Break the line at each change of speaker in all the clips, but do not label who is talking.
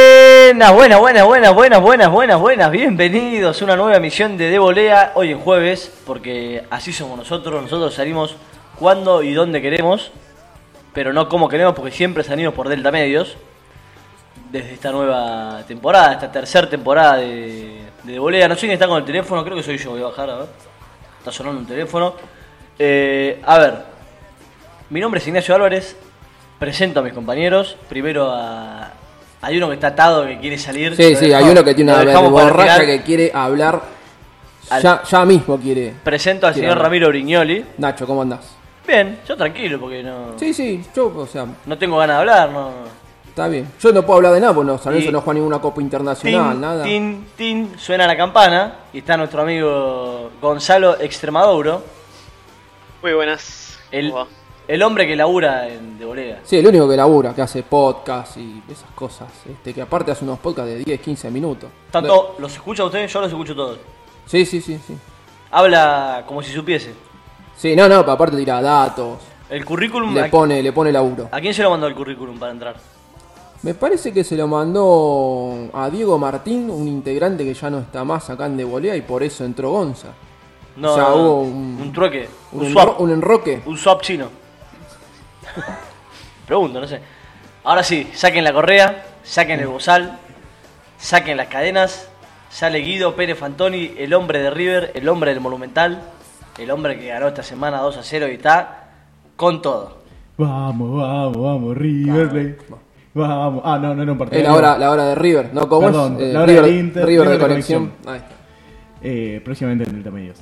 Buenas, buenas, buenas, buenas, buenas, buenas, buenas, buenas. Bienvenidos a una nueva emisión de Devolea hoy en jueves, porque así somos nosotros. Nosotros salimos cuando y dónde queremos, pero no como queremos, porque siempre salimos por Delta Medios. Desde esta nueva temporada, esta tercera temporada de, de Devolea. No sé quién está con el teléfono, creo que soy yo. Voy a bajar, a ver. Está sonando un teléfono. Eh, a ver, mi nombre es Ignacio Álvarez. Presento a mis compañeros. Primero a. Hay uno que está atado que quiere salir.
Sí,
Lo
sí,
dejamos-
hay uno que tiene
lo
una
dejamos para el
borracha
final.
que quiere hablar.
Al-
Ya, ya mismo quiere.
Presento al
Quiere
señor
hablar.
Ramiro Brignoli.
Nacho, ¿cómo andás?
Bien, yo tranquilo porque no,
Sí, sí, yo, o sea,
no tengo ganas de hablar. No.
está bien. Yo no puedo hablar de nada, porque no, San Lorenzo
Y-
no juega ninguna Copa Internacional, nada.
tin, tin, suena la campana y está nuestro amigo Gonzalo Extremadouro,
Muy buenas. Eh,
el,
¿Cómo va?
el hombre que labura en, de volea.
Sí, el único que labura, que hace podcast y esas cosas. Este, que aparte hace unos podcasts de 10, 15 minutos.
Tanto, ¿los escucha usted? Yo los escucho todos.
Sí, sí, sí, sí.
Habla como si supiese.
Sí, no, no, pero aparte tira datos.
El currículum.
Le
a-
pone, le pone laburo.
¿A quién se lo mandó el currículum para entrar?
Me parece que se lo mandó a Diego Martín, un integrante que ya no está más acá en De Bolea y por eso entró Gonza.
No,
O sea,
no, no,
hubo
un,
un-
trueque, un,
Un, enro-
swap,
un enroque.
un swap chino. Pregunto, no sé. Ahora sí, saquen la correa, saquen el bozal, saquen las cadenas. Sale Guido Pérez Fantoni, el hombre de River, el hombre del Monumental, el hombre que ganó esta semana 2 a 0 y está con todo.
Vamos, vamos, vamos, River Plate. Vamos. Ah, no, no era un
Eh,
partido.
Es la hora, la hora de River, ¿no? ¿Cómo
Perdón,
es? Eh,
la hora
River,
del Inter,
River de
River de
conexión.
conexión.
Ahí está.
Eh, próximamente en Delta Medios.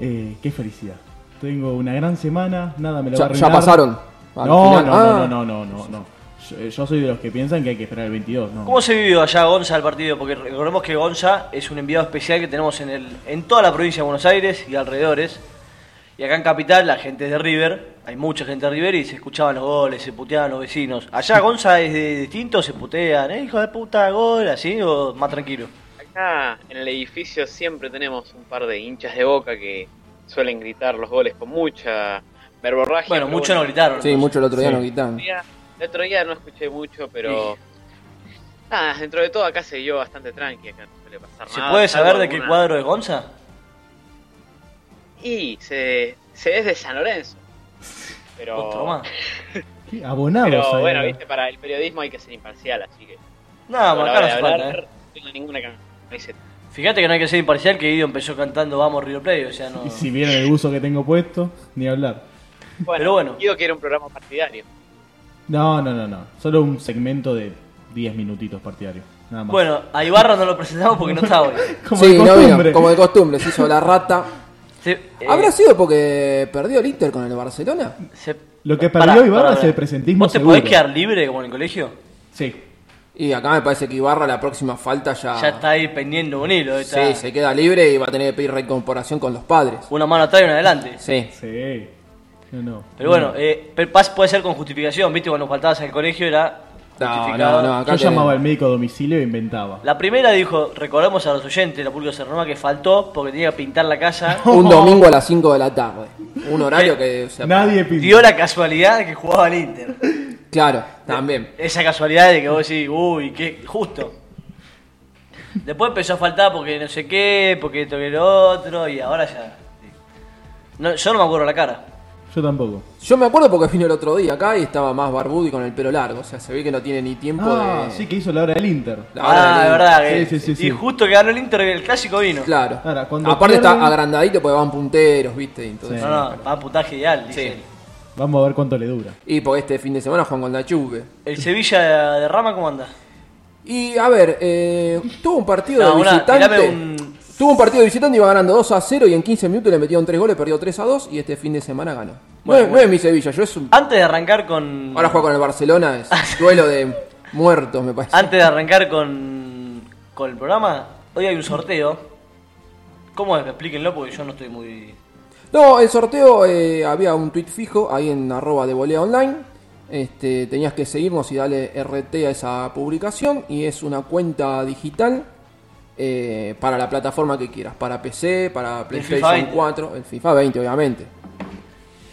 Eh, qué felicidad. Tengo una gran semana, nada me lo
Ya-
va a
ya
arruinar.
pasaron. Al
No, no,
final-
no,
ah.
no, no, no, no. Yo, eh, yo soy de los que piensan que hay que esperar el 22, ¿no?
¿Cómo se vivió allá Gonza el partido? Porque recordemos que Gonza es un enviado especial que tenemos en, el, en toda la provincia de Buenos Aires y alrededores. Y acá en Capital la gente es de River, hay mucha gente de River y se escuchaban los goles, se puteaban los vecinos. Allá Gonza es de distinto, se putean, ¿eh? hijo de puta, gol, así, o más tranquilo.
Acá en el edificio siempre tenemos un par de hinchas de boca que suelen gritar los goles con mucha verborragia.
Bueno,
pero
muchos no gritaron.
Sí, mucho el otro día
Sí.
nos quitaron.
el otro día- El otro día no escuché mucho, pero. Nada, dentro de todo acá se dio bastante tranqui. Acá no suele pasar
¿Se
nada.
puede
salvo
saber de qué
alguna-
cuadro es Gonza?
Y se, se es de San Lorenzo. Pero.
Otro más.
Qué abonados.
Pero
hay,
bueno,
eh.
viste, para el periodismo hay que ser imparcial, así que.
Nada,
a la
acá no
hora de
hace falta,
hablar,
¿eh?
no tengo ninguna camiseta.
Fíjate que no hay que ser imparcial, que Guido empezó cantando Vamos River Play, o sea, no...
Y si vieron el buzo que tengo puesto, ni hablar.
Bueno,
Pero bueno.
Guido quiere un programa partidario.
No, no, no, no. Solo un segmento de 10 minutitos partidario. Nada más.
Bueno, a Ibarra no lo presentamos porque no está hoy.
como
Sí,
de
no
costumbre.
vino, como de costumbre, se hizo la rata.
Se- eh,
¿Habrá sido porque perdió el Inter con el Barcelona?
Se-
Lo que
Pará,
perdió Ibarra
pará,
es
pará.
el presentismo
¿Vos te
seguro.
podés quedar libre como en el colegio?
Sí.
Y acá me parece que Ibarra la próxima falta ya.
Ya está ahí pendiendo un hilo. está-
Ah. Sí, se queda libre y va a tener que pedir reincorporación con los padres.
Una mano atrás y una adelante.
Sí.
Sí. No, no.
Pero bueno,
Mm.
eh, pero pas- puede ser con justificación, ¿viste? Cuando faltabas al colegio era
No,
justificado.
no, no, acá
Yo
tenés-
llamaba al médico a domicilio e inventaba.
La primera dijo, recordemos a los oyentes, la público Serroma, que faltó porque tenía que pintar la casa.
Un domingo a las 5 de la tarde. Un horario que. o sea,
Nadie pidió.
Dio la casualidad de que jugaba al Inter.
Claro, también.
Esa casualidad de que vos decís, uy, qué justo. Después empezó a faltar porque no sé qué, porque esto que lo otro, y ahora ya. No, yo no me acuerdo la cara.
Yo tampoco.
Yo me acuerdo porque vino el otro día acá y estaba más barbudo y con el pelo largo. O sea, se ve que no tiene ni tiempo
Ah,
de.
sí que hizo la hora del Inter.
La hora
Ah,
del-
de verdad. que-
Sí, sí, sí,
Y
sí.
justo que ganó el Inter, el clásico vino.
Claro.
Ahora, cuando
Aparte está
pierden-
agrandadito porque van punteros, ¿viste? Entonces,
Sí.
No, no, va a puntaje ideal, dice.
Sí.
Vamos a ver cuánto le dura.
Y porque este fin de semana juegan con la Juve.
¿El Sevilla de Rama cómo anda?
Y a ver, eh, tuvo un partido
No,
de
una-
visitante.
tirame un-
Tuvo un partido de visitante, iba ganando 2 a 0 y en 15 minutos le metieron 3 goles, perdió 3 a 2 y este fin de semana ganó. no, es- no es mi Sevilla, yo es un...
Antes de arrancar con.
Ahora juega con el Barcelona, es duelo de muertos, me parece.
Antes de arrancar con, con el programa, hoy hay un sorteo. ¿Cómo es? Explíquenlo porque yo no estoy muy.
No, el sorteo eh, había un tweet fijo ahí en arroba de volea online. Este, tenías que seguirnos y darle RT a esa publicación. Y es una cuenta digital eh, para la plataforma que quieras. Para PC, para
FIFA
PlayStation
20.
4, el FIFA 20 obviamente.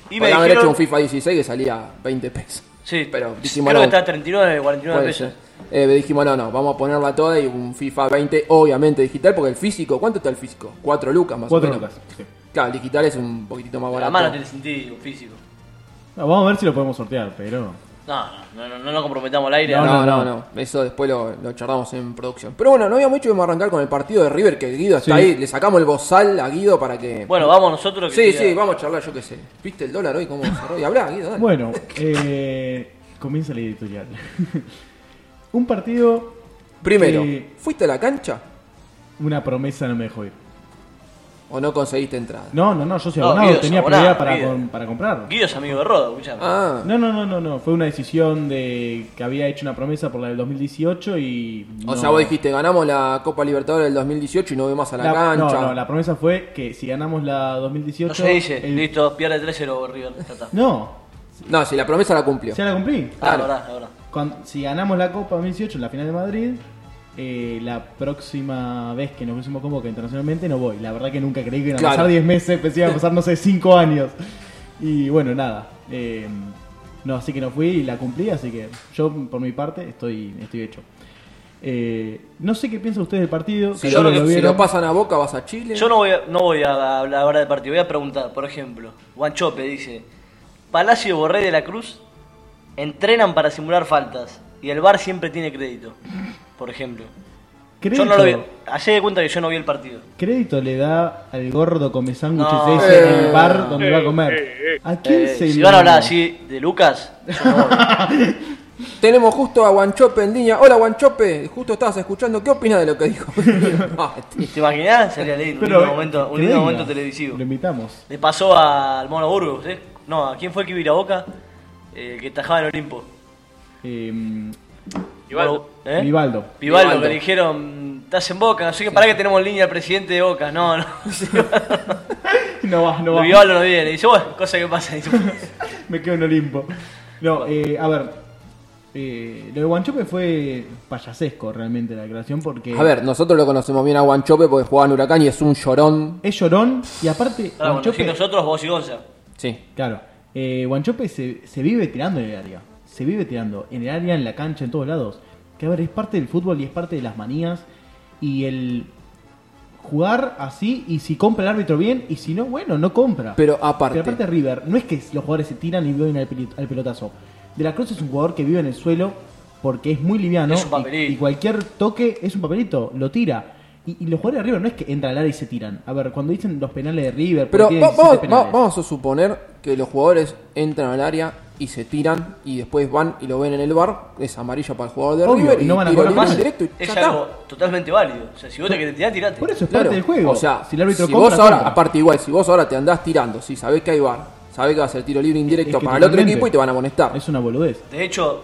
Y
Podrían haber hecho un FIFA 16 que salía 20 pesos.
Sí,
Pero dijimos
creo que
no.
está a 39 49
Puede
pesos.
ser. Eh, dijimos, no, no, vamos a ponerla toda y un FIFA 20, obviamente digital, porque el físico, ¿cuánto está el físico? 4 lucas más
Cuatro
o menos.
lucas. sí.
Claro, el digital es un poquitito más
La
barato.
mano tiene sentido físico.
No, vamos a ver si lo podemos sortear, pero.
No, no, no, no, nos comprometamos al aire.
No,
ahora.
no, no,
no,
no. Eso después lo, lo charlamos en producción. Pero bueno, no habíamos hecho que vamos a arrancar con el partido de River, que Guido está
Sí.
ahí. Le sacamos el bozal a Guido para que.
Bueno, vamos nosotros. que
sí,
queda-
sí, vamos a charlar, yo qué sé. ¿Viste el dólar hoy cómo cerró? Y habrá, Guido, dale.
Bueno, eh, comienza la editorial. Un partido,
Primero,
eh,
¿fuiste a la cancha
una promesa no me dejó ir.
o no conseguiste entrada?
No, no, no, yo soy
No,
abonado,
Guido,
tenía
abonado,
prioridad para,
Guido.
com- para comprarlo.
Guido es amigo de Rodo, escuchame.
Ah,
No, no, no, no, no, fue una decisión de que había hecho una promesa por la del 2018 y...
o
no.
sea, vos dijiste, ganamos la Copa Libertadores del 2018 y no voy más a la, cancha.
No, no, la promesa fue que si ganamos la 2018...
no se dice,
el-
listo, pierde 3-0 River. Ya está.
No,
No, si la promesa la cumplió.
ya la cumplí.
Ah, la
Claro.
verdad, la verdad.
Cuan- si ganamos la Copa 2018 en la final de Madrid, eh, la próxima vez que nos pusimos convoca internacionalmente no voy. La verdad que nunca creí que iban a
Claro.
pasar 10 meses, pensé que iban a pasar, no sé, 5 años. Y bueno, nada. eh, no, así que no fui y la cumplí, así que yo por mi parte estoy, estoy hecho. Eh, no sé qué piensan ustedes del partido.
Si,
calculo
lo,
que
si
vieron.
lo pasan a Boca, vas a Chile.
Yo no voy, a, no voy a hablar ahora del partido, voy a preguntar, por ejemplo, Guanchope dice, Palacio Borré de la Cruz entrenan para simular faltas y el VAR siempre tiene crédito, por ejemplo.
crédito,
Yo no lo vi, hacé de cuenta que yo no vi el partido.
crédito le da al gordo come sándwiches
No.
ese en
Eh.
el bar donde va a comer. ¿A quién
Eh,
se
si
lo-
van a hablar así de Lucas, yo no voy.
Tenemos justo a Guanchope en línea. Hola Guanchope, justo estabas escuchando. ¿Qué opinas de lo que dijo? Ah, tío.
¿te imaginás? Sería lindo, un
Pero,
lindo momento, un
que
lindo
venga.
momento televisivo.
Lo invitamos.
Le pasó al Mono Burgos, ¿eh? No, ¿a quién fue el que iba a ir a Boca? Eh, que tajaba en Olimpo.
Eh,
Ibaldo.
¿Eh?
Vivaldo.
Vivaldo,
Vivaldo.
que le dijeron, estás en Boca, no sé qué, pará que tenemos en línea al presidente de Boca, no, no.
No va, no va.
Vivaldo no viene, dice, bueno, cosa que pasa. Dice,
Me quedo en Olimpo. No, eh, a ver. eh, lo de Guanchope fue payasesco realmente la declaración porque
A ver, nosotros lo conocemos bien a Guanchope porque jugaba en Huracán y es un llorón.
es llorón y aparte
Ahora, cuando
Guanchope,
decís nosotros, vos y Gonza.
Sí.
claro, eh, Guanchope se, se vive tirando en el área. Se vive tirando en el área, en la cancha, en todos lados. Que a ver, es parte del fútbol y es parte de las manías. Y el jugar así y si compra el árbitro bien y si no, bueno, no compra.
Pero aparte,
Pero aparte River, no es que los jugadores se tiran y viven al, peli- al pelotazo. De la Cruz es un jugador que vive en el suelo porque es muy liviano.
Es un
y-
papelito.
Y, cualquier toque es un papelito, lo tira. Y, y los jugadores de River no es que entran al área y se tiran. A ver, cuando dicen los penales de River,
pero
porque tiene
va-
17
vamos, va-
penales.
vamos a suponer que los jugadores entran al área y se tiran y después van y lo ven en el bar. Es amarilla para el jugador de
Obvio,
River
y no van a
tiro
cobrar
libre
más.
directo y ya
Es
está.
algo totalmente válido. O sea, si vos te querés tirar, tirate.
Por eso es
Claro.
parte del juego.
O sea,
si el árbitro
si
compra,
vos ahora,
compra.
aparte igual, si vos ahora te andás tirando, si sabés que hay bar, sabés que va a ser tiro libre indirecto
Es que
para el otro
totalmente.
equipo y te van a amonestar.
Es una boludez.
De hecho,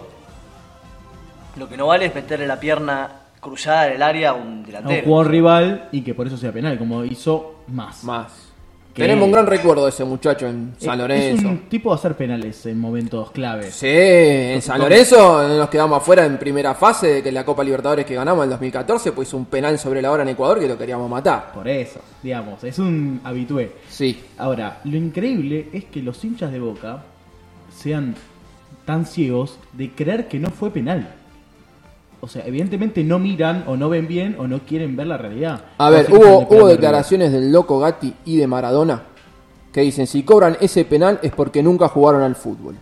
lo que no vale es meterle la pierna cruzada en el área a un
A un
delantero.
jugador rival y que por eso sea penal, como hizo más.
Más.
Que-
Tenemos un gran recuerdo de ese muchacho en San
Es-
Lorenzo.
Es un tipo de hacer penales en momentos clave.
Sí, en San Lorenzo nos quedamos afuera en primera fase de que la Copa Libertadores que ganamos en 2014, pues hizo un penal sobre la hora en Ecuador que lo queríamos matar.
Por eso, digamos, es un habitué.
Sí.
Ahora, lo increíble es que los hinchas de Boca sean tan ciegos de creer que no fue penal. O sea, evidentemente no miran o no ven bien o no quieren ver la realidad.
A
No
ver,
sé qué están
hubo,
esperando
hubo
de
declaraciones del Loco Gatti y de Maradona que dicen, si cobran ese penal es porque nunca jugaron al fútbol.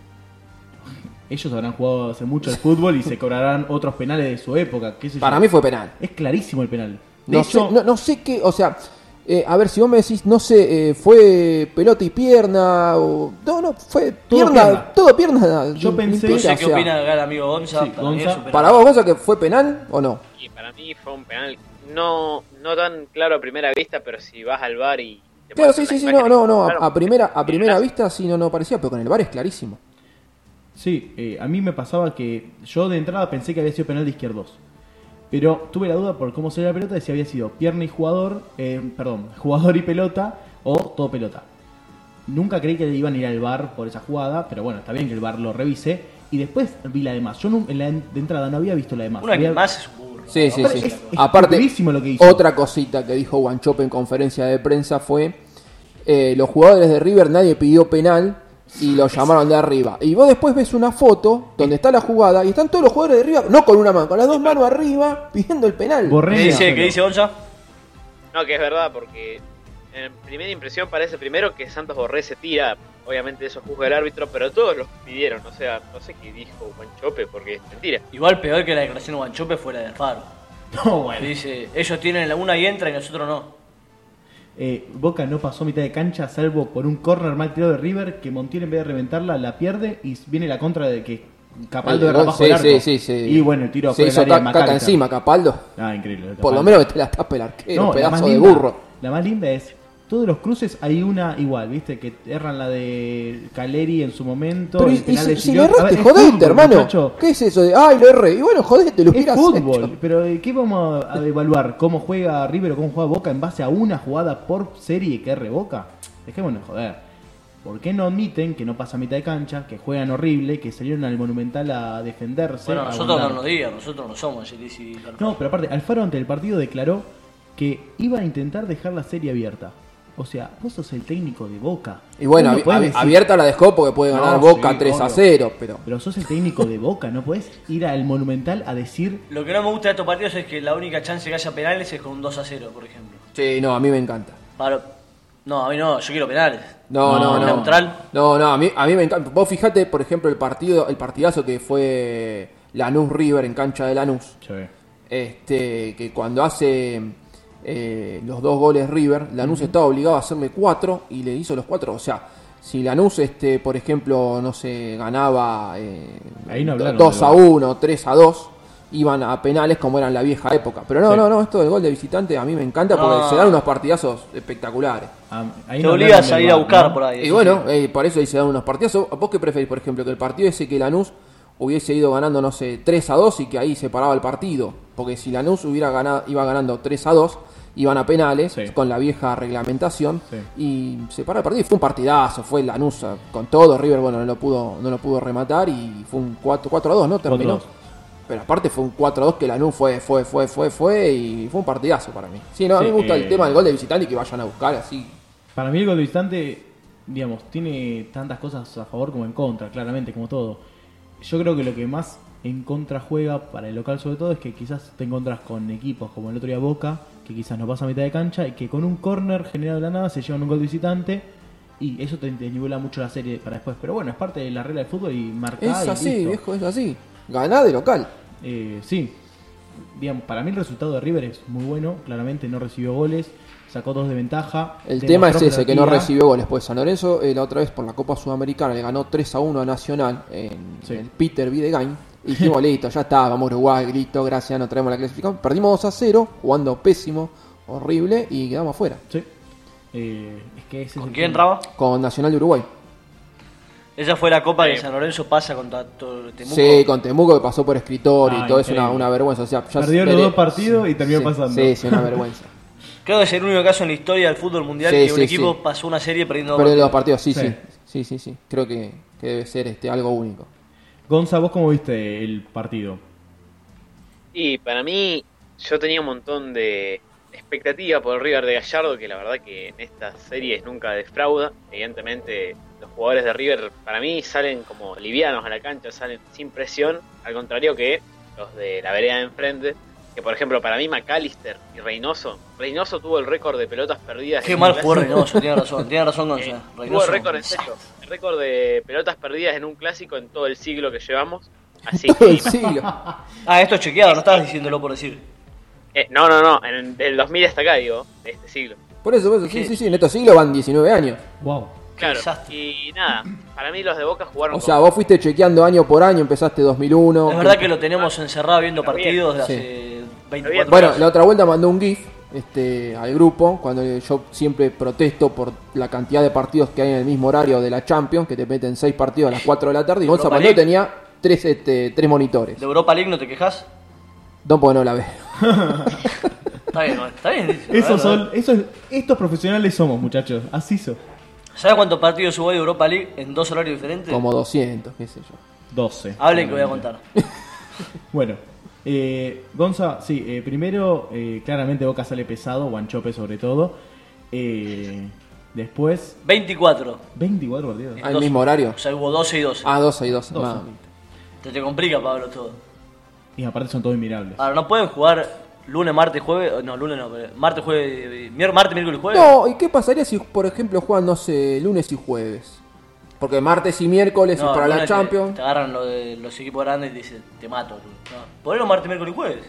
River. Ellos habrán jugado hace mucho al fútbol y se cobrarán otros penales de su época. qué sé yo.
Para mí fue penal.
Es clarísimo el penal. De
No,
hecho,
sé, no, no sé qué, o sea, eh, a ver si vos me decís, no sé, eh, fue pelota y pierna, o... No, no, fue pierna,
pierna.
todo pierna.
Yo pensé-
No
limpia,
sé qué
o sea,
opina acá el amigo Gonza.
Sí,
para mí es
Gonza.
un penal.
Para vos, Gonza, que fue penal o no?
Y para mí fue un penal no, no tan claro a primera vista, pero si vas al bar y... te
Claro, sí,
muestran
sí,
las
sí, no,
imágenes
no,
que
no,
mostraron,
a, a primera, a
te-
primera
te-
vista sí no, no parecía, pero con el bar es clarísimo.
Sí, eh, a mí me pasaba que yo de entrada pensé que había sido penal de izquierdos. Pero tuve la duda por cómo salió la pelota de si había sido pierna y jugador, eh, perdón, jugador y pelota o todo pelota. Nunca creí que le iban a ir al bar por esa jugada, pero bueno, está bien que el bar lo revise. Y después vi la de más. Yo nu- en la en- de entrada no había visto la de más.
Una que
Había-
más es un burro.
Sí, sí,
Aparte,
sí.
es- es
Aparte,
durísimo lo que hizo.
otra cosita que dijo Guanchope en conferencia de prensa fue, eh, los jugadores de River nadie pidió penal y lo llamaron de arriba. Y vos después ves una foto donde está la jugada y están todos los jugadores de arriba, no con una mano, con las dos manos arriba pidiendo el penal.
Borré
¿Qué
la-
dice, ¿qué dice Gonza?
No, que es verdad, porque en primera impresión parece primero que Santos Borré se tira. Obviamente eso juzga el árbitro, pero todos los pidieron. O sea, no sé qué dijo Guanchope, porque es mentira.
Igual peor que la declaración de Guanchope fue la de Faro.
No,
Que
bueno.
dice, ellos tienen la una y entra y nosotros no.
Eh, Boca no pasó mitad de cancha salvo por un corner mal tirado de River que Montiel en vez de reventarla la pierde y viene la contra de que Capaldo
El
era
gol,
bajo
Eh, sí,
del arco.
sí, sí, sí.
Y bueno, el tiro
Se
fue
hizo
área de
ca- caca
Macalita.
encima, Capaldo.
Ah, increíble. de
Por lo
Capaldo.
menos que te la tape el arquero,
No, la más
pedazo de
linda-
burro.
La más linda es, todos los cruces hay una igual, viste, que erran la de Caleri en su momento.
Pero
el
y- y
penal
si,
de
si le
Giroud. A
erraste,
ver, es
jodete,
fútbol,
hermano.
muchacho.
¿Qué es eso de, ay, lo erré? Y bueno, jodete, lo
Es
hubieras
fútbol,
hecho.
pero eh, ¿qué vamos a evaluar? ¿Cómo juega River o cómo juega Boca en base a una jugada por serie que erre Boca? Dejémonos de joder. ¿Por qué no admiten que no pasa a mitad de cancha, que juegan horrible, que salieron al Monumental a defenderse?
bueno,
a
nosotros no
aguantar?
nos digan, nosotros no somos el DC Carpal.
No, pero aparte, Alfaro ante el partido declaró que iba a intentar dejar la serie abierta. O sea, vos sos el técnico de Boca.
Y bueno,
Vos no
abi-
podés
abi-
decir-
abierta la dejó porque puede
No,
ganar Boca
sí,
3 a
obvio.
0, pero...
Pero sos el técnico de Boca, no podés ir al Monumental a decir...
Lo que no me gusta de estos partidos es que la única chance que haya penales es con un 2 a 0, por ejemplo.
Sí, no, a mí me encanta.
Para... No, a mí no, yo quiero penales.
No, no, no.
Neutral.
No, no, a mí, a mí me encanta. Vos fijate, por ejemplo, el partido, el partidazo que fue Lanús River en cancha de Lanús. Este, que cuando hace eh, los dos goles River, Lanús estaba obligado a hacerme cuatro y le hizo los cuatro. O sea, si Lanús, este, por ejemplo, no se ganaba eh,
Ahí no hablaron
2
de
a
gol.
1, 3 a 2, iban a penales como era en la vieja época. Pero no,
Sí.
no, no, esto del gol de visitante a mí me encanta porque
No.
se dan unos partidazos espectaculares.
Ah, ahí
Te
no
obliga a
hablaron del
salir a
VAR,
buscar
¿no?
por ahí.
Y bueno, eh, por eso ahí se dan unos partidazos. ¿Vos qué preferís, por ejemplo, que el partido ese que Lanús hubiese ido ganando, no sé, 3 a 2 y que ahí se paraba el partido? Porque si Lanús hubiera ganado, iba ganando 3 a 2, iban a penales
Sí.
con la vieja reglamentación y se paraba el partido. Y fue un partidazo, fue Lanús eh, con todo. River, bueno, no lo pudo, no lo pudo rematar y fue un 4, 4 a 2, ¿no? Terminó.
4 a 2.
Pero aparte fue un 4 a 2 que Lanús fue, fue, fue, fue, fue y fue un partidazo para mí. Sí, no, a mí
Sí,
me gusta
eh,
el tema del gol de visitante y que vayan a buscar así.
Para mí el gol de instante, digamos, tiene tantas cosas a favor como en contra, claramente, como todo. Yo creo que lo que más en contra juega para el local sobre todo es que quizás te encontras con equipos como el otro día Boca, que quizás no pasa a mitad de cancha y que con un corner generado de la nada se llevan un gol de visitante y eso te desnivela mucho la serie para después. Pero bueno, es parte de la regla del fútbol y marcar
Es así,
listo.
viejo, es así. Ganá de local.
Eh, sí, digamos, para mí el resultado de River es muy bueno, claramente no recibió goles, sacó dos de ventaja.
El tema es
demostró
ese, que no
jerarquía.
recibió goles. Pues San Lorenzo eh, la otra vez por la Copa Sudamericana le ganó 3 a 1 a Nacional en
Sí.
el Peter Videgain. Y dijimos, listo, ya está, vamos a Uruguay, grito, gracias, no traemos la clasificación. Perdimos 2 a 0, jugando pésimo, horrible, y quedamos afuera.
Sí. Eh, es que ese es
¿Con
el
quién,
tema.
Raba?
Con Nacional de Uruguay.
Esa fue la copa que
Sí.
San Lorenzo pasa contra to- Temuco.
Sí, con Temuco que pasó por escritor y
Ah,
todo, es una,
increíble.
una vergüenza. O sea, ya
Perdió los
veré-
dos partidos y terminó
sí,
pasando.
Sí, sí, una vergüenza.
Creo que es el único caso en la historia del fútbol mundial
Sí,
que un
sí,
equipo
sí.
pasó una serie perdiendo dos
Perdió los dos partidos, sí,
Sí.
sí. Sí, sí, sí. Creo que, que debe ser este algo único.
Gonza, ¿vos cómo viste el partido?
Y para mí, yo tenía un montón de expectativa por River de Gallardo, que la verdad que en estas series nunca defrauda. Evidentemente, los jugadores de River para mí salen como livianos a la cancha, salen sin presión, al contrario que los de la vereda de enfrente. Que por ejemplo, para mí, McAllister y Reynoso. Reynoso tuvo el récord de pelotas perdidas.
Qué
en
mal
un
jugó
clásico.
Reynoso, tiene razón, tiene razón
Eh,
Gonzalo.
tuvo
Reynoso.
el récord en serio, el récord de pelotas perdidas en un clásico en todo el siglo que llevamos. Así
Todo
que
el siglo.
Ah, esto es chequeado, no estabas diciéndolo por decir.
Eh, no, no, no, en el del 2000 hasta acá, digo, de este siglo.
Por eso, por eso, sí,
Sí.
sí, sí, en estos siglos van 19 años.
Wow.
Claro,
desastre.
y nada, para mí los de Boca jugaron
O
con-
sea, vos fuiste chequeando año por año, empezaste 2001.
Es verdad que lo tenemos encerrado viendo
Está bien.
partidos de
Sí.
hace
bien.
24
Em, Bueno,
años.
la otra vuelta mandó un GIF este, al grupo, cuando yo siempre protesto por la cantidad de partidos que hay en el mismo horario de la Champions, que te meten 6 partidos a las 4 de la tarde, y Gonza
Europa
mandó
League.
tenía 3 este, tres monitores.
¿De Europa League no te quejas?
No, porque no la ve.
Está bien, está bien.
Esos
A ver, a ver.
son, esos, estos profesionales somos, muchachos. Así son.
¿Sabes cuántos partidos hubo de Europa League en dos horarios diferentes?
Como 200, qué sé yo.
12.
Hablen que voy a contar.
Bueno, eh, Gonza, sí, eh, primero, eh, claramente Boca sale pesado, Guanchope sobre todo. Eh, Después,
24.
24 partidos.
Ah,
¿Al mismo horario?
O sea, hubo 12 y 12.
Ah, 12 y 12.
12.
mamita.
Te, te complica, Pablo, todo.
Y aparte son todos inmirables.
Ahora, ¿no pueden jugar lunes, martes, jueves? No, lunes no, pero martes, jueves, eh, mier- martes, miércoles, jueves.
No, ¿y qué pasaría si, por ejemplo, juegan, no sé, lunes y jueves? Porque martes y miércoles
No,
es para la
lunes te-
Champions.
Te agarran lo de los equipos grandes y te dicen, te mato. tú. No. Ponelo martes, miércoles y jueves.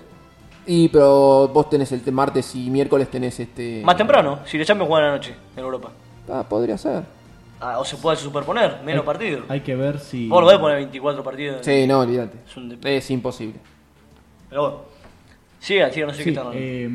Y pero vos tenés el te- martes y miércoles tenés este.
Más temprano, si los Champions juegan a la noche en Europa.
Ah, podría ser.
Ah, o se puede superponer, menos partidos.
Hay que ver si.
Vos lo podés poner 24 partidos.
Sí, no, olvídate.
Es un de-
Es imposible.
Pero bueno. Siga, siga, no sé
Sí,
qué están hablando.
eh,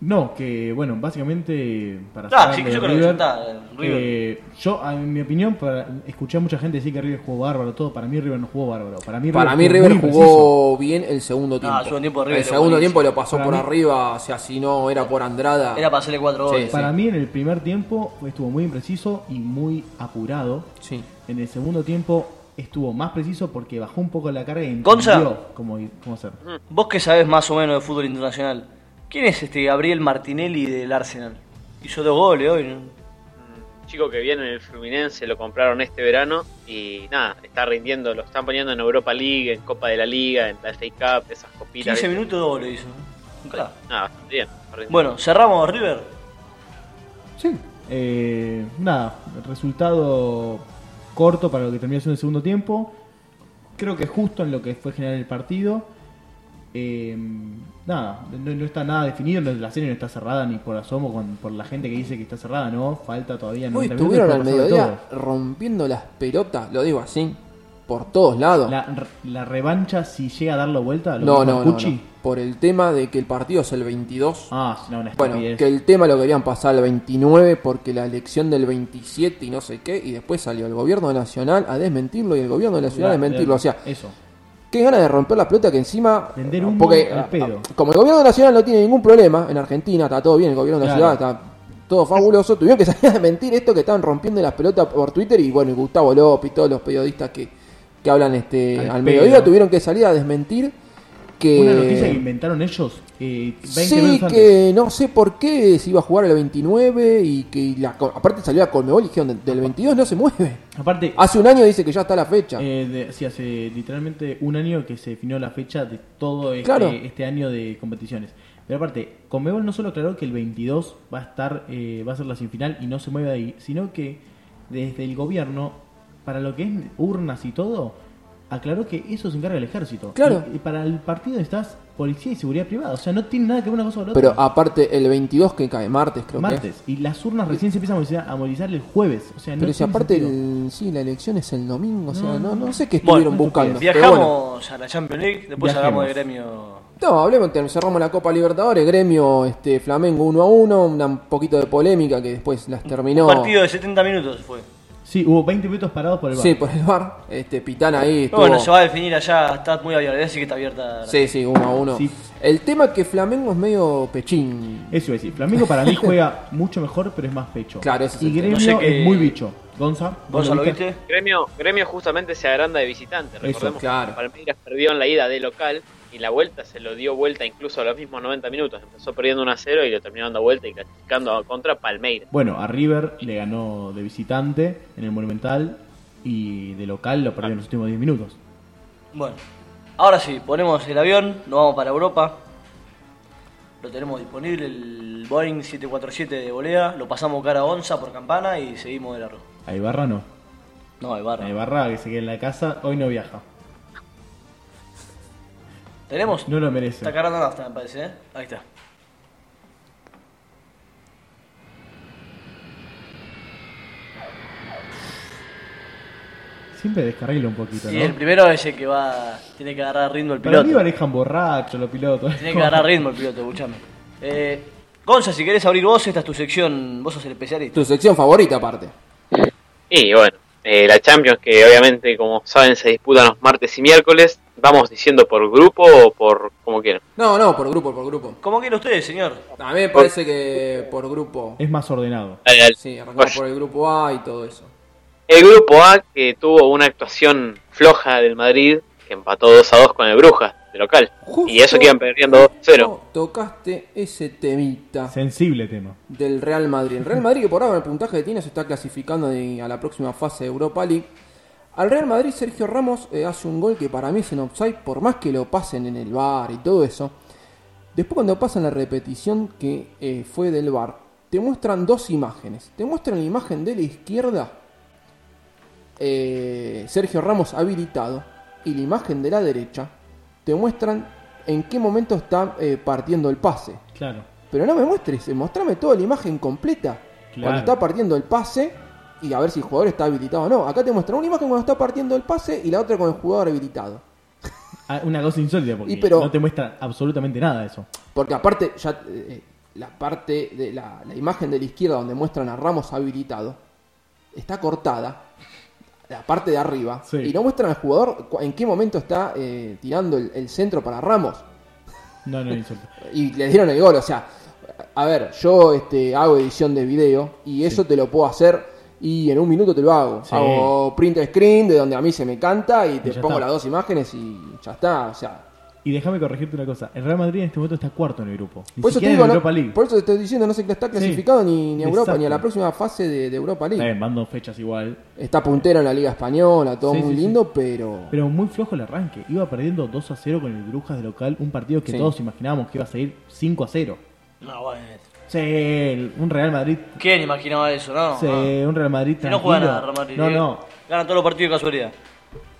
no, que bueno, básicamente para
Ah,
cerrar
sí,
lo
yo
de
creo que ya está, River.
eh, yo, a- en mi opinión, para- escuché a mucha gente decir que River jugó bárbaro, todo. Para mí River no jugó bárbaro. Para mí
Para mí
fue
River
muy
jugó bien el segundo tiempo.
el segundo tiempo de River
El
era
segundo
buenísimo.
tiempo lo pasó
Para
por
mí-
arriba, o sea, si no era por Andrada.
Era para hacerle 4
Sí,
goles.
preciso. Para mí en el primer tiempo estuvo muy impreciso y muy apurado.
Sí.
En el segundo tiempo estuvo más preciso porque bajó un poco la carga y
Gonza.
entendió cómo, cómo hacer.
Vos que sabés más o menos de fútbol internacional, ¿quién es este Gabriel Martinelli del Arsenal? Hizo dos goles hoy, ¿no?
Un chico que viene en el Fluminense, lo compraron este verano y nada, está rindiendo, lo están poniendo en Europa League, en Copa de la Liga, en la FA Cup, esas copitas.
15
¿viste?
minutos, dos goles hizo. ¿no? Claro.
Nada, bastante bien. está rindiendo.
Bueno, cerramos River.
Sí. Eh, nada, resultado corto para lo que terminó siendo el segundo tiempo. Creo que justo en lo que fue generar el partido. Eh, nada, no, no está nada definido, no- la serie no está cerrada ni por asomo con, por la gente que dice que está cerrada, no, falta todavía
Hoy
90 minutos y
estuvieron al
puede pasar de
mediodía
todo.
rompiendo las pelotas, lo digo así, por todos lados.
La, la revancha, si llega a darlo vuelta, lo
no,
mismo
no, no,
Cucci.
no. Por el tema de que el partido es el 22.
Ah, no, una
bueno,
estupidez.
que el tema lo querían pasar al 29 porque la elección del 27 y no sé qué, y después salió el gobierno nacional a desmentirlo y el gobierno nacional a
La-
desmentirlo.
la-
O sea,
eso.
Qué ganas de romper la pelota que encima. eh,
Vender humo
porque
al pedo.
ah, como el gobierno nacional no tiene ningún problema, en Argentina está todo bien, el gobierno
Claro.
nacional está todo fabuloso, tuvieron que salir a mentir esto que estaban rompiendo las pelotas por Twitter y bueno, y Gustavo López y todos los periodistas que, que hablan este
Al
al,
pedo.
mediodía tuvieron que salir a desmentir que.
Una noticia que inventaron ellos eh, 20
Eh, Sí,
minutos antes.
que no sé por qué se iba a jugar el 29 y que la, aparte salió a Colmebol y dijeron del- del 22 no se mueve.
Aparte,
Hace un año dice que ya está la fecha.
Eh, de- sí, hace literalmente un año que se definió la fecha de todo este,
Claro.
este año de competiciones. Pero aparte, Conmebol no solo aclaró que el 22 va a estar, eh, va a ser la semifinal y no se mueve de ahí, sino que desde el gobierno, para lo que es urnas y todo, aclaró que eso se encarga el ejército.
Claro.
Y, y para el partido estás policía y seguridad privada, o sea, no tiene nada que ver una cosa con la otra.
Pero ah, aparte el 22 que cae martes creo que es.
Martes, y las urnas recién se empiezan a movilizar, a movilizar el jueves. O sea, no
Pero si
tiene
aparte,
sentido.
el, sí, la elección es el domingo, o sea, no, no sé qué
Bueno,
estuvieron buscando. pero
Viajamos
bueno.
a la Champions League, después
Viajemos.
hablamos de gremio.
No, hablemos, te- cerramos la Copa Libertadores, gremio, este, Flamengo 1 a 1, una- un poquito de polémica que después las terminó.
Un partido de 70 minutos fue.
Sí, hubo 20 minutos parados por el bar.
Sí, pues, por el bar, este, Pitán ahí
Pero
estuvo.
bueno, se va a definir allá, está muy abierta, así que está abierta.
Sí, sí, 1 a 1.
Sí.
El tema es que Flamengo es medio pechín.
Eso iba a decir. Flamengo para mí juega mucho mejor, pero es más pecho.
Claro, ese es
Y
el tema.
Gremio
No sé qué-
es muy bicho. Gonza, ¿vos
¿Vos lo viste?
Gremio, Gremio justamente se agranda de visitante. Recordemos
claro.
que Palmeiras perdió en la ida de local y la vuelta se lo dio vuelta incluso a los mismos 90 minutos. Empezó perdiendo 1 a 0 y lo terminó dando vuelta y clasificando a- contra Palmeiras.
Bueno, a River le ganó de visitante en el Monumental y de local lo perdió en los últimos 10 minutos.
Bueno, ahora sí, ponemos el avión, nos vamos para Europa. Lo tenemos disponible, el Boeing 747 de volea. Lo pasamos cara a onza por campana y seguimos de largo.
A Ibarra no.
No, hay barra.
A Ibarra que se queda en la casa, hoy no viaja.
¿Tenemos?
No lo merece.
Está cargando nafta, me parece, ¿eh? Ahí está.
Siempre descarrila un poquito,
Y el
¿no?
primero es el que va. Tiene que agarrar ritmo el
Para
piloto.
mí manejan borracho los pilotos.
Tiene que agarrar ritmo el piloto, escuchame. Eh, Gonza, si querés abrir vos, esta es tu sección. Vos sos el especialista.
Tu sección favorita, aparte.
Y bueno, eh, la Champions que obviamente como saben se disputan los martes y miércoles. Vamos diciendo por grupo o por como quieran.
No, no, por grupo, por grupo.
¿Cómo quiere usted, señor?
A mí me parece que por grupo.
Es más ordenado.
Dale, dale.
Sí, arrancamos
Vaya.
por el grupo A y todo eso.
Pues, El grupo A que tuvo una actuación floja del Madrid que empató 2 a 2 con el Brujas. de local.
Justo-
y eso que iban perdiendo 2-0.
No, tocaste ese temita
Sensible tema.
del Real Madrid. El Real Madrid que por ahora en el puntaje que tiene se está clasificando de- a la próxima fase de Europa League. Al Real Madrid Sergio Ramos eh, hace un gol que para mí es un offside por más que lo pasen en el bar y todo eso. Después cuando pasan la repetición que eh, fue del bar, te muestran dos imágenes. Te muestran la imagen de la izquierda eh, Sergio Ramos habilitado y la imagen de la derecha te muestran en qué momento está eh, partiendo el pase.
Claro.
Pero no me muestres, eh, mostrame toda la imagen completa.
Claro.
Cuando está partiendo el pase y a ver si el jugador está habilitado o no. Acá te muestran una imagen cuando está partiendo el pase y la otra con el jugador habilitado.
Ah, Una cosa insólita porque
Y pero-
no te muestra absolutamente nada eso.
Porque aparte, ya eh, eh, la parte de la, la imagen de la izquierda donde muestran a Ramos habilitado está cortada, la parte de arriba,
Sí.
y no muestran al jugador cu- en qué momento está eh, tirando el, el centro para Ramos.
No, no, es insólito.
Y le dieron el gol, o sea, a ver, yo este, hago edición de video y eso te lo puedo hacer y en un minuto te lo hago.
Sí.
Hago print screen de donde a mí se me canta y te
ya
pongo
está.
las dos imágenes y ya está, o sea,
Y déjame corregirte una cosa. El Real Madrid en este momento está cuarto en el grupo. Ni
Por eso, te
siquiera
digo,
en
no-
Europa League.
por eso te estoy diciendo, no se está clasificado ni, ni a Europa,
Exacto.
ni a la próxima fase de, de Europa
Está
League.
bien, van dos fechas igual.
Está puntero en la Liga Española, todo
Sí,
muy
sí, sí.
lindo, pero...
Pero muy flojo el arranque. Iba perdiendo 2 a 0 con el Brujas de local. Un partido que
Sí.
todos imaginábamos que iba a salir 5 a 0.
No, bueno.
Sí, el- un Real Madrid.
¿Quién imaginaba eso, no?
sí,
no.
un Real Madrid
Si no juega
tranquilo.
nada, Real Madrid.
No,
eh.
no.
Gana todos los partidos de casualidad.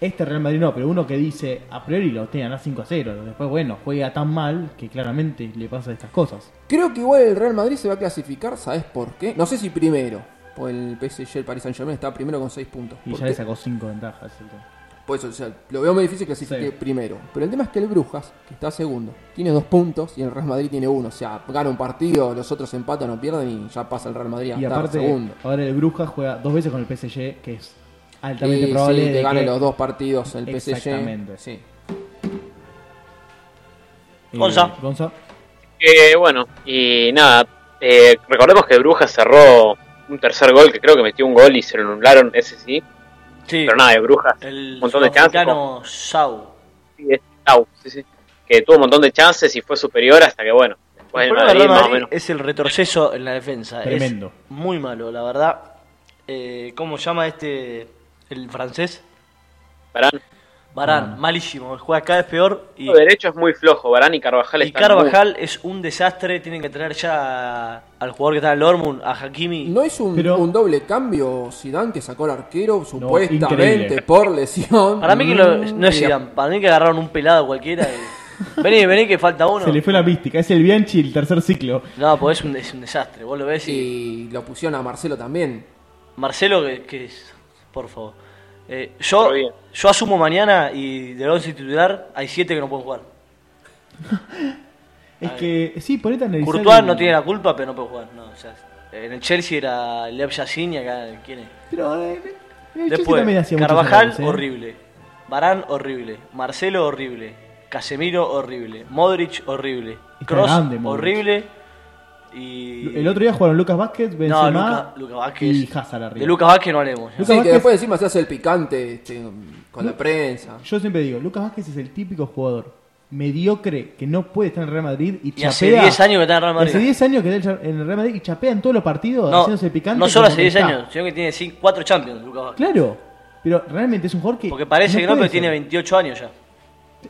Este Real Madrid no, pero uno que dice a priori lo tiene a ganar 5 a 0. Después, bueno, juega tan mal que claramente le pasa estas cosas.
Creo que igual el Real Madrid se va a clasificar, ¿sabes por qué? No sé si primero, porque el PSG, el Paris Saint-Germain, está primero con 6 puntos.
Y
¿Por
ya
qué?
le sacó 5 ventajas. el tema.
Por eso, o sea, lo veo muy difícil que clasifique
Sí.
primero. Pero el tema es que el Brujas, que está segundo, tiene dos puntos y el Real Madrid tiene uno. O sea, gana un partido, los otros empatan o pierden y ya pasa el Real Madrid a
Y
estar
aparte,
segundo.
ahora el Brujas juega dos veces con el PSG, que es altamente
Y sí,
probable.
que
de
gane
que-
los dos partidos el PSG.
Exactamente.
Sí.
Eh,
Gonza.
Gonza.
Que Eh, bueno, y nada, eh, recordemos que Brujas cerró un tercer gol, que creo que metió un gol y se lo anularon, ese sí.
Sí.
Pero nada, de Brujas,
El
montón de chances,
sudafricano Sau.
sí, es Tau, sí, sí. Que tuvo un montón de chances y fue superior hasta que bueno, después
El
el
problema del
Madrid,
Real
más o
Madrid
menos.
es el retroceso en la defensa.
Tremendo.
Es muy malo, la verdad. Eh, ¿Cómo llama este el francés?
Barán,
Barán, malísimo. Juega cada vez peor y,
el derecho es muy flojo, Barán y Carvajal
y
están
Carvajal es un desastre. Tienen que traer ya al jugador que está en el Dortmund, a Hakimi.
¿No hizo un,
Pero-
un doble cambio Zidane que sacó al arquero supuestamente
increíble.
por lesión?
Para mí que lo- no es
Y a-
Zidane, para mí que agarraron un pelado cualquiera y... Vení, vení que falta uno.
Se le fue la mística. Es el Bianchi, el tercer ciclo.
No, pues es un, es un desastre, vos lo ves y...
Y lo pusieron a Marcelo también.
Marcelo, que, que es... Por favor. Eh, yo,
Pero bien.
yo asumo mañana y del 11 titular hay 7 que no pueden jugar.
Es que, sí, ponete a analizar.
Courtois
el-
no tiene la culpa, pero no puede jugar. no, o sea, en el Chelsea era Lev Yashin y acá, ¿quién es?
Pero, eh, eh, el Chelsea también
Después,
hacía muchos
Carvajal,
errores, eh.
horrible. Barán, horrible. Marcelo, horrible. Casemiro, horrible. Modric, horrible.
Está
Cross,
grande, Modric.
horrible. Y.
El otro día jugaron Lucas Vázquez, Benzema
No, Luca, Luca Vázquez.
y Hazard arriba.
De Lucas Vázquez no hablemos. ¿no?
Lucas
Sí, que
Vázquez-
después encima se hace el picante este, con la prensa.
Yo siempre digo, Lucas Vázquez es el típico jugador mediocre que no puede estar en el Real Madrid y,
Y hace
chapea-
10 años que está en Real
Hace
Madrid.
10 años que está en el Real Madrid y chapea en todos los partidos
No,
haciéndose picante.
no solo
como
hace 10
que está.
años, sino que tiene 4 champions, Lucas Vázquez.
Claro, pero realmente es un jugador que.
Porque parece que no,
puede
pero
ser.
tiene 28 años ya.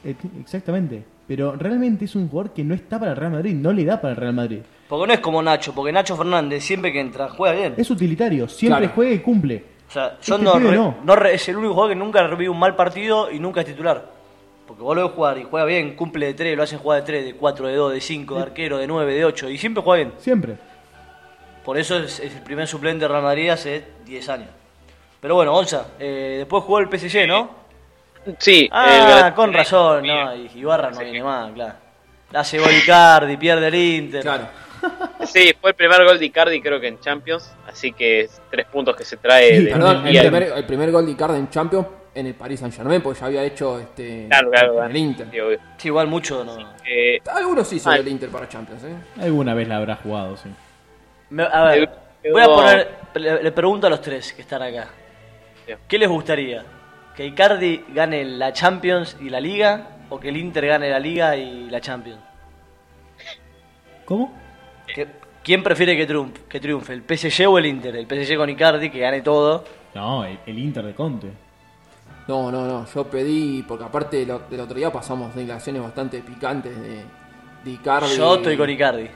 Eh, ti- Exactamente. Pero realmente es un jugador que no está para el Real Madrid, no le da para el Real Madrid.
Porque no es como Nacho, porque Nacho Fernández siempre que entra juega bien.
Es utilitario, siempre
Claro.
juega y cumple.
O sea, yo
Este
no,
pibe
re-
no.
no re- es el único jugador que nunca revive un mal partido y nunca es titular. Porque vos lo ves jugar y juega bien, cumple de 3, lo hacen jugar de 3, de 4, de 2, de 5, de arquero, de 9, de 8, y siempre juega bien.
Siempre.
Por eso es, es el primer suplente de Real Madrid hace 10 años. Pero bueno, Gonza, eh, después jugó el PSG, ¿no?
muy- Sí,
Ah,
el-
con razón, no, y Ibarra no viene más, claro. Hace gol Icardi, pierde el Inter.
Claro.
Sí, fue el primer gol de Icardi creo que en Champions, así que es tres puntos que se trae
Sí,
de
Perdón, el
Este, y-
primer, el primer gol de Icardi en Champions en el Paris Saint Germain, porque ya había hecho este
Claro, claro,
en el Inter.
digo,
Sí, igual mucho no.
eh,
Algunos sí son
Ah.
el Inter para Champions, ¿eh?
Alguna vez la habrá jugado, sí.
Me- a ver,
Le-
voy a
no.
poner. Le, le pregunto a los tres que están acá.
Bien.
¿Qué les gustaría? ¿Que Icardi gane la Champions y la Liga? o que el Inter gane la Liga y la Champions?
¿Cómo?
¿Qué- ¿Quién prefiere que triunfe, que triunfe, el PSG o el Inter? El PSG con Icardi, que gane todo.
No, el, el Inter de Conte.
No, no, no. Yo pedí, porque aparte del, del otro día pasamos declaraciones bastante picantes de, de Icardi.
Yo estoy con Icardi.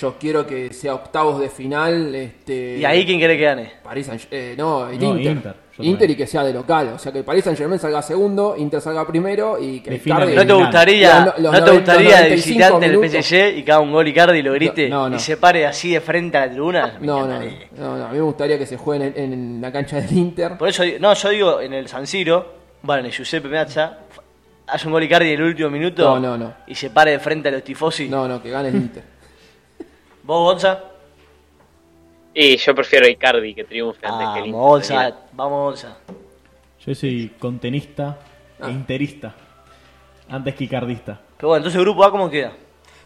Yo quiero que sea octavos de final. Este,
¿Y ahí quién quiere que gane?
París Saint- eh, no, el
No,
Inter.
Inter,
Inter,
yo también.
y que sea de local. O sea, que París Saint Germain salga segundo, Inter salga primero y que
Defina
Icardi-
bien.
¿No te gustaría,
Los- los
¿no te
90,
gustaría de
95
visitante del
minutos?
PSG y cada un gol Icardi y lo grite
No, no, no.
y se pare así de frente a la tribuna? Me
No, no, no,
encantaría.
no, no, A mí me gustaría que se juegue en, el- en la cancha del Inter.
Por eso, digo- no, yo digo en el San Siro, bueno, en el Giuseppe Meazza, f- hace un gol Icardi en el último minuto
No, no, no.
y se pare de frente a los tifosi.
No, no, que gane el Inter.
¿Vos, Gonza?
Y yo prefiero a Icardi que triunfe antes que el
Vamos, Gonza,
Inter. Mira,
vamos, Gonza.
Yo soy contenista e interista. Antes que icardista.
Pero bueno, entonces grupo A, ¿cómo queda?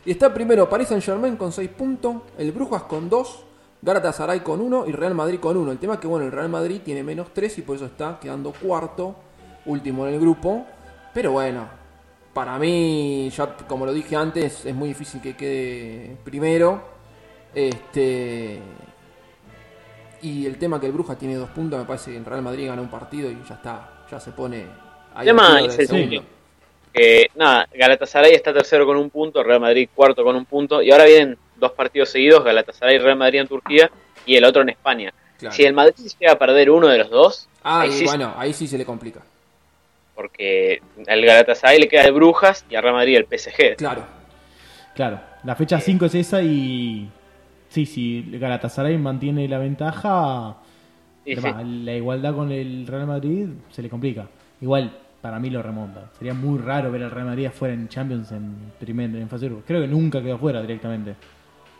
Y está primero Paris Saint Germain con 6 puntos, el Brujas con 2, Galatasaray con 1 y Real Madrid con 1. El tema es que bueno, el Real Madrid tiene menos 3 y por eso está quedando cuarto, último en el grupo. Pero bueno, para mí, ya como lo dije antes, es muy difícil que quede primero. Este. Y el tema que el Brujas tiene 2 puntos, me parece que el Real Madrid gana un partido y ya está, ya se pone ahí.
Tema
al tiro
es
del
el
segundo.
título. que, nada, Galatasaray está tercero con un punto, Real Madrid cuarto con un punto, y ahora vienen dos partidos seguidos, Galatasaray y Real Madrid en Turquía y el otro en España.
Claro.
Si el Madrid llega a perder uno de los dos,
Ah,
ahí
y
sí,
bueno, ahí sí se le complica.
porque al Galatasaray le queda de Brujas y a Real Madrid el PSG.
Claro.
Claro, la
Eh.
fecha 5 es esa y. Sí, si Galatasaray mantiene la ventaja,
Sí, sí.
va, la igualdad con el Real Madrid se le complica. Igual, para mí lo remonta. Sería muy raro ver al Real Madrid afuera en Champions en primer, en fase de grupo. Creo que nunca quedó afuera directamente.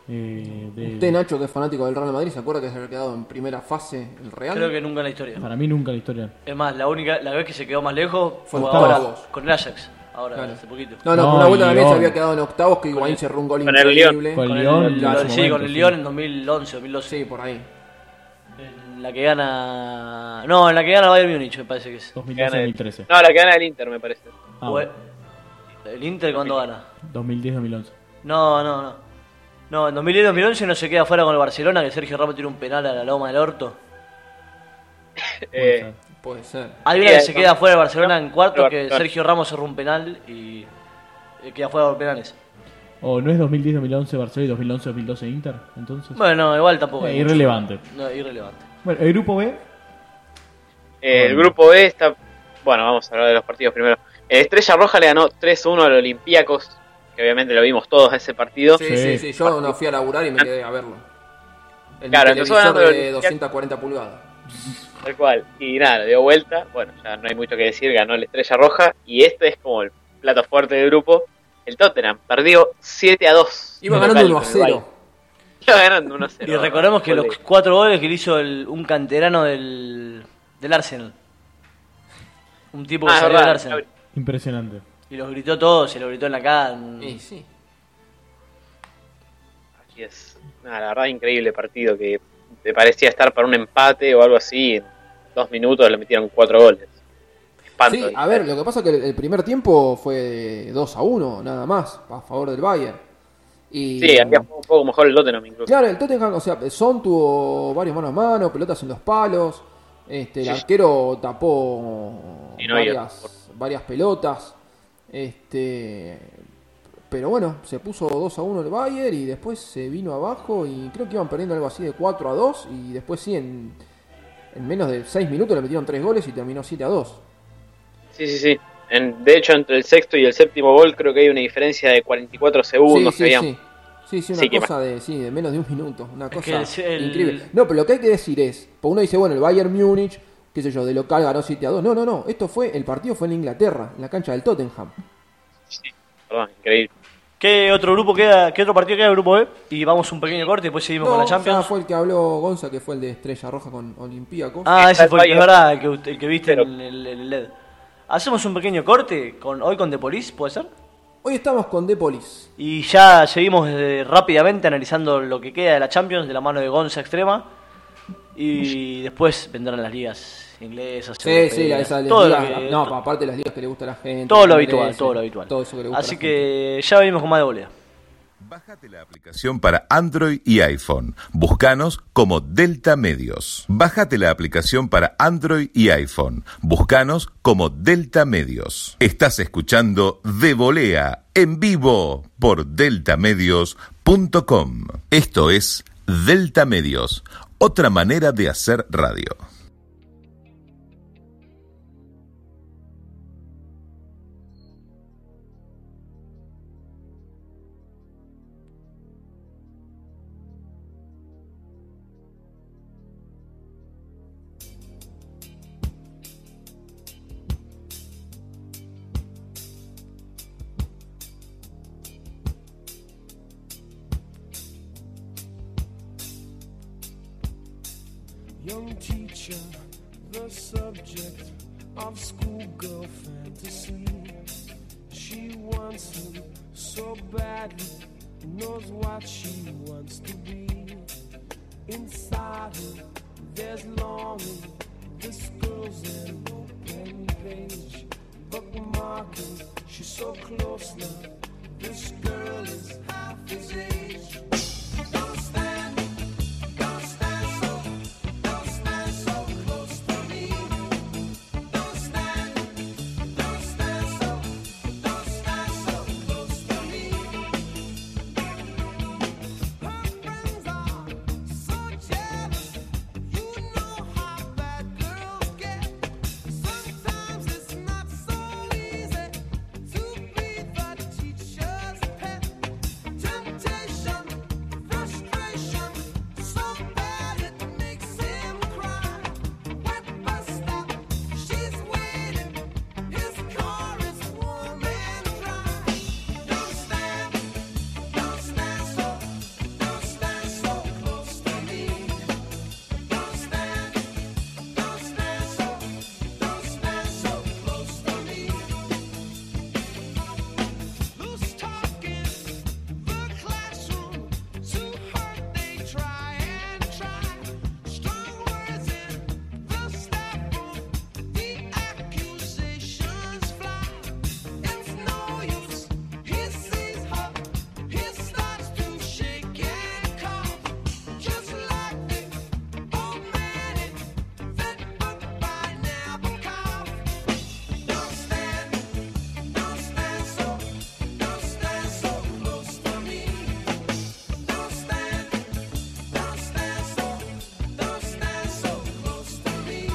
Eh, de-
Usted, Nacho, que es fanático del Real Madrid, ¿se acuerda que se había quedado en primera fase el Real?
Creo que nunca en la historia.
Para mí nunca la historia.
Es más, la única, la vez que se quedó más lejos fue,
Fue
ahora
octavos.
con el Ajax, ahora
Claro.
hace poquito.
No, no,
No,
por una vuelta
y
también se
León.
había quedado en octavos que Higuaín cerró un gol
con el
increíble.
Con el
Con el-
Lyon,
el-
en su
sí,
momento,
con el
sí.
Lyon en 2011, 2012.
Sí, por ahí.
En la que gana. No, en la que gana el Bayern Múnich, me parece que es.
2010-2013.
No, pues. la que gana el Inter, me parece.
Ah,
O el- ¿El Inter cuándo gana?
2010-2011.
No, no, no. No, en 2010-2011 no se queda fuera con el Barcelona, que Sergio Ramos tira un penal a la loma del orto.
Eh,
Puede ser.
Hay una
Sí,
que
ahí
se
no.
queda fuera el Barcelona en cuarto,
Pero
que
Barcelona.
Sergio Ramos cerró un penal y eh, queda fuera por penales.
¿O no es 2010-2011 Barcelona y 2011-2012 Inter? Entonces.
Bueno, igual tampoco.
Eh,
hay mucho.
irrelevante.
No, irrelevante.
Bueno, el grupo B.
Eh, el grupo B está. Bueno, vamos a hablar de los partidos primero. El Estrella Roja le ganó 3-1 al Olympiacos, que obviamente lo vimos todos ese partido.
Sí, sí, sí. Yo no fui a laburar y me quedé a verlo. El
Claro, empezó ganando
televisor de
el-
240 pulgadas.
Tal cual. Y nada, dio vuelta. Bueno, ya no hay mucho que decir, ganó la Estrella Roja. Y este es como el plato fuerte del grupo. El Tottenham perdió 7 a 2.
Iba
El
ganando
local
1 a
con el
0.
Bayern. Iba ganando 1 a 0.
Y recordemos que
Gol
los
de-
cuatro goles que le hizo el- un canterano del, del Arsenal. Un tipo que
Ah, es
salió del
verdad,
Arsenal.
Impresionante.
Y los gritó todos, se lo gritó en la cara. en-
Y sí.
Así es. Nada, la verdad, increíble partido que te parecía estar para un empate o algo así. En dos minutos le metieron 4 goles. Espanto.
Sí, a ver, lo que pasa es que el- el primer tiempo fue 2 a 1, nada más, a favor del Bayern. Y
Sí, había jugado un poco mejor el Tottenham incluso.
Claro, el Tottenham, o sea, Son tuvo varios manos a mano, pelotas en los palos. Este, el arquero tapó
Y no había-
varias, varias pelotas. Este, pero bueno, se puso 2 a 1 el Bayern y después se vino abajo y creo que iban perdiendo algo así de 4 a 2 y después sí, en, en menos de 6 minutos le metieron 3 goles y terminó 7 a 2.
Sí, sí, sí. En- de hecho, entre el sexto y el séptimo gol creo que hay una diferencia de 44 segundos. que
sí, sí,
habían-
sí. Sí, sí, una
Sí, que
cosa de, sí, de menos de un minuto. Una cosa
que el- el-
increíble. No, pero lo que hay que decir es, porque uno dice, bueno, el Bayern Múnich, qué sé yo, de local ganó 7 a 2. No, no, no, esto fue, el partido fue en Inglaterra, en la cancha del Tottenham.
Perdón, increíble.
¿Qué otro grupo queda? ¿Qué otro partido queda el grupo B? Y vamos un pequeño corte y después seguimos con
No,
la Champions.
ya fue el que habló Gonza, que fue el de Estrella Roja con Olympiacos.
Ah, ese
Está el
fue el que, es
Bayern.
verdad, el que, usted- el que viste
Pero-
en el, el LED. Hacemos un pequeño corte con hoy con The Police, ¿puede ser?
Hoy estamos con Depolis.
Y ya seguimos eh, rápidamente analizando lo que queda de la Champions de la mano de Gonza Extrema. Y después vendrán las ligas inglesas.
Sí,
europeas,
sí, la- esa
todo
liga-
lo que-
no, pa- aparte de las ligas que le gusta a la gente.
todo lo
que
habitual,
merece,
todo lo habitual.
Todo eso que le gusta. a
Así
la gente.
que ya venimos con más de volea.
Bájate la aplicación para Android y iPhone. Búscanos como Delta Medios. Bájate la aplicación para Android y iPhone. Búscanos como Delta Medios. Estás escuchando De Volea en vivo por deltamedios.com. Esto es Delta Medios, otra manera de hacer radio.
Young teacher, the subject of schoolgirl fantasy. She wants him so badly, knows what she wants to be. Inside her, there's longing. This girl's an open page, bookmarking. She's so close now. This girl is half his age. Don't stand, don't stand so don't stand so close to me. Don't stand, don't stand so, don't stand so close to me. Her friends are so jealous. You know how bad girls get. Sometimes it's not so easy to be the teacher's pet. Temptation, frustration, so bad it makes him cry. Wet bus stop, she's waiting. His car is warm and dry. Don't stand, don't stand so, don't stand so close to me. Don't stand, don't stand so, don't stand so close to me. Loose talk is the classroom. To hurt they try and try. Strong words in the staff room. The accusations fly. It's no use. He sees her. He starts to shake and cough. Just like the old man in that book by Nabokov. Don't stand, don't stand so, don't stand so close to me. Don't stand, don't stand so, don't stand so close to me.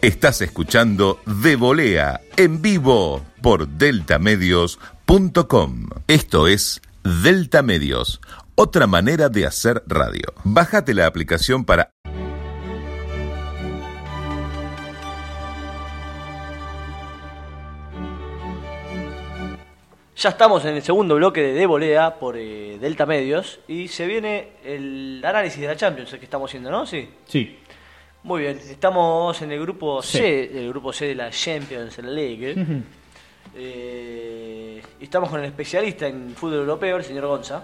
Estás escuchando De Volea en vivo por deltamedios.com. Esto es Delta Medios, otra manera de hacer radio. Bájate la aplicación para
Ya estamos en el segundo bloque de Devolea por eh, Delta Medios y se viene el análisis de la Champions el que estamos haciendo, ¿no? Sí.
Sí.
Muy bien, estamos en el grupo
Sí.
C, el grupo C de la Champions League. Eh, y estamos con el especialista en fútbol europeo, el señor Gonza.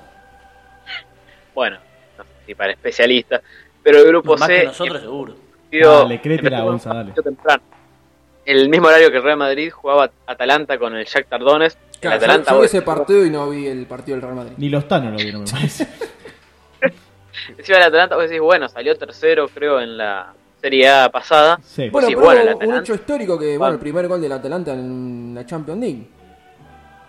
Bueno, no sé si para especialistas, pero el grupo
Más
C
que nosotros, seguro.
Tío,
Dale, créetela,
empezó con
Gonza,
un
dale.
partido temprano. El mismo horario que el Real Madrid jugaba Atalanta con el Jack Tardones.
Claro,
el Atalanta
yo, yo vi
hoy-
ese partido y no vi el partido del Real Madrid.
Ni los Tano lo vieron, me parece.
Encima del Atalanta, vos decís, bueno, salió tercero, creo, en la Serie A pasada.
Sí.
Bueno,
Sí,
pero
bueno, el
hubo un
Atalanta.
hecho histórico que, bueno, el primer gol del Atalanta en la Champions League.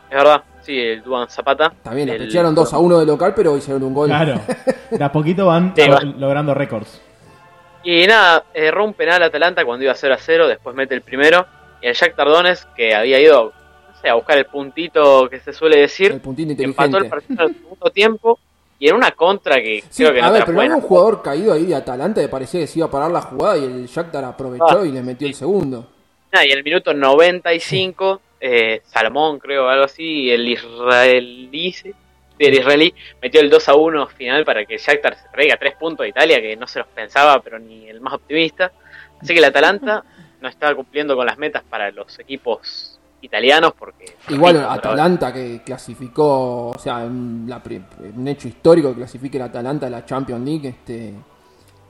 Es verdad, sí, el Duan Zapata.
También
El-
le echaron 2 a 1 de local, pero hicieron un gol.
Claro. De a poquito van
Sí, va.
logrando récords.
Y nada, erró un penal Atalanta cuando iba 0 a 0, después mete el primero. Y el Jack Tardones, que había ido no sé, a buscar el puntito que se suele
El
decir,
puntito
empató el
inteligente.
partido en el segundo tiempo. Y en una contra que
Sí,
creo que
a
no
ver,
te
pero
la
no había
pueden
un jugador caído ahí de Atalanta que parecía que se iba a parar la jugada y el Shakhtar aprovechó y le metió el segundo.
Ah, y en el minuto 95, eh, Salomón, creo, algo así, el israelí, sí, el israelí metió el 2 a 1 final para que el Shakhtar se traiga tres puntos de Italia, que no se los pensaba, pero ni el más optimista. Así que el Atalanta no estaba cumpliendo con las metas para los equipos italianos, porque.
Igual
repito,
Atalanta que clasificó, o sea, en la pri- un hecho histórico que clasifique el Atalanta a la Champions League, este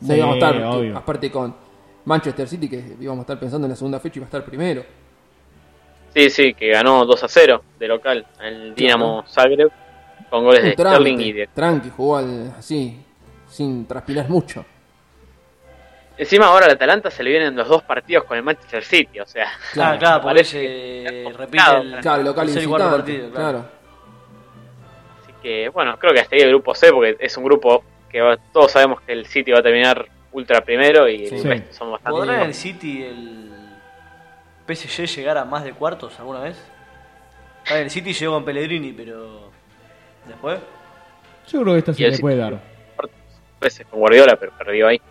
no
Sí,
íbamos a estar,
obvio.
que- aparte con Manchester City que íbamos a estar pensando en la segunda fecha y va a estar primero.
Sí, sí, que ganó 2 a 0 de local el Dinamo Zagreb, con goles de
Un trámite,
Sterling y de
tranqui, jugó al- así, sin transpirar mucho.
Encima ahora al Atalanta se le vienen los dos partidos con el Manchester City, o sea.
Claro,
Claro.
Ah, claro, porque
Parece
se
que-
repite el,
Claro, local y
tercer y cuarto
visitante,
partido, claro.
claro.
Así que, bueno, creo que hasta ahí el grupo C, porque es un grupo que va- todos sabemos que el City va a terminar ultra primero y
Sí.
el
Sí.
resto son bastante.
¿Podrá en el City el PSG llegar a más de cuartos alguna vez? Está bien, el City llegó con Pellegrini, pero después
Yo creo que esta
Y
se
el
le
City.
puede dar.
veces con Guardiola, pero perdió ahí.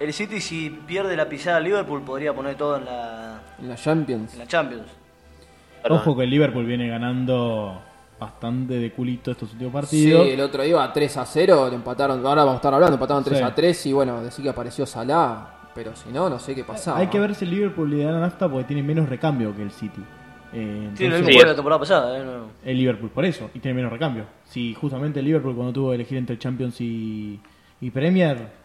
el City si pierde la pisada a Liverpool podría poner todo en la,
En la Champions.
en la Champions.
Perdón.
Ojo que el Liverpool viene ganando bastante de culito estos últimos
Sí,
partidos.
el otro iba 3 a 0, le empataron, ahora vamos a estar hablando, empataron 3
Sí.
a 3 y bueno, decir que apareció Salah, pero si no, no sé qué pasaba.
Hay que ver si el Liverpool le da nafta porque tiene menos recambio que el City. Eh,
Tiene
entonces-
lo
Sí,
mismo que la
es.
temporada pasada, ¿eh? No.
El Liverpool, por eso, y tiene menos recambio. Si justamente el Liverpool cuando tuvo que elegir entre Champions y, y Premier.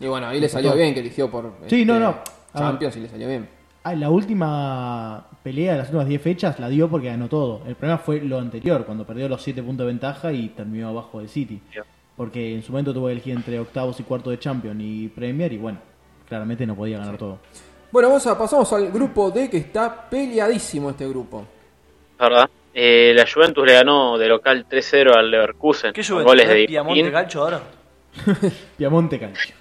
Y bueno, ahí le salió bien que eligió por este,
Sí, no, no. A
Champions y le salió bien.
ah, la última pelea de las últimas 10 fechas la dio porque ganó todo. El problema fue lo anterior, cuando perdió los 7 puntos de ventaja y terminó abajo del City. Porque en su momento tuvo que elegir entre octavos y cuartos de Champions y Premier y bueno, claramente no podía ganar todo.
Bueno, vamos a pasamos al grupo D que está peleadísimo este grupo.
La verdad. Eh, la Juventus le ganó de local 3-0 al Leverkusen.
¿Qué
con
Juventus?
Goles de
¿Es Piamonte
Higuaín.
Calcho ahora?
Piamonte Cancha.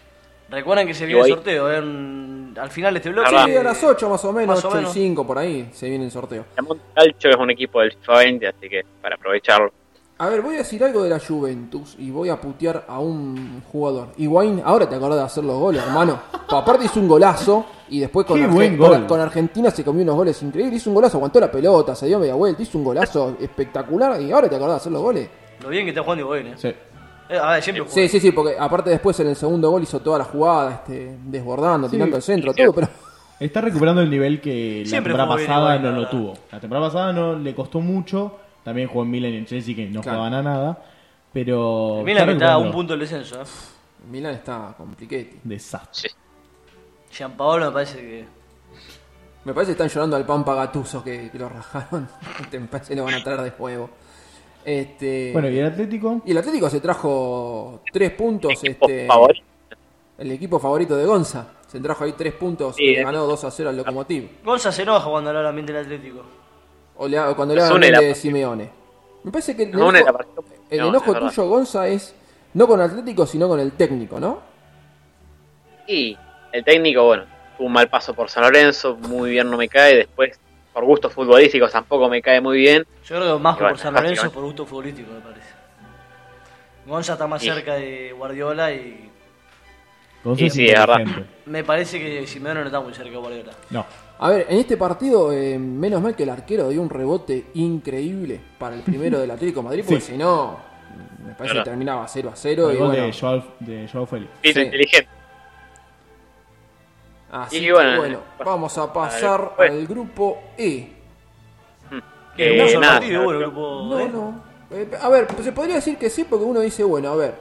Recuerden que se viene el
Higuaín.
sorteo, ¿eh? En- al final de este bloque.
Ah,
Sí,
va.
a las 8 más o menos,
Más o
8
menos.
y 5 por ahí se viene el sorteo.
Piamonte Calcio es un equipo del FIFA 20, así que para aprovecharlo.
A ver, voy a decir algo de la Juventus y voy a putear a un jugador. Y Wayne, ahora te acordás de hacer los goles, hermano. Aparte hizo un golazo y después con,
Qué
Arge-
buen
con-
gol.
con Argentina se comió unos goles increíbles. Hizo un golazo, aguantó la pelota, se dio media vuelta, hizo un golazo espectacular y ahora te acordás de hacer los goles.
Lo bien que está jugando Higuaín, ¿eh?
Sí.
Eh, A ver, siempre
Sí,
juega.
sí, sí, porque aparte después en el segundo gol hizo toda la jugada, este, desbordando,
Sí.
tirando al centro, todo, pero
Está recuperando el nivel que la
Siempre
temporada
jugó bien
pasada
igual,
no
la
lo
verdad.
tuvo. La temporada pasada no le costó mucho. También jugó en Milan y en Chelsea que no
Claro.
jugaban a nada. Pero.
El Milan que está a
recuperando.
un punto del descenso, ¿eh?
Milan está compliquete.
Desastre.
Gianpaolo me parece que...
Me parece que están llorando al Pampa Gatuso que, que lo rajaron. Este, Me parece que lo van a traer de juego. Este,
Bueno, y el Atlético.
Y el Atlético se trajo tres puntos.
Equipo
este,
favorito.
El equipo favorito de Gonza. Se trajo ahí tres puntos
Sí,
y le
eh.
ganó 2 a 0 al Locomotiv.
Gonza se enoja cuando habla ambiente del Atlético.
O le- o cuando le hagan
Nos une
el
la
de
pasión.
Simeone. Me parece que el
Nos une la
enojo,
pasión.
el
No,
enojo
es verdad.
tuyo, Gonza, es no con Atlético, sino con el técnico, ¿no?
Y el técnico, bueno, tuvo un mal paso por San Lorenzo, muy bien no me cae. Después, por gustos futbolísticos, tampoco me cae muy bien.
Yo creo que más
Y
que por
bueno,
San
básicamente-
Lorenzo, por gusto futbolístico, me parece. Gonza está más
Sí.
cerca de Guardiola y
Gonzalo
Y
es
sí, es verdad.
inteligente.
me parece que Simeone no está muy cerca de Guardiola.
No.
A ver, en este partido, eh, menos mal que el arquero dio un rebote increíble para el primero del Atlético de Madrid, porque
Sí.
si no, me parece que
Claro.
terminaba 0 a
El
0.
gol
Y bueno,
de, Joao, de Joao Félix.
Pito
Sí.
inteligente.
así
y
que
bueno,
bueno, vamos a pasar
pues.
al grupo E.
Que
Eh,
no es un
nada,
partido, bueno,
no,
grupo
No,
D.
no. Eh, a ver, se podría decir que sí, porque uno dice, bueno, a ver,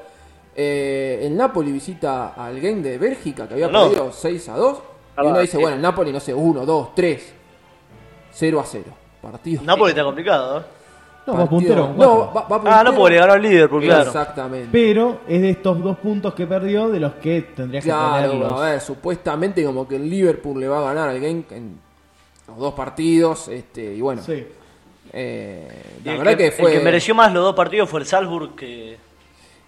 eh, el Napoli visita al Game de Bélgica, que había
No, no.
perdido 6 a 2. Y uno
Ah,
dice,
sí.
bueno, el Napoli, no sé, 1, 2, 3, 0 a 0. Partido.
Napoli está complicado, ¿eh?
No, No, va puntero. con cuatro.
No, va, va
Ah, no,
puntero.
porque le ganó al Liverpool, claro.
Exactamente.
Pero es de estos dos puntos que perdió de los que tendrías que
Claro,
tener los-
a ver, supuestamente como que el Liverpool le va a ganar al Genk en los dos partidos. Este, y bueno,
Sí.
eh,
Y
la
el
verdad que,
que-
fue.
El que mereció más los dos partidos fue el Salzburg, que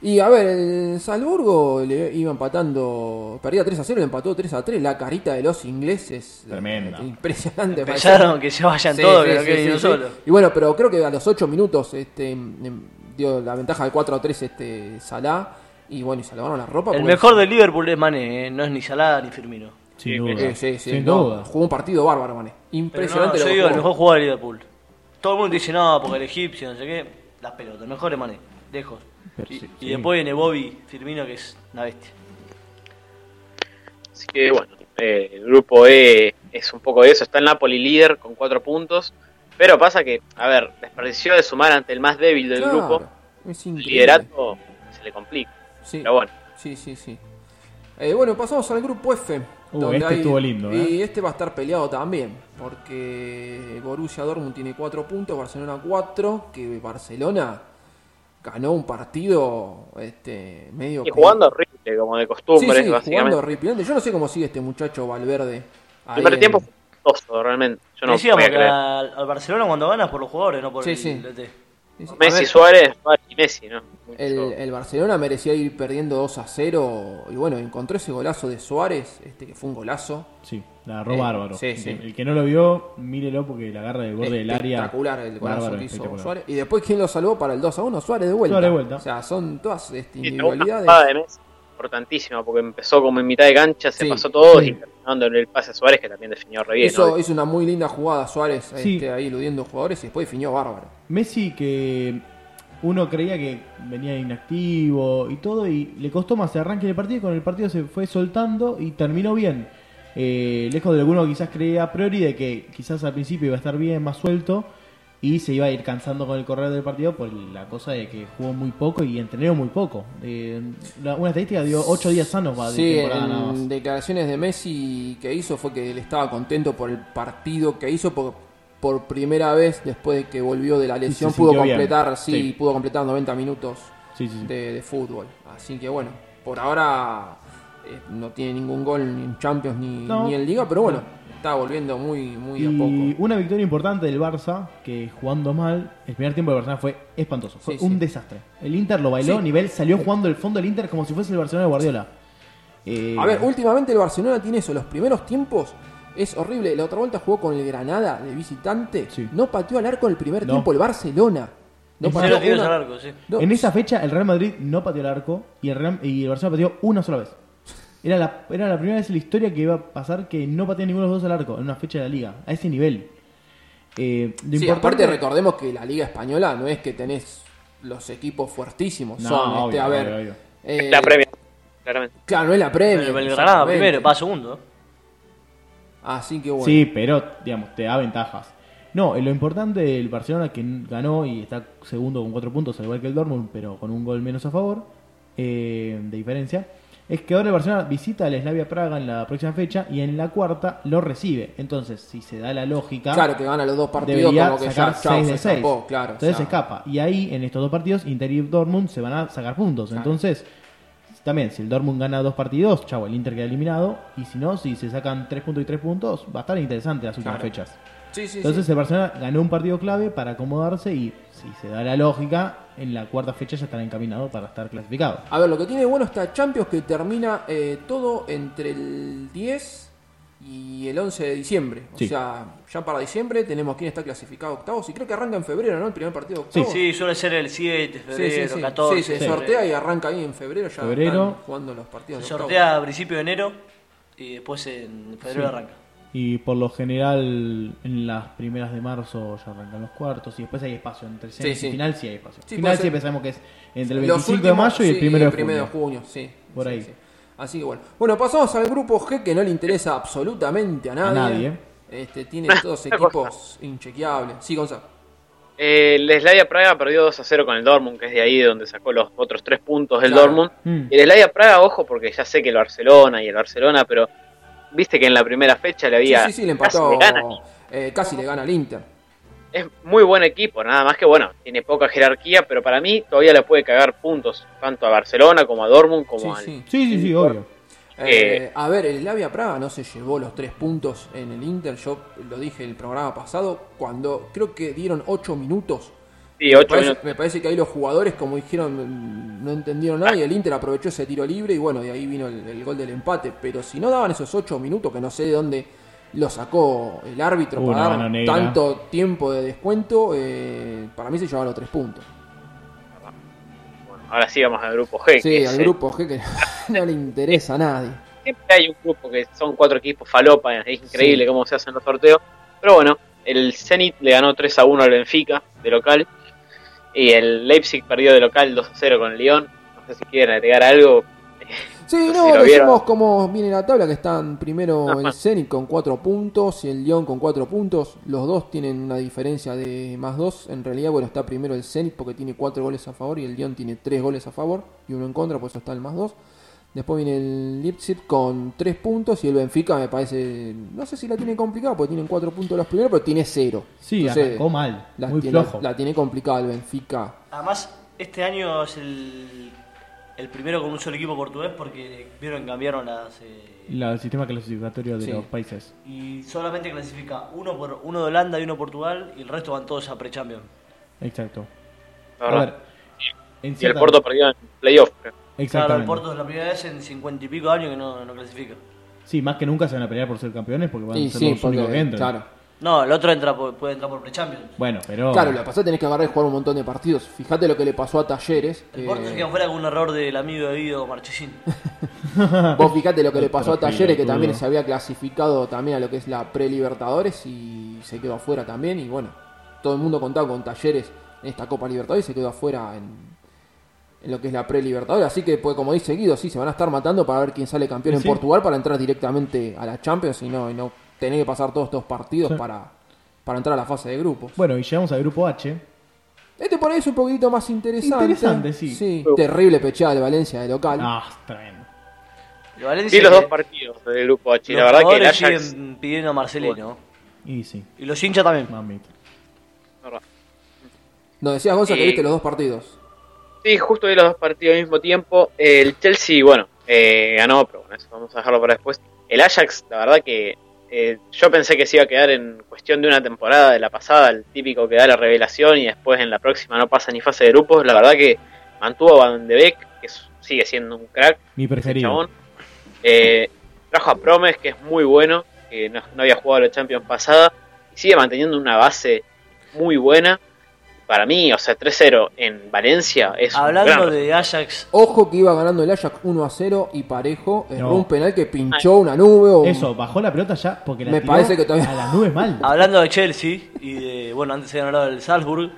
Y a ver, el Salzburgo le iba empatando, perdía 3 a 0, le empató 3 a 3. La carita de los ingleses.
Tremenda.
eh, Impresionante.
pensaron
parecía.
que se vayan
Sí,
todos,
sí,
que no
sí,
quede
sí,
ni uno
sí.
solo.
Y bueno, pero creo que a los 8 minutos este, em, dio la ventaja de 4 a 3 este, Salah. Y bueno, y se lavaron la ropa. pues,
El
porque-
mejor del Liverpool es Mané, eh, no es ni Salah ni Firmino.
Sin
Sí,
duda.
Eh, sí, sí,
Sin
no,
duda.
Jugó un partido bárbaro, mané.
Pero no,
Impresionante
yo
lo que
digo, el
jugó.
mejor jugador de Liverpool. Todo el mundo dice, no, porque el egipcio, no sé qué. Las pelotas, el mejor es Mané, lejos.
Pero
Y,
sí,
y
sí.
después viene Bobby Firmino, que es una bestia.
Así que bueno, eh, el grupo E es un poco eso. Está el Napoli líder con cuatro puntos. Pero pasa que, a ver, desperdició de sumar ante el más débil del
Claro,
grupo.
Es
El
increíble.
liderato se le complica.
Sí.
Pero bueno,
Sí, sí, sí. Eh, bueno, pasamos al grupo F.
Uh, este estuvo lindo, ¿eh?
Y este va a estar peleado también, porque Borussia Dortmund tiene 4 puntos, Barcelona 4, que Barcelona ganó un partido este, medio...
y
que-
jugando horrible, como de
sí,
costumbre,
sí,
básicamente.
jugando horripilante. Yo no sé cómo sigue este muchacho Valverde. ahí
el primer
en-
tiempo fue costoso, realmente. Yo no
Decíamos
podía
que
creer.
al, al Barcelona cuando ganas por los jugadores, no por
Sí,
el
sí.
DT.
Sí, sí. A
Messi,
ver,
Suárez, Suárez y Messi, ¿no?
El,
Mucho-
el Barcelona merecía ir perdiendo 2 a 0 y bueno, encontró ese golazo de Suárez, este que fue un golazo
Sí, la agarró
Eh,
bárbaro.
sí, sí.
El que no lo vio, mírelo porque la agarra del borde del área.
espectacular el golazo
Bárbaro,
que hizo
espectacular.
Suárez. Y después quién lo salvó para el 2 a 1, Suárez de vuelta.
Suárez de vuelta.
O sea, son todas este,
Sí, tuvo una
individualidades.
jugada de Messi importantísima porque empezó como en mitad de cancha, se
Sí,
pasó todo
sí.
y terminando en el pase a Suárez que también definió re bien.
Hizo,
¿no?
hizo una muy linda jugada Suárez
Sí.
este, ahí eludiendo jugadores y después definió bárbaro.
Messi que uno creía que venía inactivo y todo y le costó más el arranque del partido y con el partido se fue soltando y terminó bien. Eh, lejos de lo que uno quizás creía a priori de que quizás al principio iba a estar bien, más suelto y se iba a ir cansando con el correr del partido por la cosa de que jugó muy poco y entrenó muy poco. Eh, la- una estadística dio 8 días sanos va de
Sí,
temporada nada más.
en declaraciones de Messi que hizo fue que él estaba contento por el partido que hizo porque por primera vez después de que volvió de la lesión
se
pudo
sintió bien.
completar, sí,
Sí.
pudo completar 90 minutos
Sí, sí, sí.
de, de fútbol. Así que bueno, por ahora eh, no tiene ningún gol ni en Champions ni,
No.
ni en Liga, pero bueno, está volviendo muy, muy de a
Y
poco.
una victoria importante del Barça, que jugando mal, el primer tiempo del Barcelona fue espantoso, fue
Sí,
un
sí.
desastre. El Inter lo bailó,
Sí.
nivel salió jugando el fondo del Inter como si fuese el Barcelona de Guardiola. Eh,
A ver, últimamente el Barcelona tiene eso, los primeros tiempos es horrible. La otra vuelta jugó con el Granada de visitante,
Sí.
no pateó al arco el primer
No.
tiempo el Barcelona. No
Cero
pateó
Cero tiros
una-
al arco, sí.
no,
en esa fecha el Real Madrid no pateó el arco y el, Real- y el Barcelona pateó una sola vez. Era la, era la primera vez en la historia que iba a pasar que no pateó ninguno de los dos al arco en una fecha de la liga, a ese nivel. Eh, lo
Sí,
importante-
aparte recordemos que la Liga Española no es que tenés los equipos fuertísimos,
No,
son, este,
obvio,
a ver...
obvio, obvio.
eh,
la premia, claramente.
Claro, no es la
El,
Premier.
el Granada
exactamente.
primero, va segundo.
Así que bueno.
Sí, pero, digamos, te da ventajas. No, eh, lo importante del Barcelona que n- ganó y está segundo con cuatro puntos, al igual que el Dortmund, pero con un gol menos a favor, eh, de diferencia, es que ahora el Barcelona visita al Slavia Praga en la próxima fecha y en la cuarta lo recibe. Entonces, si se da la lógica,
Claro, que gana los dos partidos
debería
como que
sacar
ya chau,
6
se
de 6.
escapó, claro.
Entonces
o
se
sea,
escapa. Y ahí, en estos dos partidos, Inter y Dortmund se van a sacar puntos.
Claro.
Entonces, también, si el Dortmund gana dos partidos, chavo, el Inter queda eliminado. Y si no, si se sacan tres puntos y tres puntos, va a estar interesante las últimas
Claro.
fechas.
Sí, sí,
Entonces
sí.
el Barcelona ganó un partido clave para acomodarse y si se da la lógica, en la cuarta fecha ya estará encaminado para estar clasificado.
A ver, lo que tiene bueno esta Champions que termina eh, todo entre el 10 y el 11 de diciembre. O
Sí.
sea, ya para diciembre tenemos quién está clasificado a octavos y creo que arranca en febrero, ¿no? El primer partido de octavos.
Sí, suele ser el 7,
Sí,
febrero,
sí, sí.
14.
Sí, se
febrero.
sortea y arranca ahí en febrero ya
Febrero.
están jugando los partidos
Se
de octavos.
sortea a principio de enero y después en febrero
Sí.
arranca.
Y por lo general en las primeras de marzo ya arrancan los cuartos y después hay espacio entre semis
Sí,
y
sí.
final sí hay espacio.
Sí,
final
puede
siempre
ser.
sabemos que es entre el
Los
25 de
últimos,
mayo y el
sí,
primero, de
primero
junio.
de junio, sí.
Por
sí,
ahí.
sí. Así que bueno. Bueno, pasamos al grupo G que no le interesa absolutamente a nadie.
nadie.
Este, tiene todos equipos inchequeables. Sí, Gonzalo.
Eh, el Slavia Praga perdió 2 a 0 con el Dortmund, que es de ahí de donde sacó los otros tres puntos del
Claro.
Dortmund.
Mm.
Y el Slavia Praga, ojo, porque ya sé que el Barcelona y el Barcelona, pero viste que en la primera fecha le
Sí,
había.
sí, sí, le
casi
empató.
le gana.
eh, casi le gana al Inter.
es muy buen equipo, nada más que bueno, tiene poca jerarquía, pero para mí todavía le puede cagar puntos tanto a Barcelona como a Dortmund como al...
sí, sí.
Sí, sí, sí, obvio.
Eh, a ver, el Slavia Praga no se llevó los tres puntos en el Inter. Yo lo dije en el programa pasado, cuando creo que dieron ocho minutos.
Sí, ocho
me, parece,
minutos.
me parece que ahí los jugadores, como dijeron, no entendieron nada y el Inter aprovechó ese tiro libre y bueno, de ahí vino el, el gol del empate. Pero si no daban esos ocho minutos, que no sé de dónde lo sacó el árbitro
Una
para
mano
dar
negra.
tanto tiempo de descuento, eh, para mí se llevaron los tres puntos.
Bueno, ahora sí vamos al grupo G. que
Sí,
es
al
el-
grupo G que no le interesa a nadie.
Siempre hay un grupo que son cuatro equipos falopa, es increíble cómo se hacen los sorteos. Pero bueno, el Zenit le ganó 3 a 1 al Benfica de local. Y el Leipzig perdió de local 2 a 0 con el Lyon. No sé si quieren agregar algo.
Sí, no,
No sé si lo
decimos
vieron.
cómo viene la tabla, que están primero
Ajá.
el Zenit con 4 puntos y el Lyon con 4 puntos. Los dos tienen una diferencia de más 2. En realidad, bueno, está primero el Zenit porque tiene 4 goles a favor y el Lyon tiene 3 goles a favor y uno en contra, por eso está el más 2. Después viene el Leipzig con 3 puntos y el Benfica me parece, no sé si la tiene complicada porque tienen 4 puntos los primeros, pero tiene 0.
Sí, arrancó mal,
La,
muy
tiene,
flojo.
la tiene complicada el Benfica.
Además, este año es el, el primero con un solo equipo portugués porque vieron cambiaron las. eh,
La- el sistema clasificatorio de
Sí.
los países.
y solamente clasifica uno por uno de Holanda y uno Portugal y el resto van todos a pre-champion.
Exacto.
la
A
verdad.
ver. en
y el
cierta-
Porto perdió en playoff. creo.
Claro,
Exactamente.
el Porto es la primera vez en cincuenta y pico años que no, no clasifica.
Sí, más que nunca se van a pelear por ser campeones porque van
Y
a ser
sí,
los únicos que
porque,
entran.
claro.
No, el otro entra por- puede entrar por pre-champion.
Bueno, pero.
Claro, lo que pasa es que tenés que agarrar y jugar un montón de partidos. Fíjate lo que le pasó a Talleres. eh,
El
que-
Porto se queda fuera con un error del amigo de Guido Marchesín.
vos fíjate lo que le pasó a
Otro
Talleres, que
pelotudo.
también se había clasificado también a lo que es la pre-Libertadores y se quedó afuera también. Y bueno, todo el mundo contaba con Talleres en esta Copa Libertadores y se quedó afuera en, en lo que es la pre-Libertadores. Así que, pues, como dice Guido, sí, se van a estar matando para ver quién sale campeón
Y
en
sí.
Portugal para entrar directamente a la Champions y no, y no tener que pasar todos estos partidos
Sí.
para, para entrar a la fase de grupos.
Bueno, y llegamos al grupo H.
Este por ahí es un poquito más interesante.
Interesante, sí.
terrible pechada de Valencia de local.
Ah, tremendo.
El Valencia
Vi los dos
que-
partidos del grupo H. y
los
la verdad que el
jugadores
Ajax.
siguen pidiendo a Marcelino.
Y sí,
Y los hinchas también.
mamita.
la verdad.
Nos decías, Gonza, que
Eh,
viste los dos partidos.
Sí, justo vi los dos partidos al mismo tiempo. El Chelsea, bueno, eh, ganó, pero bueno, eso vamos a dejarlo para después. El Ajax, la verdad que eh, yo pensé que se iba a quedar en cuestión de una temporada de la pasada, el típico que da la revelación y después en la próxima no pasa ni fase de grupos. La verdad que mantuvo a Van de Beek, que es- sigue siendo un crack,
Mi
ese
preferido.
Este chabón. Eh, trajo a Promes, que es muy bueno, que no, no había jugado a la Champions pasada, y sigue manteniendo una base muy buena. Para mí, o sea, 3-0 en Valencia es un gran
Hablando de Ajax,
Ojo que iba ganando el Ajax 1 a 0 y parejo. Erró
No.
un penal que pinchó una nube. o un-
Eso, bajó la pelota ya porque la
Me
tiró
parece que todavía- Ah.
a las nubes mal.
hablando de Chelsea y de, bueno, antes se había hablado del Salzburg,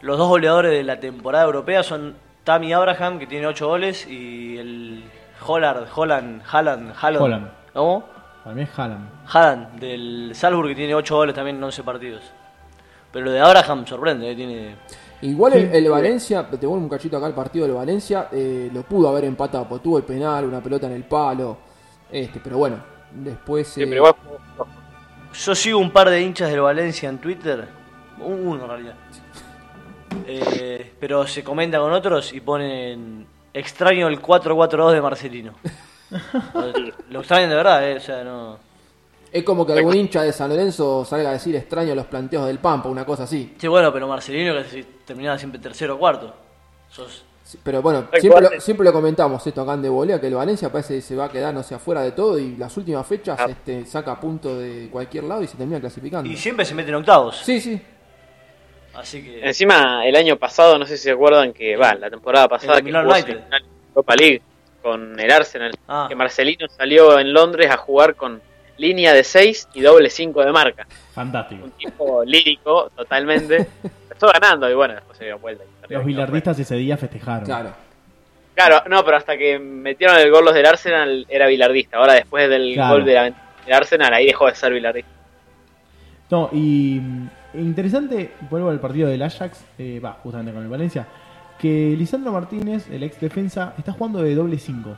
los dos goleadores de la temporada europea son Tammy Abraham, que tiene 8 goles, y el Holland, Holland, Haaland, Haaland,
Haaland.
¿cómo?
Para mí es Haaland.
Haaland, del Salzburg, que tiene 8 goles también en 11 partidos. Pero lo de Abraham sorprende, ¿eh? tiene...
Igual el, el Valencia, te vuelvo un cachito acá el partido del Valencia, eh, lo pudo haber empatado, porque tuvo el penal, una pelota en el palo. Este, pero bueno, después. eh,
Siempre igual jugó-
Yo sigo un par de hinchas del Valencia en Twitter, un- uno en realidad, Eh, pero se comenta con otros y ponen extraño el 4-4-2 de Marcelino. Lo extrañan de verdad, eh, o sea, no...
es como que algún hincha de San Lorenzo salga a decir extraño los planteos del Pampa, una cosa así.
Sí, bueno, pero Marcelino que si terminaba siempre tercero o cuarto. Sos-
Sí, Pero bueno,
Tal
siempre
cual.
lo, siempre lo comentamos esto acá en De Bolea, que el Valencia parece que se va a quedar, no sé, afuera de todo y las últimas fechas
Ah.
este, saca punto de cualquier lado y se termina clasificando.
Y siempre se meten octavos.
Sí, sí.
Así que...
Encima, el año pasado, no sé si se acuerdan que, va, la temporada pasada
El
que
Milan
jugó
United.
semifinal de Copa League con el Arsenal,
Ah.
que Marcelino salió en Londres a jugar con línea de 6 y doble 5 de marca.
Fantástico.
Un tipo lírico, totalmente. Empezó ganando y bueno, después se dio vuelta. y perdió.
Los billardistas ese día festejaron.
Claro.
Claro, no, pero hasta que metieron el gol los del Arsenal era bilardista. Ahora, después del
Claro.
gol de la- del Arsenal, ahí dejó de ser bilardista.
No, y mm, interesante, vuelvo al partido del Ajax, eh, va, justamente con el Valencia, que Lisandro Martínez, el ex defensa, está jugando de doble Eh, 5.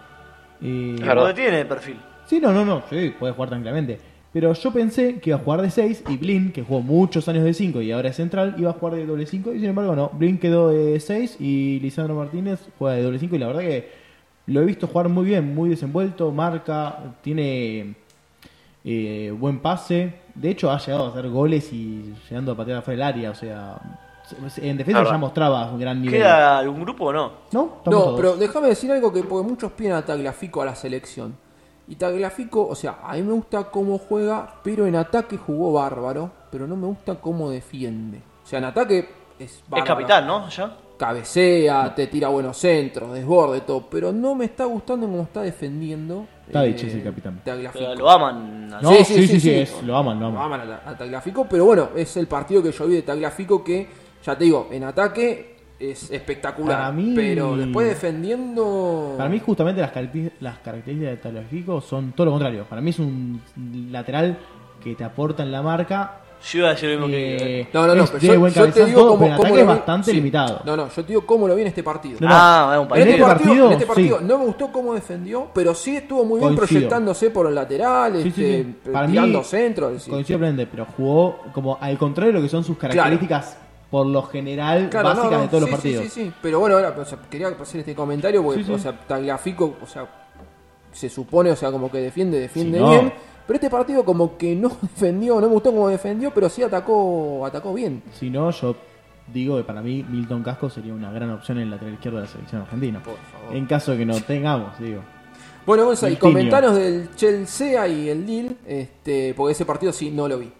¿Y
Claro.
porque tiene perfil?
sí, no, no, no, sí, puede jugar tranquilamente. Pero yo pensé que iba a jugar de 6 y Blin, que jugó muchos años de 5 y ahora es central, iba a jugar de doble 5 y sin embargo no. Blin quedó de 6 y Lisandro Martínez juega de doble 5 y la verdad que lo he visto jugar muy bien, muy desenvuelto, marca, tiene eh, buen pase. De hecho ha llegado a hacer goles y llegando a patear afuera del área, o sea... En defensa
Ahora.
ya mostraba un gran nivel.
¿Queda algún grupo o no?
¿No? Estamos
no,
todos.
pero déjame decir algo que porque muchos piden a Tagliafico a la selección. Y Tagliafico, o sea, a mí me gusta cómo juega, pero en ataque jugó bárbaro, pero no me gusta cómo defiende. O sea, en ataque es bárbaro.
Es capitán, ¿no? Ya.
Cabecea, te tira buenos centros, desborde, todo. Pero no me está gustando cómo está defendiendo. eh,
Tadic es el capitán.
Tagliafico.
Pero lo aman.
No, sí, sí, sí, es- lo aman, lo aman.
a, Ta- a Tagliafico, pero bueno, es el partido que yo vi de Tagliafico que, ya te digo, en ataque es espectacular.
Para mí-
Pero después defendiendo.
Para mí, justamente, las, caracteri- las características de Tagliafico son todo lo contrario. Para mí es un lateral que te aporta en la marca.
Yo iba a decir lo mismo que.
eh,
No, no, no,
es
pero
de
yo,
buen
yo te
cabezazo,
digo
todo,
cómo,
pero el
cómo
ataque
lo
es
vi-
bastante
sí.
limitado.
No, no, yo te digo cómo lo vi en este partido.
No,
Ah, es un
En este
este
partido.
partido,
partido,
en este partido
sí.
no me gustó cómo defendió, pero sí estuvo muy bien
Coincido.
proyectándose por el lateral,
Sí, sí,
este,
sí.
pe-
Para mí,
tirando centros. es decir. este.
Coincido plenamente, pero jugó como al contrario de lo que son sus características por lo general
Claro, no,
básicas
no,
de todos los
sí,
partidos.
Sí, sí, sí. Pero bueno, ahora, o sea, quería hacer este comentario porque,
Sí, sí.
o sea, Tagliafico, o sea, se supone, o sea, como que defiende, defiende
Sí, no.
bien. Pero este partido como que no defendió, no me gustó cómo defendió, pero sí atacó, atacó bien.
Si no, yo digo que para mí Milton Casco sería una gran opción en el lateral izquierdo de la selección argentina.
Por favor.
En caso de que no tengamos, digo.
Bueno, Gonza, y
Coutinho.
comentanos del Chelsea y el Lille, este, porque ese partido sí no lo vi.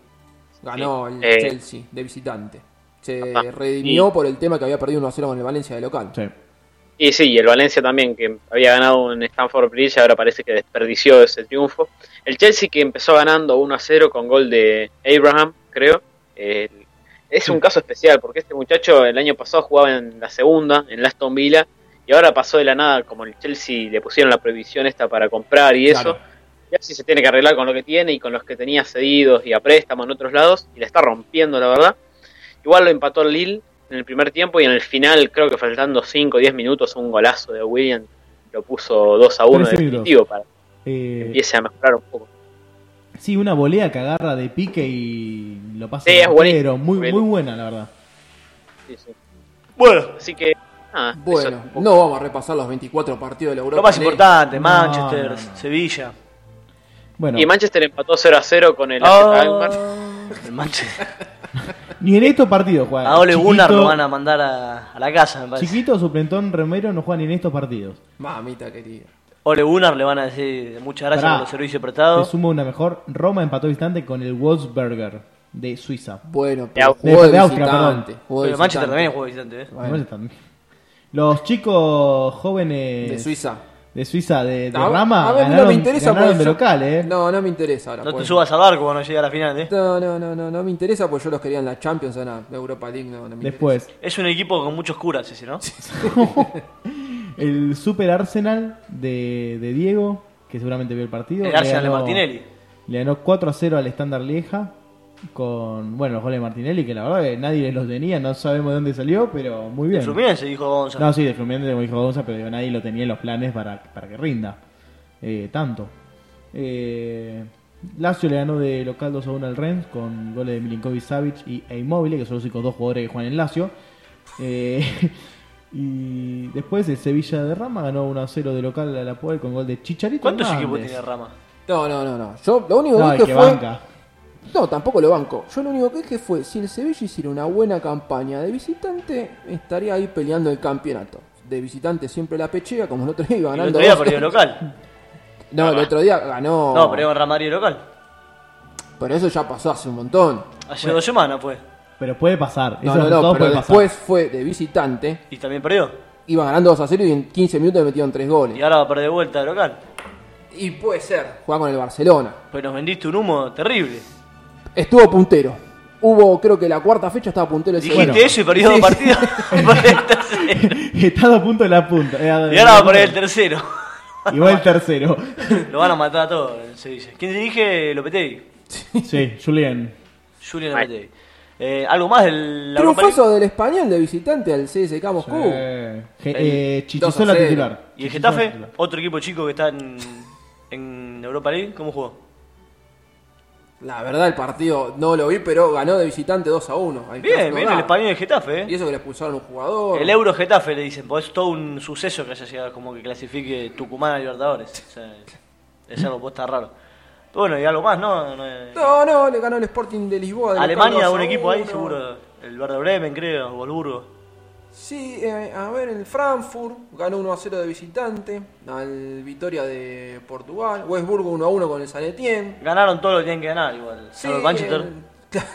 Ganó
Sí,
el
eh.
Chelsea de visitante. Se
Ajá,
redimió
y-
por el tema que había perdido 1-0 con el Valencia de local.
Sí.
Y sí, y el Valencia también, que había ganado en Stanford Bridge, ahora parece que desperdició ese triunfo. El Chelsea que empezó ganando 1 a 0 con gol de Abraham, creo. Eh, es un caso especial, porque este muchacho el año pasado jugaba en la segunda, en la Aston Villa, y ahora pasó de la nada, como el Chelsea le pusieron la prohibición esta para comprar y eso.
Claro.
Y así se tiene que arreglar con lo que tiene y con los que tenía cedidos y a préstamo en otros lados, y la está rompiendo, la verdad. Igual lo empató el Lille en el primer tiempo y en el final, creo que faltando 5 o 10 minutos, un golazo de William lo puso 2 a 1
Trece minutos.
definitivo para que
Eh,
empiece a mejorar un poco.
Sí, una volea que agarra de pique y lo pasa
Sí,
al
es buenísimo.
arquero. Muy,
Buenísimo.
muy buena, la verdad.
Sí, sí.
Bueno,
Así que, nada, eso es
Bueno,
un poco.
no vamos a repasar los 24 partidos de la Europa.
lo más
League.
importante:
No,
Manchester,
no, no.
Sevilla.
Bueno,
Y Manchester empató 0 a 0 con el AZ Alkmaar.
Ah, el Manchester.
ni en estos partidos juega.
A Ole
Chiquito-
Gunnar lo van a mandar a, a la casa, me parece.
Chiquito, suplentón, Romero no juega ni en estos partidos.
Mamita querida.
Ole Gunnar le van a decir muchas gracias
Pará,
por los servicios
Te
prestados.
sumo una mejor. Roma empató distante con el Wolfsberger de Suiza.
Bueno, pero
Au-
jugó de,
de Austria,
visitante.
perdón.
jugó de
Pero Manchester
visitante.
también juega visitante, ¿eh?
Bueno.
No sé también. Los chicos jóvenes
De Suiza.
de, Suiza, de, de
A-
Rama,
a ver,
ganaron,
no me interesa
ganaron
porque
de
yo-
local, ¿eh?
No, no me interesa ahora.
No te
pues.
subas al barco cuando llegue a la final, ¿eh?
No, no, no, no, no me interesa porque yo los quería en la Champions, en la Europa League, no, no me
Después,
Es un equipo con muchos curas ese, ¿no?
el Super Arsenal de, de Diego, que seguramente vio el partido.
El
le
Arsenal de
ganó-
Martinelli.
Le ganó 4 a 0 al Standard Lieja. Con, bueno, los goles de Martinelli, que la verdad que nadie los tenía, no sabemos de dónde salió, pero muy bien.
El Fluminense, dijo Gonzalo.
No, sí, de Fluminense, como dijo Gonza, pero digo, nadie lo tenía en los planes para, para que rinda eh, tanto. Eh, Lazio le ganó de local 2 a 1 al Rennes con goles de Milinkovic Savic y e Immobile, que son los únicos dos jugadores que juegan en Lazio. Eh, y después el Sevilla de Rama ganó 1 a 0 de local a la Puebla con gol de Chicharito.
¿Cuántos equipos
Hernández.
tiene Rama?
No, no, no, no. Yo lo único
No,
que
el
dije
que
fue.
banca.
No, tampoco lo banco. Yo lo único que dije fue, si el Sevilla hiciera una buena campaña de visitante, estaría ahí peleando el campeonato. De visitante siempre la pechea, como el otro día iba
El
ganando.
otro día
dos.
perdió el local.
No, el otro día ganó.
No, perdió con Ramario local.
Pero eso ya pasó hace un montón.
Hace dos semanas fue.
Pero puede pasar.
No,
Eso
no,
todo
no, pero
puede
después
pasar.
fue de visitante,
Y también perdió.
iba ganando 2 a 0 y en 15 minutos le metieron 3
Y
goles.
ahora va a perder vuelta de local.
Y puede ser. Juega con el Barcelona.
Pues nos vendiste un humo terrible.
Estuvo puntero. Hubo, creo que la cuarta fecha estaba puntero el
Dijiste
Sevilla.
eso y perdió
Sí,
dos
sí.
partidos. Por el tercero.
Estado a punto de la punta. eh,
y ahora va a perder el tercero.
Igual el tercero.
Lo van a matar a todos en Sevilla. ¿Quién dirige? Lopetegui.
sí, Julián.
Julian Lopetegui. Eh, ¿Algo más del la Europa League?
Triunfazo del español de visitante al CSK Moscú.
Eh, Ge- eh,
Dos a
Chichizola
cero.
titular.
¿Y el
Chichizola
Getafe?
titular.
Otro equipo chico que está en, en Europa League. ¿Cómo jugó?
La verdad, el partido no lo vi, pero ganó de visitante 2 a 1. Ahí casi
Bien,
no
bien
da.
el español de Getafe,
Y
¿eh?
eso que le expulsaron un jugador.
El Euro Getafe le dicen, porque es todo un suceso que haya llegado como que clasifique Tucumán a Libertadores. O sea, es algo posta raro. Pero bueno, y algo más, ¿no? No, eh,
No, no, le ganó el Sporting de Lisboa. de local
Alemania,
2 a
un equipo ahí
1.
seguro. El Verde Bremen, creo, o el Burgo.
Sí, eh, a ver, el Frankfurt ganó 1 a 0 de visitante. Al Victoria de Portugal. Westburgo 1 a 1 con el San Etienne.
Ganaron todo lo que tienen que ganar, igual.
Sí,
Salvo el Manchester.
el- Claro,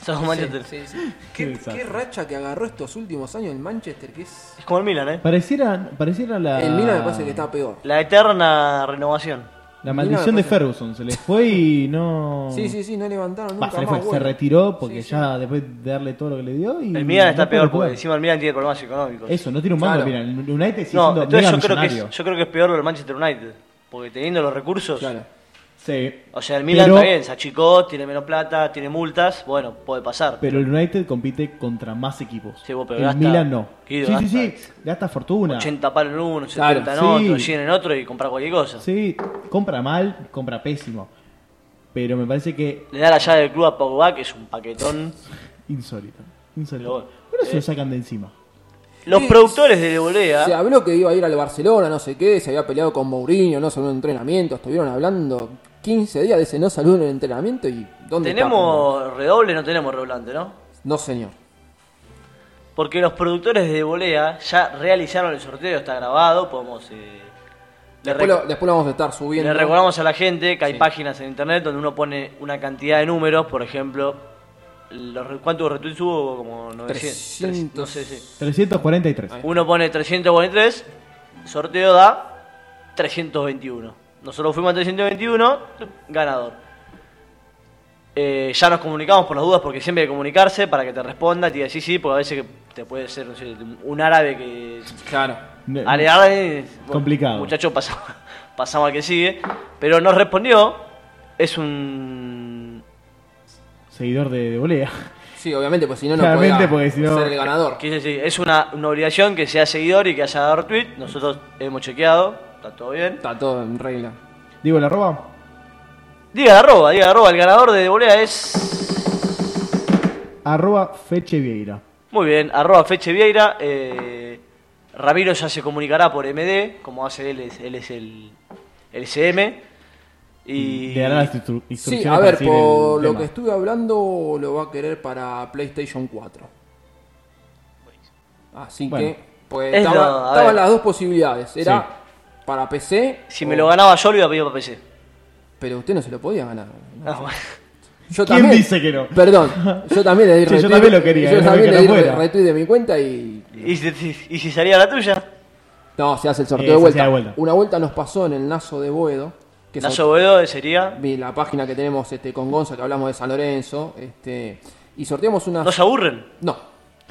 Salvo el Manchester.
sí, sí. ¿Qué,
desastre.
qué racha que agarró estos últimos años el Manchester, que es...
Es como el Milan, ¿eh?
Pareciera, pareciera
Ah.
la.
El Milan me parece que está peor.
La eterna renovación.
La
Milan
maldición
me parece-
de Ferguson. Se le fue y no.
Sí, sí, sí, no levantaron
Va,
nunca
se, le
más.
fue, se
bueno.
retiró porque
Sí, sí.
ya después de darle todo lo que le dio. Y
El Milan está
no puede
peor,
jugar.
porque encima el Milan tiene problemas económicos.
Eso, no tiene un mango.
Claro.
Mira, el United sigue
no, entonces
siendo mega
yo creo, que
millonario.
es, yo creo que es peor lo del Manchester United. Porque teniendo los recursos.
Claro.
Sí.
O sea, el Milan
Pero-
está bien, se achicó, tiene menos plata, tiene multas. Bueno, puede pasar.
Pero el United compite contra más equipos.
Sí, vos, pero
el
gasta-
Milan no.
Guido,
sí, sí, sí.
gasta-
Gasta fortuna.
80 palos en uno, 70
Claro,
en otro,
sí.
100 en otro y comprar cualquier cosa.
Sí, compra mal, compra pésimo. Pero me parece que
Le da la llave del club a Pogba, que es un paquetón.
insólito.
Pero
Insólito.
bueno,
Bueno,
eh,
se lo sacan de encima.
Los
Sí,
productores de Debolea.
Se habló que iba a ir al Barcelona, no sé qué, se había peleado con Mourinho, no salió en entrenamiento, estuvieron hablando 15 días de ese no salió en el entrenamiento y ¿dónde está?
Tenemos redoble, no tenemos redoblante, ¿no?
No, señor.
Porque los productores de Volea ya realizaron el sorteo, está grabado, podemos... eh, le,
Después
rec-
lo, después lo vamos a estar subiendo.
le recordamos a la gente que hay
Sí.
páginas en internet donde uno pone una cantidad de números, por ejemplo, los, re- ¿cuántos retweets hubo? Como 900.
300.
No sé, sí.
343.
Uno pone 343, sorteo da 321. Nosotros fuimos a 321, ganador. Eh, ya nos comunicamos por las dudas porque siempre hay que comunicarse para que te responda, te diga sí, sí, porque a veces que te puede ser no sé, un árabe que...
Claro.
Ne-
Ale árabe, bueno,
Complicado.
Muchacho, pasamos, pasamos al que sigue. Pero nos respondió, es un...
Seguidor de, de volea.
Sí, obviamente, pues si no, no
Claramente,
podía
porque si no-
ser el ganador.
Quise decir, es una, una obligación que sea seguidor y que haya dado retweet. Nosotros hemos chequeado, está todo bien.
Está todo en regla.
Digo, la roba.
Diga de arroba, diga de arroba. El ganador de volea es.
Arroba Feche Vieira.
Muy bien, arroba Feche Vieira. eh, Ramiro ya se comunicará por MD, como hace él, es- él es el, el CM. Y.
Le dará las instru- instrucciones.
Sí, a
para
ver,
seguir
por
el
lo
tema.
que estuve hablando, lo va a querer para PlayStation 4. Así
Bueno.
que, pues
Es
estaba-
lo- a ver.
estaban
las
las dos posibilidades. Era para PC,
Si me lo ganaba yo, lo iba a pedir para PC.
pero usted no se lo podía ganar.
Ah, bueno.
Yo
¿Quién dice que no?
Perdón, yo también le di
Sí, yo
retweet.
también lo quería,
Yo
no
también
que
le di
no
re-
fuera.
retweet de mi cuenta y.
¿Y, si- y si salía la tuya?
No, se hace el sorteo
Eh,
de,
se
vuelta.
hacía de vuelta.
Una vuelta nos pasó en el Nazo de Boedo. Que es
Nacho Boedo sería.
vi la página que tenemos este, con Gonza, que hablamos de San Lorenzo, este, y sorteamos una...
¿No se aburren?
No.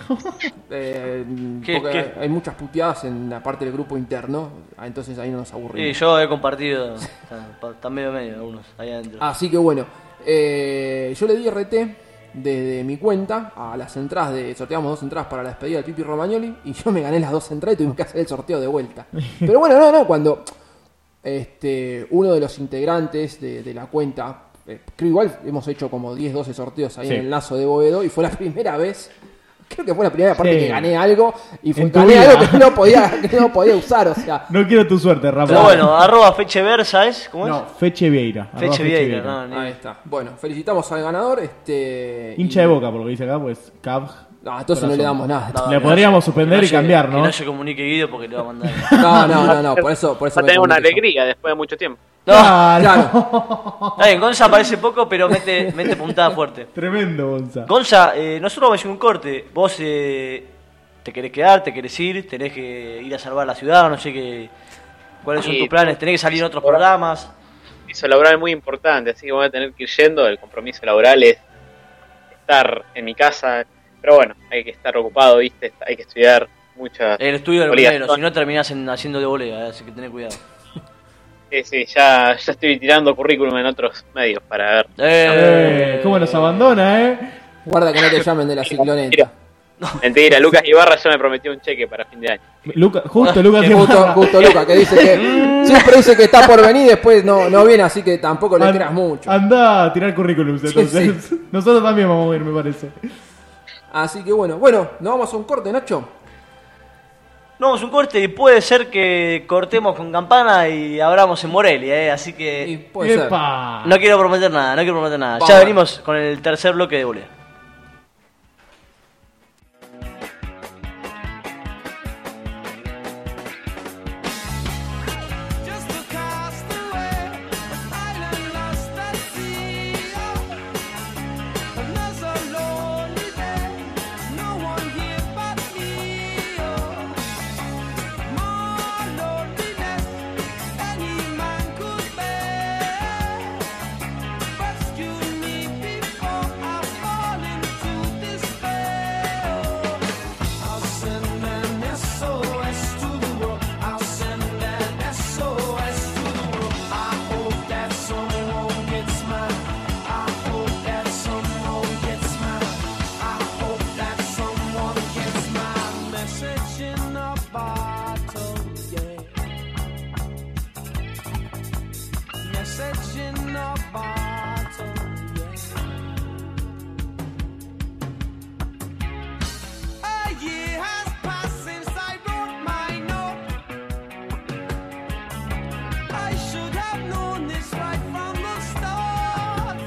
Eh,
¿Qué-
porque
qué?
hay- hay muchas puteadas en la parte del grupo interno, ah, entonces ahí no nos
Sí,
aburrimos.
Eh, yo he compartido. Están están medio medio algunos ahí adentro.
Así que bueno, eh, yo le di RT desde mi cuenta a las entradas de... Sorteamos dos entradas para la despedida del Pipi Romagnoli y yo me gané las dos entradas y tuvimos que hacer el sorteo de vuelta. Pero bueno, no, no, cuando este, uno de los integrantes de, de la cuenta. eh, Creo igual hemos hecho como 10, 12 sorteos ahí
Sí.
en el lazo de Boedo y fue la primera vez, creo que fue la primera parte
Sí.
que gané algo y fue,
En tu
gané
vida.
algo que no, podía, que no podía usar, o sea.
No quiero tu suerte, Rafa.
Pero bueno, arroba Feche Versa es. ¿Cómo
ah. No,
es?
Feche Vieira. arroba
Feche Vieira, no, ni-
Ahí está. Bueno, felicitamos al ganador. Este,
Hincha
y-
de boca, por lo que dice acá, pues Cab.
No, entonces no le damos nada.
No,
Le
que
podríamos
se-
suspender
que
y cambiar,
Que
¿no?
no se comunique Guido porque le va a mandar.
No, no, no, no, por eso, por eso
Va a
me
tener una
comunico.
alegría después de mucho tiempo.
No,
Ah,
Claro,
Está bien, Gonza aparece poco, pero mete, mete puntada fuerte.
Tremendo, Gonza.
Gonza, eh, nosotros vamos a hacer un corte. Vos eh, te querés quedar, te querés ir, tenés que ir a salvar la ciudad, no sé qué. ¿Cuáles son
Sí.
tus planes? ¿Tenés que salir en otros programas?
Compromiso laboral es muy importante, así que voy a tener que ir yendo. El compromiso laboral es estar en mi casa. Pero bueno, hay que estar ocupado, ¿viste? Hay que estudiar muchas.
El estudio del
Obligación.
primero, si no terminás en- haciendo de volea, así que tenés cuidado.
Sí, sí, ya, ya estoy tirando currículum en otros medios para ver.
Eh, ¿Cómo nos abandona, eh?
guarda que no te llamen de la cicloneta.
Mentira, Lucas Ibarra ya me prometió un cheque para fin de año.
Luca, justo Lucas
Justo, justo Luca, que dice que Siempre dice que está por venir, después no, no viene, así que tampoco le
An-
creas mucho.
Andá a tirar currículums entonces.
sí.
Nosotros también vamos a ir, me parece.
Así que bueno, bueno, nos vamos a un corte, Nacho.
No, vamos a un corte y puede ser que cortemos con campana y abramos en Morelia, eh, así que...
Y puede ser.
¡Epa!
No quiero prometer nada, no quiero prometer nada.
Vamos.
Ya venimos con el tercer bloque de volea.
Just a castaway, an island lost at sea. Oh, Another lonely day, no one here but me. Oh, more loneliness than any man could bear. Rescue me before I fall into despair. Oh, I'll send an SOS to the world. I'll send an SOS to the world. I hope that someone gets mine. I hope that someone gets mine. I hope that someone gets my message in a bottle. Yeah. Message in a bottle. Yeah. A year has passed since I wrote my note. I should have known this right from the start.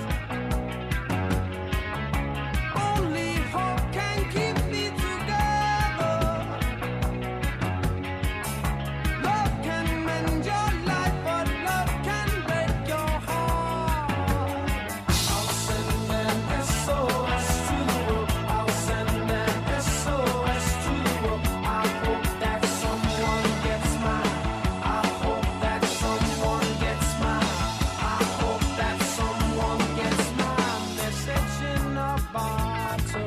Only hope can keep me together. Love can mend your life, but love can break your heart. I'll send an SOS to the world. I'll send an SOS to the world. I hope that someone gets mine. I hope that someone gets mine. I hope that someone gets my message in a bottle.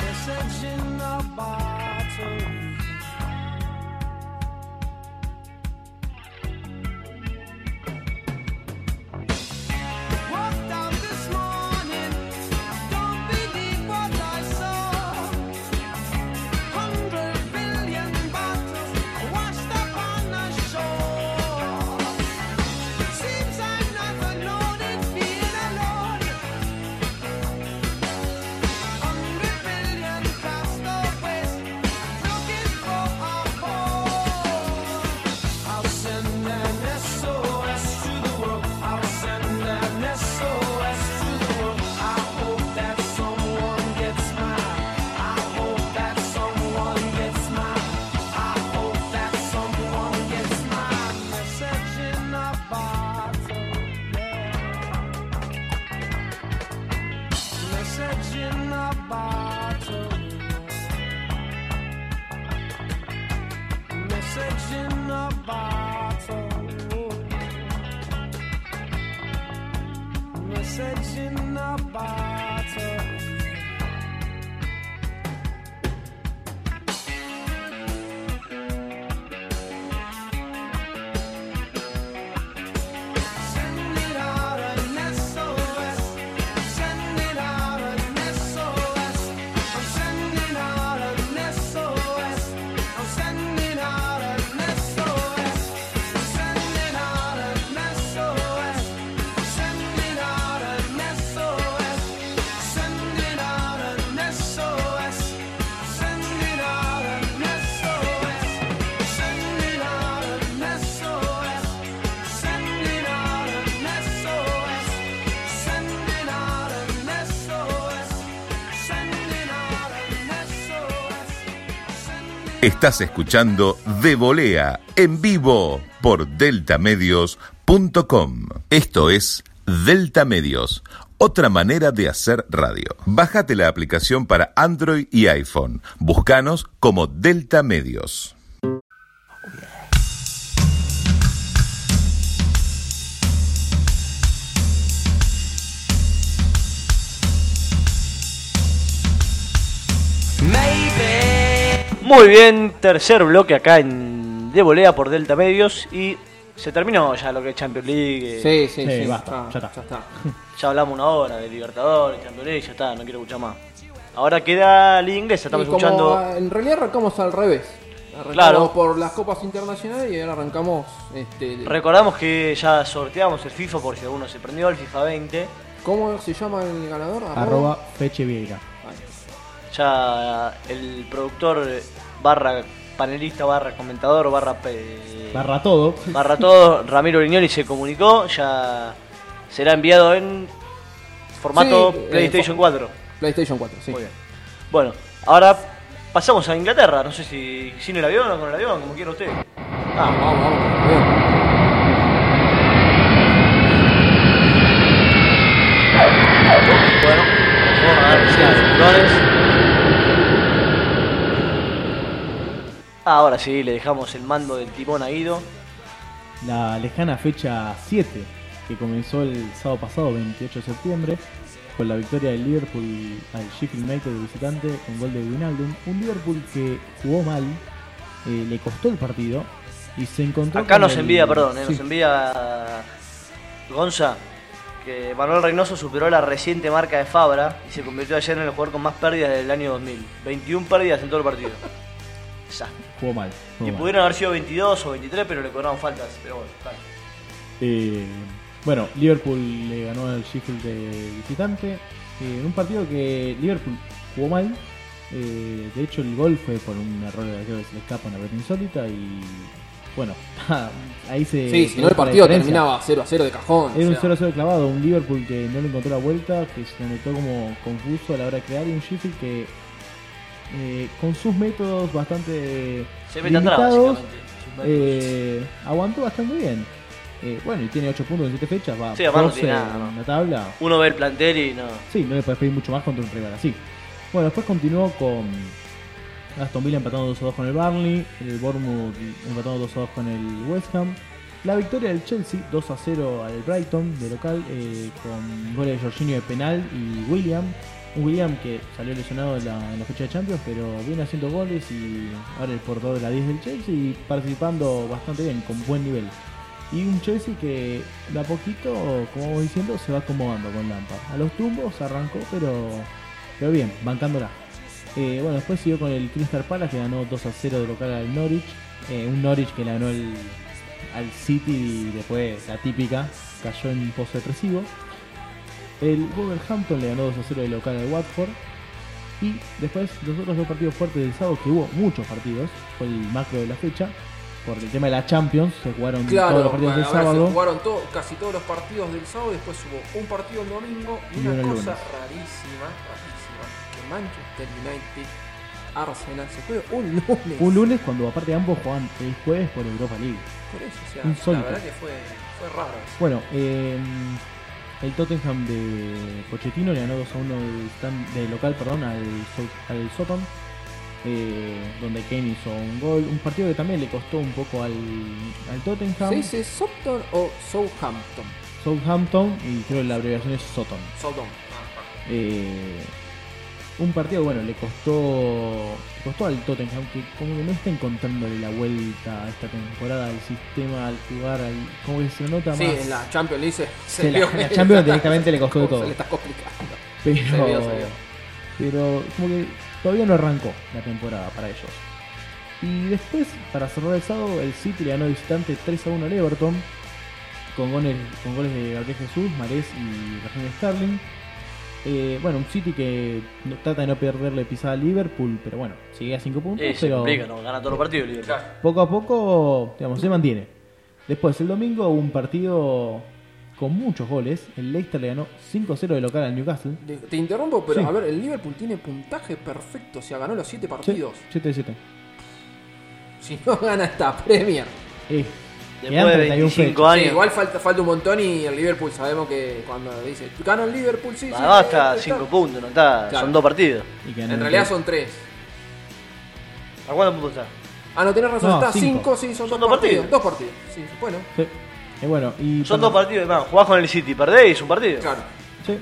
Message in a bottle. Walked out this morning, don't believe what I saw. Hundred billion bottles washed up on the shore. Seems I never noticed being alone. Hundred billion castaways looking for our home. I'll send an SOS to the world. I'll send an SOS to the world. I hope that someone gets mine. I hope that someone gets mine. I hope that someone gets mine. Message in a bottle. yeah. Message in a bottle. Message in a bottle. Message in a bottle. Send it out an SOS. Send it out an SOS. I'm sending out an SOS. I'm sending out an SOS. I'm sending out an SOS. I'm sending out an SOS. Sending out an SOS. Sending out an SOS. Sending out an SOS. Sending out an SOS. Sending out an SOS. Sending out an SOS.
Estás escuchando De Volea en vivo por deltamedios.com. Esto es Delta Medios, otra manera de hacer radio. Bájate la aplicación para Android y iPhone. Búscanos como Delta Medios.
Muy bien, tercer bloque acá en de volea por Delta Medios y se terminó ya lo que es Champions League. eh,
Sí, sí, Ah, sí.
Sí, basta, ya está.
Ya hablamos una hora de Libertadores, Champions League, ya está, no quiero escuchar más. Ahora queda Liga Inglesa, estamos
Y como,
escuchando.
ah, en realidad arrancamos al revés. Arrancamos
Claro.
por las copas internacionales y ahora arrancamos este, de-
Recordamos que ya sorteamos el FIFA por si alguno se prendió, el FIFA 20.
¿Cómo se llama el ganador?
Arroba Feche Vieira.
Ahí.
Ya el productor eh, barra panelista, barra comentador, barra, pe-
Barra todo.
barra todo, Ramiro Brignoli se comunicó, ya será enviado en formato
Sí, eh,
PlayStation
fo-
4.
PlayStation 4, sí.
Muy bien. Bueno, ahora pasamos a Inglaterra, no sé si sin el avión o con el avión, como quiera usted.
Vamos, vamos, vamos. Bien.
Bueno, mejor a ver si hay colores. Ah, Ahora sí, le dejamos el mando del timón a Guido.
La lejana fecha 7, que comenzó el sábado pasado, 28 de septiembre, con la victoria del Liverpool al Sheffield United de visitante con gol de Wijnaldum. Un Liverpool que jugó mal, eh, le costó el partido y se encontró.
Acá
con
nos
el-
envía, perdón, eh,
Sí.
nos envía Gonza que Manuel Reynoso superó la reciente marca de Fabra y se convirtió ayer en el jugador con más pérdidas del año 2000. 21 pérdidas en todo el partido. Exacto.
Jugó mal. jugó
Y
mal.
pudieron haber sido 22 o 23, pero le cobraron faltas. Pero bueno, está bien.
Eh, bueno, Liverpool le ganó al Sheffield de visitante. Eh, un partido que Liverpool jugó mal. Eh, de hecho, el gol fue por un error de arquero que se le escapa una pelota insólita. Y bueno, ahí se.
Sí, si no el
la
partido
diferencia.
terminaba 0 a 0 de cajón.
Era
o
un
sea,
0-0 clavado, un Liverpool que no le encontró la vuelta, que se notó como confuso a la hora de crear, y un Sheffield que eh, con sus métodos bastante
Se mete atrás,
limitados,
básicamente.
eh, aguantó bastante bien. Eh, bueno, y tiene 8 puntos en 7 fechas, va
Sí, aparte no
12
tiene nada, ¿no?
en la tabla.
Uno ve el plantel y no.
Sí, no le puedes pedir mucho más contra un rival así. Bueno, después continuó con Aston Villa empatando 2-2 con el Barney, el Bournemouth empatando 2-2 con el West Ham. La victoria del Chelsea 2 0 al Brighton de local eh, con goles de Jorginho de penal y William. Un William que salió lesionado en la, en la fecha de Champions, pero viene haciendo goles y ahora el portador de la 10 del Chelsea y participando bastante bien, con buen nivel. Y un Chelsea que de a poquito, como vamos diciendo, se va acomodando con Lampard. A los tumbos arrancó, pero, pero bien, bancándola. Eh, bueno, después siguió con el Crystal Palace que ganó 2 a 0 de local al Norwich. Eh, un Norwich que le ganó el- al City y después la típica cayó en pozo depresivo. El Wolverhampton le ganó 2 a 0 de local al Watford. Y después los otros dos partidos fuertes del sábado, que hubo muchos partidos, fue el macro de la fecha. Por el tema de la Champions, se jugaron todos
Claro,
los partidos del
ahora se
sábado.
jugaron todo- casi todos los partidos del sábado, después hubo un partido el domingo y,
Y
una
uno el
cosa
lunes.
rarísima, rarísima, que Manchester United, Arsenal, se juega un lunes.
Un lunes cuando aparte ambos juegan el jueves por Europa League.
Por eso, o sea,
insólito.
la verdad que fue, fue raro. eso.
Bueno, eh, el Tottenham de Pochettino le ganó 2 a 1 del, stand- del local perdón, al, Sou- al Soton, eh, donde Kane hizo un gol. Un partido que también le costó un poco al, al Tottenham.
¿Se dice Southampton o Southampton?
Southampton, y creo que la abreviación es Soton.
Southampton.
Eh, un partido, bueno, le costó, le costó al Tottenham, que como que no está encontrándole la vuelta a esta temporada al sistema, al jugar, al, como que se nota
Sí,
más.
en la Champions le dice.
Sí, la- en la Champions directamente le costó de todo.
Se le está complicando.
pero,
se vio, se vio.
pero como que todavía no arrancó la temporada para ellos. Y después, para cerrar el sábado, el City le ganó visitante 3 a 1 al Everton, con goles, con goles de Gabriel Jesús, Marés y Raheem Sterling. Eh, bueno, un City que no- trata de no perderle pisada a Liverpool, pero bueno, sigue a 5 puntos,
Eh, se
pero
complica, ¿no? Gana todos los partidos, Liverpool.
poco a poco, digamos, se mantiene. Después, el domingo, un partido con muchos goles. El Leicester le ganó 5-0 de local al Newcastle.
Te- Te interrumpo, pero
Sí.
a ver, el Liverpool tiene puntaje perfecto, o sea, ganó los 7 partidos.
7 7.
Si no gana esta Premier.
Eh, quedan
Después de
31
25
fechas.
Sí,
años.
igual falta, falta un montón y el Liverpool sabemos que cuando dice, gana el Liverpool, sí, sí.
Además está
está-
5 puntos, no está.
Claro.
Son dos partidos.
Y quedan
En realidad
tres.
son 3.
¿A cuántos puntos está?
Ah, no, tenés razón,
No,
está 5,
cinco.
sí, son
Son
2
dos
partidos.
partidos.
2 partidos, sí, bueno,
Sí. Eh, bueno, y
Son
para-
dos partidos, man, jugás con el City, perdés un partido.
claro.
sí.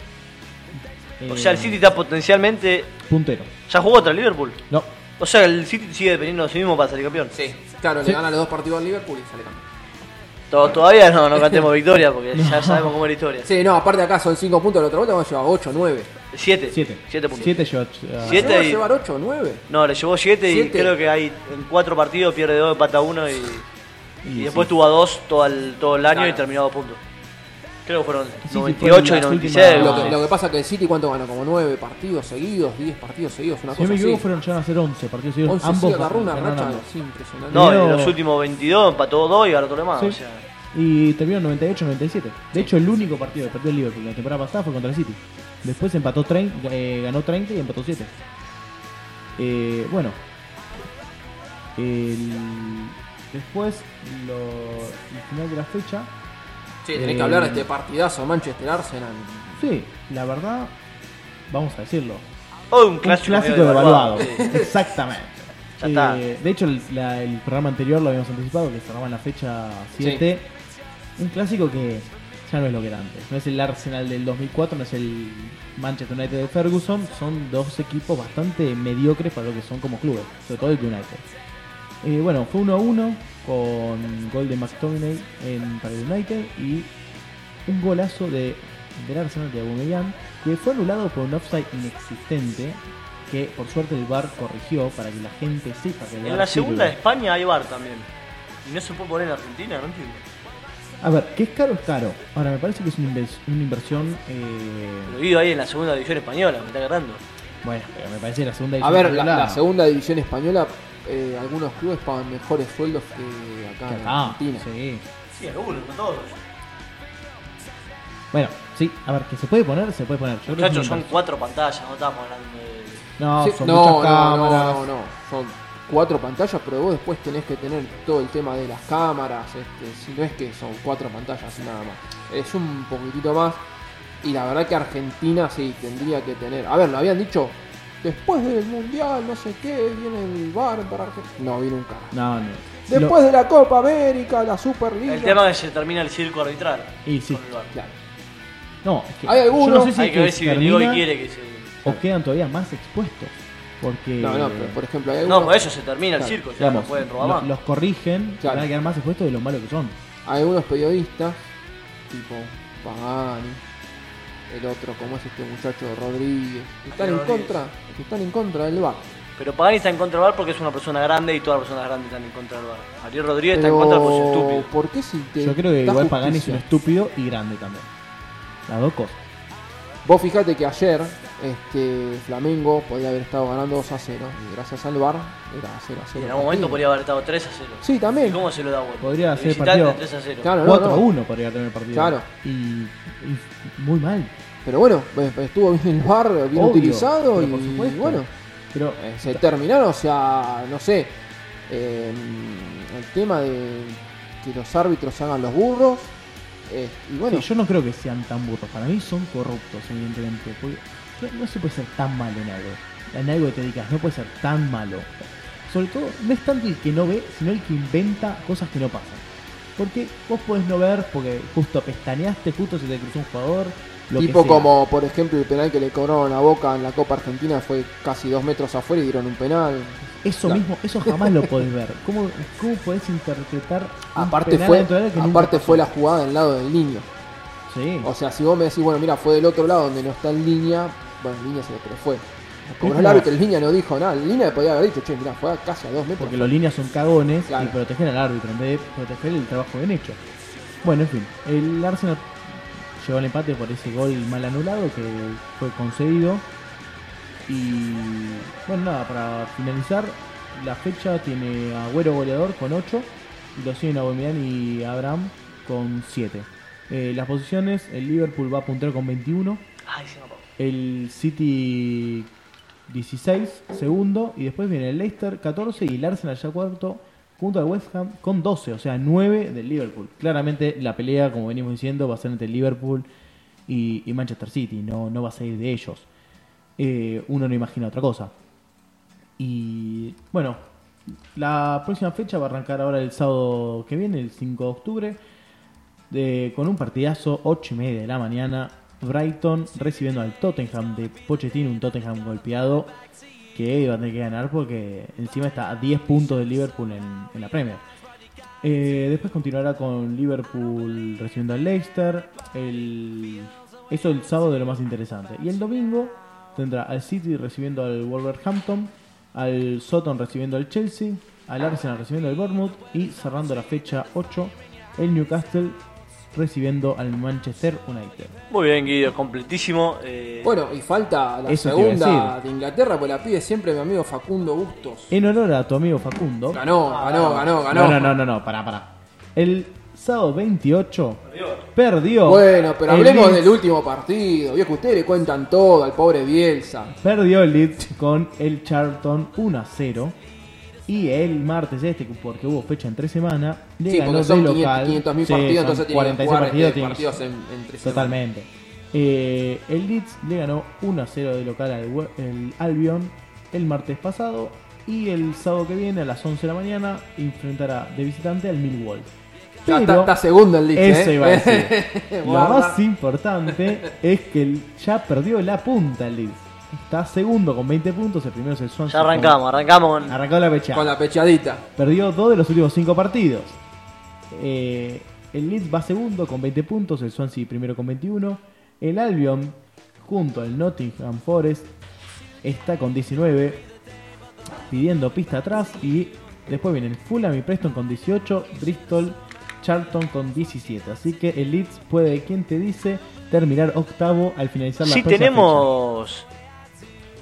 O
Eh,
sea, el City está potencialmente.
Puntero.
Ya jugó otra Liverpool.
No.
O sea, el City sigue dependiendo de sí mismo para salir campeón.
Sí, claro,
Sí.
le gana los dos partidos al Liverpool y sale campeón.
To- Todavía no, no cantemos victoria porque ya sabemos cómo es la historia.
Sí, no, aparte acá son 5 puntos, la otra vuelta vamos a llevar 8, 9.
Siete.
Siete.
Siete puntos.
Siete lleva. ah,
Siete.
¿Llegó a
y-
llevar 8 o 9?
No, le llevó siete, y
Siete.
creo que hay en cuatro partidos pierde dos, empata uno y,
y
y
sí.
después tuvo a dos todo el, todo el año
Claro.
y terminó a dos puntos. Creo que fueron
sí, fueron
98 y
las
96.
últimas-
Lo
no
que,
sé.
lo que pasa es que el City, ¿cuánto ganó? Como 9 partidos seguidos, 10 partidos seguidos, una
Si no
cosa
me equivoco,
así.
fueron llegaron a ser 11 partidos seguidos.
11
ambos
sí, agarró una
ganaron
racha
ambos.
así impresionante.
No,
Pero-
en los últimos 22 empató dos y ganó todo lo demás.
Sí.
o sea.
Y terminaron 98-97. De hecho, el único partido que perdió el Liverpool la temporada pasada fue contra el City. Después empató trein- eh, ganó 30 y empató 7. Eh, bueno. El- Después, lo... el final de la fecha.
Sí, tenés que
Eh,
hablar de este partidazo Manchester Arsenal.
Sí, la verdad, vamos a decirlo.
Oh, un
Un
clásico,
clásico
medio
devaluado.
Sí.
Exactamente.
Ya está.
Eh, de hecho, el, la- el programa anterior lo habíamos anticipado, que cerraba en la fecha 7. Un clásico que ya no es lo que era antes. No es el Arsenal del 2004, no es el Manchester United de Ferguson. Son dos equipos bastante mediocres para lo que son como clubes, sobre todo el United. Eh, bueno, fue 1 a 1 con gol de McTominay en, para el United y un golazo de, del Arsenal de Aubameyang que fue anulado por un offside inexistente que por suerte el VAR corrigió para que la gente sepa que el
En
VAR
la
sirve.
segunda de España hay bar también. Y no se puede poner en Argentina, no entiendo.
A ver, que es caro, es caro. Ahora, me parece que es una, inves- una inversión... eh,
Lo vivo ahí en la segunda división española, me está agarrando.
bueno, pero me parece que la segunda...
A
división
ver, la,
española-
la segunda división española, eh, algunos clubes pagan mejores sueldos que acá en
Ah,
Argentina.
sí.
Sí, algunos, no todos.
Bueno, sí, a ver, que se puede poner, se puede poner. Yo creo que es
Muchachos,
una
son
inversión.
cuatro pantallas, no estamos hablando de.
No,
Sí,
son
no,
muchas
no, no,
cámaras.
no, no, Son cuatro pantallas, pero vos después tenés que tener todo el tema de las cámaras. Este, si no es que son cuatro pantallas y nada más. Es un poquitito más. Y la verdad que Argentina sí tendría que tener. A ver, lo habían dicho. Después del mundial, no sé qué, viene el bar para Argentina. No, viene un carajo.
No, no.
Después de la Copa América, la Superliga.
El tema es que se termina el circo arbitral.
Y sí.
Con el VAR.
Claro.
No, es que
Hay
yo no
algunos-
sé si
Hay que ver si Benigoi
termina
quiere que se.
o quedan todavía más expuestos. Porque
No, no, pero por ejemplo, hay
No, pues
algunos,
por eso se termina el
Claro,
circo, ya no
digamos,
pueden robar
lo-
más.
los corrigen,
Claro.
van a quedar más expuestos de lo malos que son.
hay algunos periodistas, tipo Pagani, el otro, como es este muchacho Rodríguez, que están en
Rodríguez.
contra, que están en contra del bar.
Pero Pagani está en contra del bar porque es una persona grande y todas las personas grandes están en contra del bar. Ariel Rodríguez está en contra por ser
Pero,
estúpido.
¿por qué si te
Yo creo que
da
igual Pagani es
justicia?
un estúpido y grande también. Las dos cosas.
Vos fijate que ayer este Flamengo podía haber estado ganando 2 a 0 y gracias al bar era 0 a 0.
Y en
el
algún momento
partido.
podría haber estado 3 a 0.
Sí, también.
¿Y cómo se lo da vuelta?
Podría
De
ser
visitante,
partido.
3 a 0.
Claro, Ah, no,
4 a
no.
1 podría tener el partido.
Claro.
Y, y muy mal.
Pero bueno, pues, estuvo bien el bar, bien
Obvio,
utilizado y,
pero por supuesto.
bueno,
Pero
eh, se terminaron, o sea, no sé, eh, el tema de que los árbitros hagan los burros eh, y bueno,
sí, yo no creo que sean tan burros. Para mí son corruptos, evidentemente. Porque no- no se puede ser tan malo en algo. En algo que te dedicas, no puede ser tan malo. Sobre todo, no es tanto el que no ve, sino el que inventa cosas que no pasan. Porque vos podés no ver porque justo pestañaste, justo se te cruzó un jugador. Lo que
tipo
sea.
como por ejemplo el penal que le cobraron a Boca en la Copa Argentina fue casi dos metros afuera y dieron un penal.
Eso
Claro.
mismo, eso jamás lo podés ver. ¿Cómo, cómo podés interpretar? un
Aparte
penal
fue,
dentro del área que nunca
aparte
pasó?
fue la jugada del lado del niño.
Sí.
O sea, si vos me decís, bueno, mira, fue del otro lado donde no está en línea, bueno, en línea se le pero fue. Como
Es
el
como-
árbitro, el línea no dijo nada, el línea le podía haber dicho, che, mira, fue casi a dos metros.
Porque los líneas son cagones
Claro.
y protegen al árbitro en vez de proteger el trabajo bien hecho. Bueno, en fin, el Arsenal llegó al empate por ese gol mal anulado que fue concedido. Y bueno, nada, para finalizar, la fecha tiene a Agüero goleador con 8, y lo siguen a Aubameyang y Abraham con 7. las posiciones, el Liverpool va a puntero con 21,
Ay, se me apagó.
el City 16, segundo, y después viene el Leicester 14 y el Arsenal ya cuarto, junto al West Ham con 12, o sea, 9 del Liverpool. Claramente la pelea, como venimos diciendo, va a ser entre Liverpool y, y Manchester City, no, no va a salir de ellos. Eh, uno no imagina otra cosa. Y bueno, la próxima fecha va a arrancar ahora el sábado que viene, el 5 de octubre, de- con un partidazo, 8 y media de la mañana. Brighton recibiendo al Tottenham de Pochettino, un Tottenham golpeado que va a tener que ganar porque encima está a 10 puntos de Liverpool en, en la Premier. Eh, después continuará con Liverpool recibiendo al Leicester. El, eso el sábado es lo más interesante. Y el domingo Tendrá al City recibiendo al Wolverhampton, al Sutton recibiendo al Chelsea, al Arsenal recibiendo al Bournemouth y cerrando la fecha 8, el Newcastle recibiendo al Manchester United.
Muy bien, Guido, completísimo. eh,
Bueno, y falta la
Eso te iba a
segunda
decir.
de Inglaterra, pues la pide siempre mi amigo Facundo Bustos.
En honor a tu amigo Facundo.
Ganó,
Ah,
ganó, ganó, ganó.
No, no, no, no, no, pará, pará. El sábado 28 perdió.
Bueno, pero
el
hablemos
Leeds-
del último partido. Viejo, ustedes le cuentan todo al pobre Bielsa.
Perdió el Leeds con el Charlton 1 a 0. Y el martes este, porque hubo fecha entre semana, le
Sí,
ganó
porque
de
son
local.
500 500.000
Sí,
partidos,
son
entonces tienen que
46
jugar
partidos,
este,
tiene-
partidos en, entre semana.
Totalmente. Eh, el Leeds le ganó 1 a 0 de local al We- el Albion el martes pasado. Y el sábado que viene a las 11 de la mañana enfrentará de visitante al Millwall.
Ya está,
Pero-
está segundo el Leeds,
Eso
eh.
iba a decir. Lo
Guarda.
más importante es que el- ya perdió la punta el Leeds. Está segundo con 20 puntos, el primero es el
ya
Swansea.
arrancamos, arrancamos
con-
con-
Arrancó la fecha.
Con la pechadita.
Perdió dos de los últimos cinco partidos. Eh, el Leeds va segundo con 20 puntos, el Swansea primero con 21. El Albion, junto al Nottingham Forest, está con 19, pidiendo pista atrás. Y después vienen Fulham y Preston con 18, Bristol, Charlton con 17. Así que el Leeds puede, ¿quién te dice? Terminar octavo al finalizar la
Si
próxima
tenemos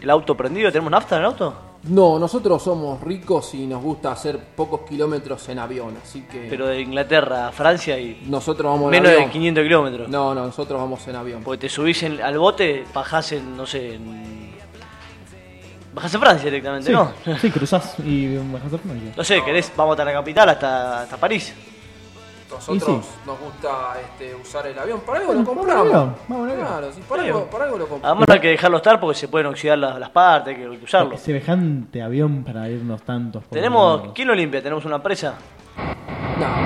el auto prendido, ¿tenemos nafta en el auto?
No, nosotros somos ricos y nos gusta hacer pocos kilómetros en avión, así que
Pero de Inglaterra a Francia y
nosotros vamos en
menos
avión.
de 500 kilómetros.
No, no, nosotros vamos en avión.
Porque te subís en- al bote, bajás en, no sé, en... Bajás a Francia directamente,
fecha.
¿no?
Sí, sí, cruzás y bajás a Francia.
No sé, querés, vamos hasta la capital, hasta, hasta París.
Nosotros
Y sí.
nos gusta este, usar el avión. Para algo lo
Vamos en
compramos.
avión, vamos en avión.
Claro, sí, para, algo, para algo lo compramos.
Además no hay que dejarlo estar porque se pueden oxidar las, las partes, hay que usarlo.
Semejante avión para irnos tantos. por los
Tenemos,
lados.
¿quién lo limpia? ¿Tenemos una presa?
No,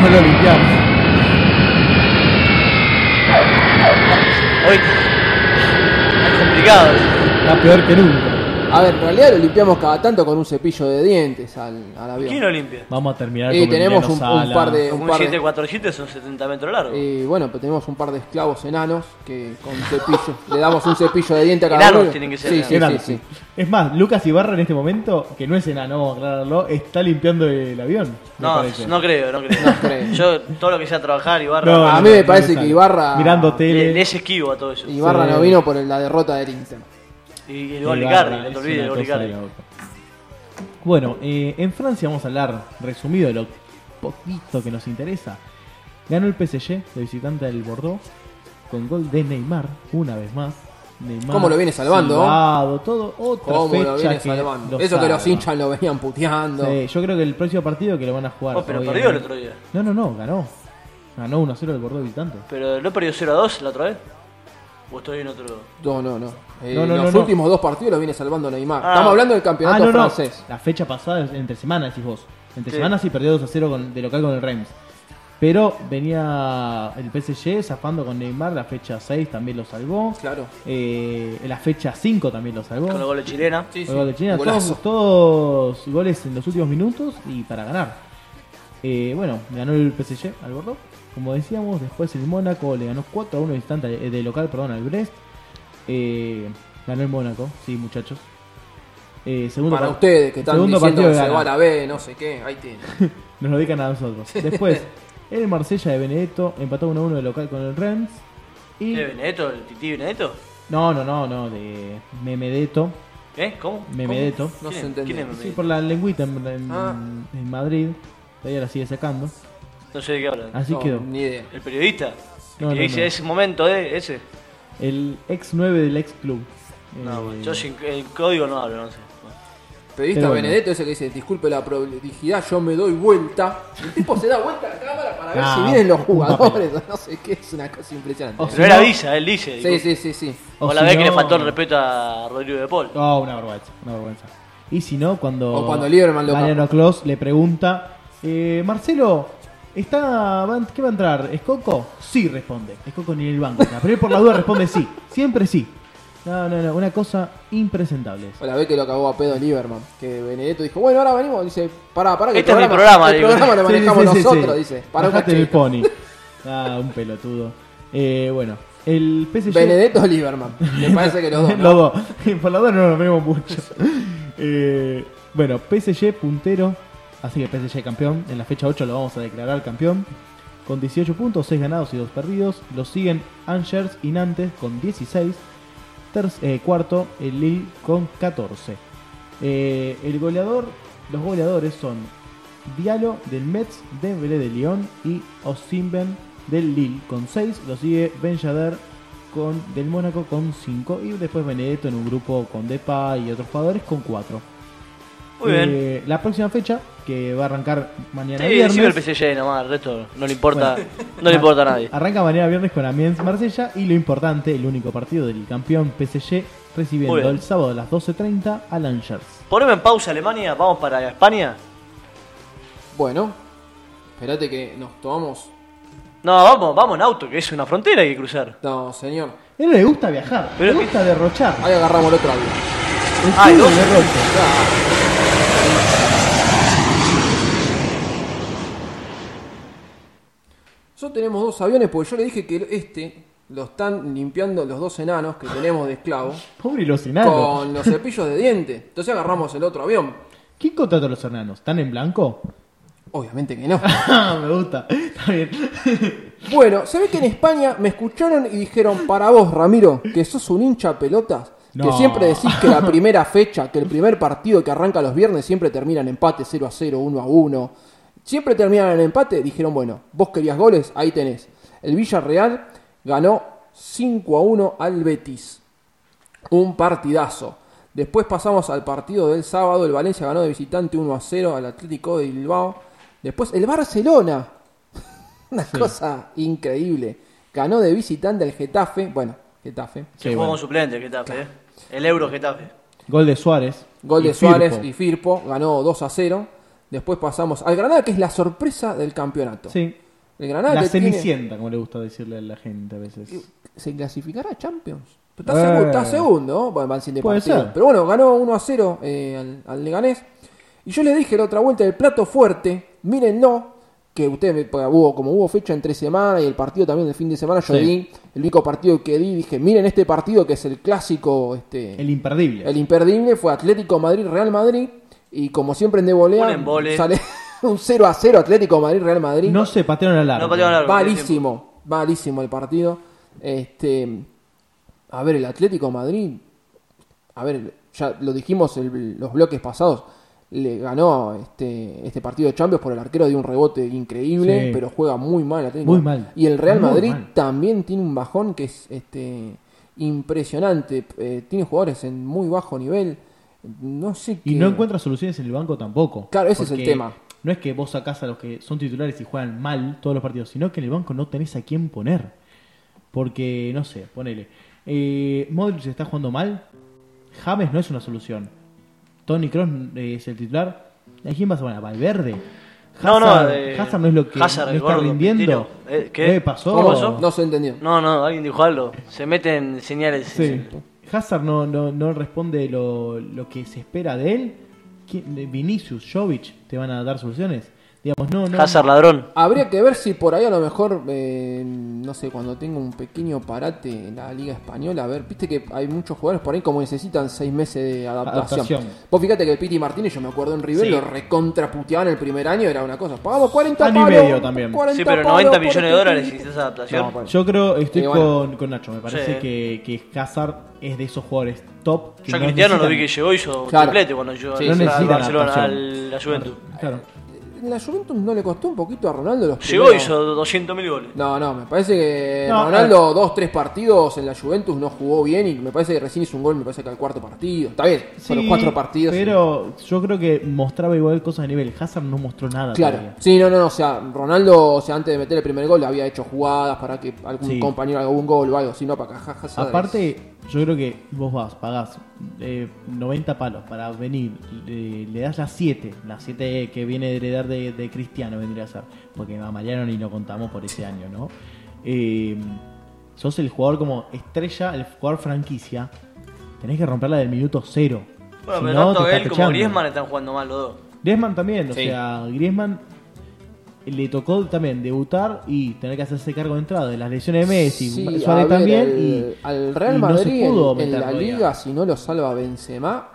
No lo limpiamos.
Hoy es complicado.
Está peor que nunca.
A ver, en realidad lo limpiamos cada tanto con un cepillo de dientes al, al avión.
¿Quién lo limpia?
Vamos a terminar
Y
con
tenemos
Emiliano
un- un
Sala.
par
Como
de- Eh, un
un
par de-
747 son 70 metros largos.
Eh, bueno, pero tenemos un par de esclavos enanos que con cepillo le damos un cepillo de diente a cada
Enanos
uno.
tienen que ser,
Sí,
enanos.
sí, sí,
Enanos,
sí.
Es más, Lucas Ibarra en este momento, que no es enano, vamos a aclararlo, está limpiando el avión. me
no,
parece.
no creo, no creo.
No creo.
Yo todo lo que sea trabajar y barra,
No,
A
no,
mí me
no
parece
sale.
que Ibarra-
Mirando tele.
le, le es esquivo a todo eso. Y,
Ibarra
Sí.
no vino por el- la derrota de Inter.
el gol de
Ibarra
Icardi, no
es
te olvides
una
el gol de
cosa de
Icardi.
la otra. Bueno, eh, en Francia vamos a hablar, resumido, de lo poquito que nos interesa. Ganó el PSG, de visitante del Bordeaux, con gol de Neymar, una vez más. Neymar,
¿Cómo lo viene salvando?
silbado, todo, otra
¿Cómo
fecha
lo viene
que
salvando?
lo
Eso que los
salva.
hinchas lo venían puteando.
Sí, yo creo que el próximo partido que lo van a jugar.
Oh, pero
hoy-
perdió el otro día.
No, no, no, ganó. Ganó 1-0 el Bordeaux visitante.
Pero no perdió 0 a 2 la otra vez. O estoy en otro.
No, no, no. Eh,
No, no,
los
no, no.
últimos dos partidos lo viene salvando Neymar.
Ah.
Estamos hablando del campeonato
ah, no,
francés.
no. La fecha pasada, es entre semana, decís vos. Entre
Sí.
semana sí perdió 2-0 con- de local con el Reims. Pero venía el PSG zafando con Neymar. La fecha 6 también lo salvó.
Claro.
Eh, la fecha 5 también lo salvó.
Con los goles chilena.
Sí, sí.
Gol de China,
Golazo.
todos, todos goles en los últimos minutos y para ganar. Eh, bueno, ganó el PSG al Bordeaux, como decíamos. Después el Mónaco le ganó 4 a 1 instante al- eh, de local perdón, al Brest. Eh, ganó el Mónaco, sí, muchachos. Eh, segundo
Para
par-
ustedes que están
segundo
diciendo
partido
que se
gana.
va a la B, no sé qué, ahí tiene.
Nos lo dedican a nosotros. Después, el Marsella de Benedetto empató 1 a 1 de local con el Rennes. Y...
¿Qué, Eh, Benedetto? ¿El Titi Benedetto?
No, no, no, no, de Memedetto.
¿Eh? ¿Cómo?
Memedetto.
No
¿Quién
se
es-
entendió.
quién es
Sí,
Memedetto?
por la lengüita en, en-
Ah.
en Madrid. Todavía la sigue sacando.
No sé de qué hablan.
Así
No,
quedó.
Ni idea.
¿El periodista?
Ah, No,
que
no,
dice
no.
ese momento de ese.
El ex 9 del ex club. Eh,
No, bueno, yo sin el código no hablo, no sé. Bueno.
Periodista
Pero bueno.
Benedetto ese que dice, disculpe la prolijidad, yo me doy vuelta. El tipo se da vuelta a la cámara para ver
Ah,
si vienen los
un
jugadores o no sé qué, es una cosa impresionante.
O
Pero
si
él
no-
avisa, él dice.
sí, sí, sí, sí.
O,
o
la
si
vez que
no-
le faltó el respeto a Rodrigo de Paul.
Oh, una vergüenza, una vergüenza. Y si no, cuando.
O cuando Lieberman lo
Mariano Clos le pregunta: eh, Marcelo, ¿está, va- ¿qué va a entrar? ¿Escoco? Sí, responde. Escoco ni en el banco. está. Pero él por la duda responde sí. Siempre sí. No, no, no. Una cosa impresentable.
O la vez que lo acabó a pedo Lieberman, que Benedetto dijo, bueno, ahora venimos, dice, pará, pará, que
Este es mi programa,
el
digo.
programa lo
Sí,
manejamos
sí, sí,
nosotros,
sí.
dice, pará un
Bajate del
cachito.
pony. Ah, un pelotudo. Eh, bueno, El PSG.
Benedetto o Lieberman. Me parece que los dos. ¿no?
Los dos. Por la duda no nos vemos mucho. Eh, bueno, PSG puntero. Así que PSG campeón. En la fecha 8 lo vamos a declarar campeón. Con 18 puntos, 6 ganados y 2 perdidos. Lo siguen Angers y Nantes con 16. Ter- eh, cuarto, el Lille con 14. Eh, el goleador, los goleadores son Diallo del Metz, Dembélé de Lyon y Osimben del Lille con 6. Lo sigue Ben Yedder con del Mónaco con 5 y después Benedetto en un grupo con Depa y otros jugadores con 4.
Muy bien.
La próxima fecha que va a arrancar mañana
Sí,
viernes. Ah.
decime el PSG nomás, el resto no le importa, no le importa a nadie.
Arranca mañana viernes con Amiens Marsella y lo importante, el único partido del campeón PSG
Muy
recibiendo
bien.
el sábado a las 12.30 a Langers.
Poneme en pausa Alemania, vamos para España.
Bueno, espérate que nos tomamos.
No, vamos, vamos en auto, que es una frontera que hay que cruzar.
No, señor.
A él le gusta viajar,
Pero es
le
que-
gusta derrochar.
Ahí agarramos el otro avión.
El
Ah,
fútbol
no.
derrocha.
Ya. Yo tenemos dos aviones porque yo le dije que este lo están limpiando los dos enanos que tenemos de esclavo
Pobre ilusionado.
con los cepillos de diente. Entonces agarramos el otro avión.
¿Quién contrató a los hermanos? ¿Están en blanco?
Obviamente que no.
Me gusta. Está bien.
Bueno, se ve que en España me escucharon y dijeron para vos, Ramiro, que sos un hincha pelotas,
No.
que siempre decís que la primera fecha, que el primer partido que arranca los viernes siempre termina en empate 0 a 0, 1 a 1. Siempre terminan en empate, dijeron, bueno, vos querías goles, ahí tenés. El Villarreal ganó 5 a 1 al Betis. Un partidazo. Después pasamos al partido del sábado. El Valencia ganó de visitante 1 a 0 al Atlético de Bilbao. Después el Barcelona. Una cosa increíble. Ganó de visitante al Getafe. Bueno, Getafe.
Que
Sí,
juega
bueno.
con suplente, Getafe, eh. El Euro Getafe.
Gol de Suárez.
Gol
Y
de Suárez
Firpo.
y Firpo. Ganó 2 a 0. Después pasamos al Granada, que es la sorpresa del campeonato.
Sí.
El Granada
La
que Ah, tiene- eh,
cenicienta, como le gusta decirle a la gente a veces.
se clasificará a Champions. Pero está, segu-
Eh.
está segundo, ¿no? Bueno, van siete
Puede
partidos.
ser.
Pero bueno, ganó 1 a 0 eh, al, al Leganés. Y yo les dije la otra vuelta del plato fuerte, mírenlo, que ustedes, me- porque hubo, como hubo fecha entre semana y el partido también del fin de semana, yo
Sí.
di, el único partido que di, dije, miren este partido que es el clásico, este,
El imperdible.
el imperdible fue Atlético Madrid Real Madrid y como siempre en
Un
Debolea
embole.
sale un 0 a 0 Atlético Madrid Real Madrid.
No se patearon al largo.
No patearon al largo.
Malísimo, malísimo el partido. Este, a ver, el Atlético Madrid, a ver, ya lo dijimos en los bloques pasados, le ganó este, este partido de Champions por el arquero de un rebote increíble,
Sí.
pero juega muy mal el Atlético.
Muy mal.
Y el Real
Muy
Madrid
mal.
también tiene un bajón que es este impresionante. Eh, tiene jugadores en muy bajo nivel. No sé
Y
qué-
no encuentra soluciones en el banco tampoco.
Claro, ese es
Porque
el tema.
No es que vos sacás a los que son titulares y juegan mal todos los partidos, sino que en el banco no tenés a quién poner. Porque, no sé, ponele. Eh, Modric está jugando mal. James no es una solución. Tony Cross es el titular. ¿A quién vas a poner? ¿A ¿Valverde?
No, no,
Hazard-
eh,
Hazard no es lo que
Hazard,
no
el
está
gordo,
rindiendo.
Pintino. Eh, ¿qué?
pasó?
¿Cómo pasó?
No se entendió.
No, no, alguien dijo algo. Se meten señales. eh,
Sí. Hazard no, no, no responde lo, lo que se espera de él. ¿Quién- eh, Vinicius, Jovic, ¿te van a dar soluciones? Digamos, no, no.
Hazard ladrón.
Habría que ver si por ahí a lo mejor, eh, no sé, cuando tenga un pequeño parate en la Liga Española, a ver, viste que hay muchos jugadores por ahí como necesitan seis meses de adaptación.
Adaptación.
Vos fíjate que Piti Martínez, yo me acuerdo en River,
Sí.
lo recontraputeaban el primer año, era una cosa. Pagamos 40
Año y
palos,
medio también.
40
Sí, pero
palos
90
por
millones de
este
dólares
Piti.
y esa adaptación.
No, bueno.
Yo creo, estoy
Y bueno.
con, con Nacho, me parece
Sí.
que, que Hazard es de esos jugadores top. que
Yo a
no
Cristiano lo vi que
necesitan-
llegó y hizo un
Claro.
triplete cuando llegó
Sí,
al-
no
al
necesitan
Barcelona,
adaptación.
al, la Juventud.
Claro.
La Juventus no le costó un poquito a Ronaldo los
Llegó y
primeros-
hizo 200.000 goles.
No, no, me parece que
No,
Ronaldo dos, tres partidos en la Juventus no jugó bien y me parece que recién hizo un gol, me parece que al cuarto partido. Está bien, son los
Sí,
cuatro partidos.
Pero yo creo que mostraba igual cosas de nivel. Hazard no mostró nada.
Claro,
Ah, todavía.
sí, no, no, no, o sea, Ronaldo, o sea, antes de meter el primer gol había hecho jugadas para que algún
Sí.
compañero haga un gol o algo, si no, para que Hazard es-
Aparte, yo creo que vos vas, pagás eh, 90 palos para venir, le, le das las 7, las 7 que viene de heredar de, de Cristiano, vendría a ser, porque marearon y no contamos por ese año, ¿no? Eh, sos el jugador como estrella, el jugador franquicia, tenés que romperla del minuto cero.
Bueno,
Si
pero
no,
tanto
te
él
está
como
techando.
Griezmann están jugando mal los dos.
Griezmann también, o
Sí.
sea, Griezmann le tocó también debutar y tener que hacerse cargo de entrada de las lesiones de Messi,
Sí, a
Suárez
ver,
también.
al-
y
al Real
y no se
Madrid en-
pudo
en, la
meterlo,
liga,
digamos.
si no lo salva Benzema.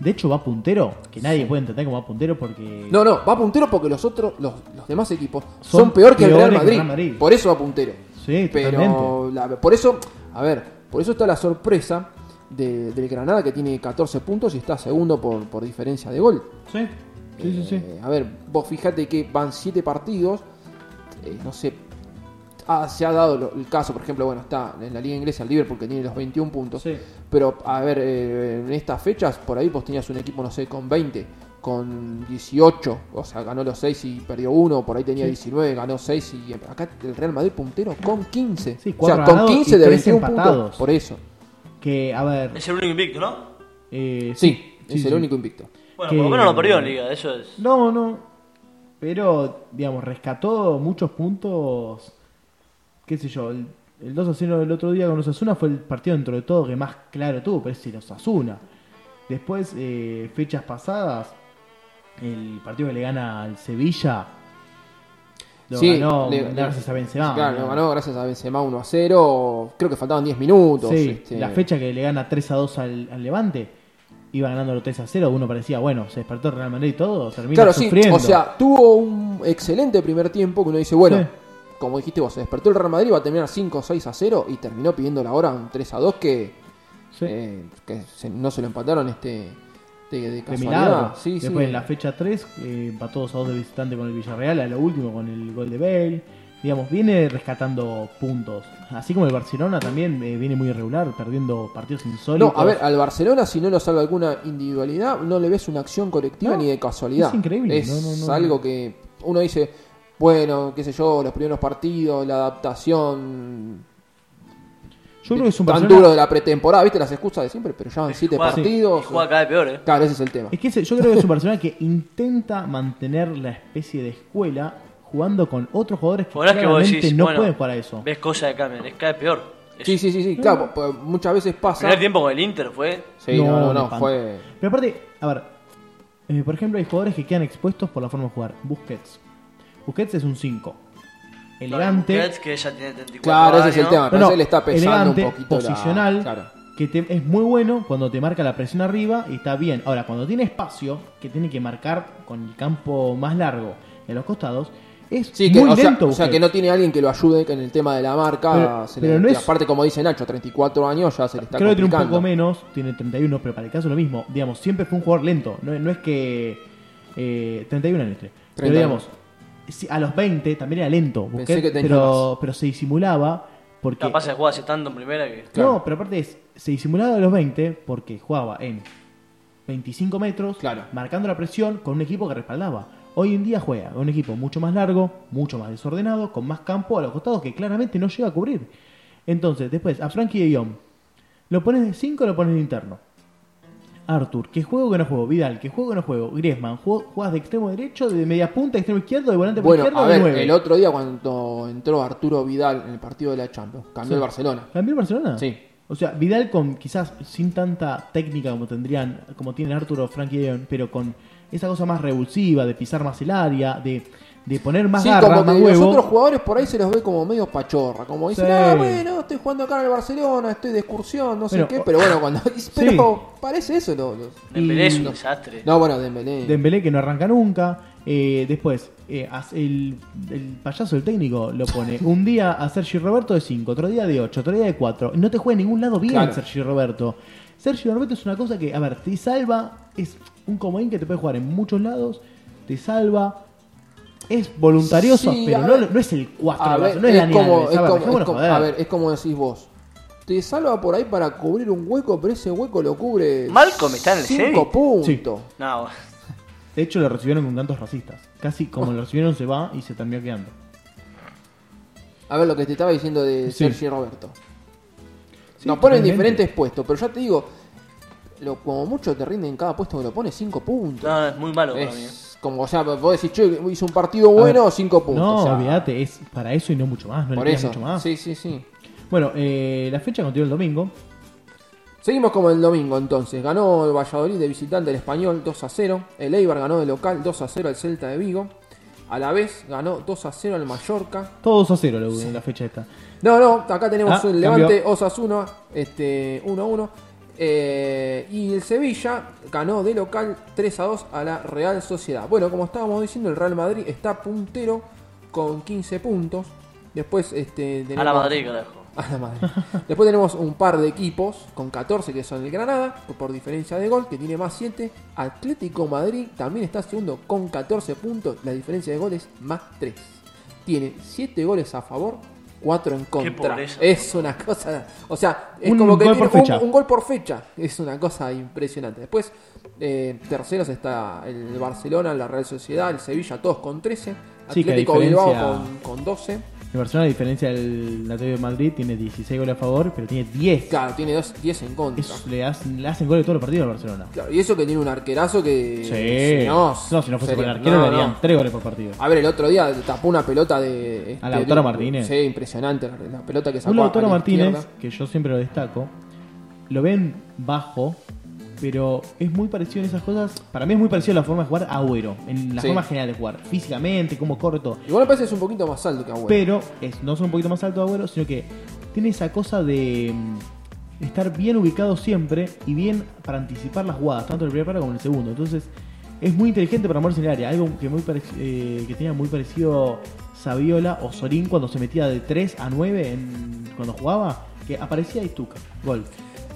de hecho va puntero, que nadie puede entender cómo va puntero porque...
No, no, va puntero porque los otros, los, los demás equipos son,
Son
peor que el Real
peores que
Madrid.
el Real Madrid.
Por eso va puntero.
Sí,
Pero
totalmente.
la- por eso, a ver, por eso está la sorpresa de- del Granada que tiene 14 puntos y está segundo por, por diferencia de gol.
Sí, sí, sí. sí.
Eh, a ver, vos fijate que van 7 partidos. eh, no sé. ah, se ha dado lo- el caso, por ejemplo, bueno, está en la Liga Inglesa el Liverpool que tiene los 21 puntos.
Sí.
Pero, a ver, eh, en estas fechas, por ahí vos tenías un equipo, no sé, con 20, con 18, o sea, ganó los 6 y perdió uno, por ahí tenía 19, ganó 6 y acá el Real Madrid puntero con 15.
Sí,
o sea,
cuatro
con
ganados y
15 de
tres
21 puntos.
empatados.
Por eso.
Que, a ver...
Es el único invicto, ¿no?
eh,
Sí, es
sí,
el
sí.
único invicto.
Bueno,
Que-
por lo menos lo perdió en Liga, eso es.
No, no. Pero, digamos, rescató muchos puntos. ¿Qué sé yo? El, el 2 a 0 del otro día con Osasuna fue el partido dentro de todo que más claro tuvo, pero es el Osasuna. Después, eh, fechas pasadas, el partido que le gana al Sevilla. Lo
Sí,
ganó
le- le-
gracias a Benzema.
claro,
¿no?
lo ganó gracias a Benzema 1 a 0. Creo que faltaban 10 minutos.
Sí,
este,
la fecha que le gana 3 a 2 al, al Levante. Iba ganando 3 a 0. Uno parecía, bueno, se despertó el Real Madrid y todo. Termina
Claro, sí.
sufriendo.
O sea, tuvo un excelente primer tiempo que uno dice, bueno,
Sí.
como dijiste vos, se despertó el Real Madrid, va a terminar 5 6 a 0 y terminó pidiendo la hora un 3 a 2 que,
Sí.
eh, que se- no se lo empataron este de, de
De
casualidad.
milagro.
Sí, sí.
Después en la fecha 3 eh, empató 2 a 2 de visitante con el Villarreal, a lo último con el gol de Bale. Digamos, viene rescatando puntos. Así como el Barcelona también eh, viene muy irregular, perdiendo partidos
No,
insólitos.
a ver, al Barcelona si no lo salva alguna individualidad, no le ves una acción colectiva
No,
ni de casualidad.
es increíble,
Es
no, no, no,
algo
no.
que uno dice, bueno, qué sé yo, los primeros partidos, la adaptación,
Yo creo que es un
tan
Barcelona-
duro de la pretemporada, viste las excusas de siempre, pero ya van 7
Juega-
partidos.
y Juega cada vez peor, ¿eh?
Claro, ese es el tema.
Es que ese- yo creo que es un Barcelona que intenta mantener la especie de escuela jugando con otros jugadores que
Por que vos
claramente
decís,
no
bueno,
pueden para eso.
Ves cosas de Cameron, es cada vez peor. Es-
Sí, sí, sí, sí,
Ah.
claro, pues, muchas veces
El
pasa.
primer tiempo con el Inter fue.
Sí, no, no,
me
no,
espanta.
fue.
Pero aparte, a ver, eh, por ejemplo, hay jugadores que quedan expuestos por la forma de jugar. Busquets. Busquets es un 5. Elegante.
Busquets, que ya tiene 34
Claro, ese es el
años.
tema, pero
No,
a
no,
él le está pesando
elegante,
un poquito la-
posicional,
claro.
que te- es muy bueno cuando te marca la presión arriba y está bien. Ahora, cuando tiene espacio, que tiene que marcar con el campo más largo en los costados, es
Sí, que,
muy
o, sea,
lento.
o sea,
Busquets.
que no tiene alguien que lo ayude en el tema de la marca.
Pero-
se le-
pero no
y
es-
aparte, como dice Nacho, 34 años ya se le está
Creo que tiene un
complicando.
poco menos, tiene 31, pero para el caso lo mismo. Digamos, siempre fue un jugador lento. No, no es que. eh, 31 en este. Pero
31.
digamos, si- a los 20 también era lento.
Pensé
Busquets,
que tenía
pero, pero se disimulaba. Porque
Capaz de jugar hace tanto en primera que.
Claro.
No, pero aparte es, se disimulaba a los 20 porque jugaba en 25 metros,
Claro.
marcando la presión con un equipo que respaldaba. Hoy en día juega con un equipo mucho más largo, mucho más desordenado, con más campo a los costados que claramente no llega a cubrir. Entonces, después, a Frankie de Jong, ¿lo pones de 5 o lo pones de interno? Arthur, ¿qué juego que no juego? Vidal, ¿qué juego que no juego? Griezmann, ¿jue- ¿juegas de extremo derecho, de media punta, de extremo izquierdo, de volante por
Bueno,
izquierdo,
a
de
ver,
9?
el otro día cuando entró Arturo Vidal en el partido de la Champions, cambió
Sí.
el Barcelona.
¿Cambió el ¿Ah, Barcelona?
Sí.
O sea, Vidal con quizás sin tanta técnica como tendrían, como tienen Arturo o Frankie León, pero con esa cosa más revulsiva, de pisar más el área, de, de poner más
sí,
garra,
como que
más
los
huevo.
otros jugadores por ahí se los ve como medio pachorra. Como dicen,
Sí.
ah, bueno, estoy jugando acá en el Barcelona, estoy de excursión, no sé
Bueno,
qué.
o-
pero bueno, cuando. Pero parece eso. Lo, lo-
Dembélé es un
Y-
desastre.
No, bueno, Dembélé.
Dembélé que no arranca nunca. Eh, después, eh, as- el, el payaso, el técnico, lo pone un día a Sergi Roberto de 5, otro día de 8, otro día de 4. No te juega en ningún lado bien
Claro.
Sergi Roberto. Sergi Roberto es una cosa que, a ver, te salva, es un comodín que te puede jugar en muchos lados, te salva. Es voluntarioso,
Sí,
pero
a
no,
ver.
no es el 4,
A ver,
no es, Dani
como,
Alves,
es
a ver,
como-
dejémonos
es como-
joder.
a ver, es como decís vos. Te salva por ahí para cubrir un hueco, pero ese hueco lo cubre.
Malcolm está en el
Cinco
Zenit.
puntos.
No,
De hecho, lo recibieron con tantos racistas. Casi como lo recibieron, se va y se terminó quedando.
A ver lo que te estaba diciendo de
Sí.
Sergi Roberto.
Sí,
Nos ponen en
totalmente.
diferentes puestos, pero ya te digo, lo, como mucho te rinden en cada puesto que lo pones 5 puntos.
no, es muy malo para mí.
es como, o sea, vos decís, che, hizo un partido
A ver,
bueno, 5 puntos.
No,
o sea,
olvídate, es para eso y no mucho más. No
Por
le pidas
eso.
mucho más.
Sí, sí, sí.
Bueno, eh, la fecha continúa el domingo.
Seguimos como el domingo entonces. Ganó el Valladolid de visitante el español 2 a 0. El Eibar ganó de local 2 a 0 al Celta de Vigo. A la vez ganó 2 a 0 al Mallorca.
Todos a cero la, en la fecha esta.
No, no, acá tenemos
Ah,
un Levante
cambió.
Osasuna, este 1-1. Eh, y el Sevilla ganó de local 3 a 2 a la Real Sociedad. Bueno, como estábamos diciendo, el Real Madrid está puntero con 15 puntos. Después este,
¿eh? A la
tenemos-
Madrid, carajo.
a la madre. Después tenemos un par de equipos con 14 que son el Granada, que por diferencia de gol, que tiene más 7. Atlético Madrid también está segundo con 14 puntos. La diferencia de goles más 3. Tiene 7 goles a favor, 4 en contra.
pobreza.
Es una cosa. O sea, es
Un
como que
gol
tiene
por
un-
fecha.
Un, gol por fecha. Es una cosa impresionante. Después, eh, terceros está el Barcelona, la Real Sociedad, el Sevilla, todos con 13.
Sí, que a
Atlético Bilbao
diferencia-
con, con 12.
El Barcelona, a diferencia del Atlético de Madrid, tiene 16 goles a favor, pero tiene 10.
Claro, tiene dos- 10 en contra.
Eso le, hacen, le hacen goles todos los partidos al Barcelona.
Claro, y eso que tiene un arquerazo que.
Sí. No, si no fuese
sería-
por el arquero,
no,
le darían
no. Ah,
3 goles por partido.
A ver, el otro día tapó una pelota de. este,
A
de-
Lautaro Martínez.
Sí, impresionante la, la pelota que sacó.
Un Lautaro
a la
Martínez,
izquierda.
que yo siempre lo destaco, lo ven bajo, pero es muy parecido en esas cosas. Para mí es muy parecido a la forma de jugar a Agüero, en la
Sí.
forma general de jugar, físicamente, cómo corto.
Igual me parece que es un poquito más alto que Agüero.
Pero es, no es un poquito más alto Agüero, sino que tiene esa cosa de mm, estar bien ubicado siempre y bien para anticipar las jugadas, tanto el primer paro como el segundo. Entonces, es muy inteligente para moverse en el área, algo que, muy parec- eh, que tenía muy parecido Saviola o Sorín cuando se metía de 3 a 9 en- cuando jugaba, que aparecía Ituca, gol.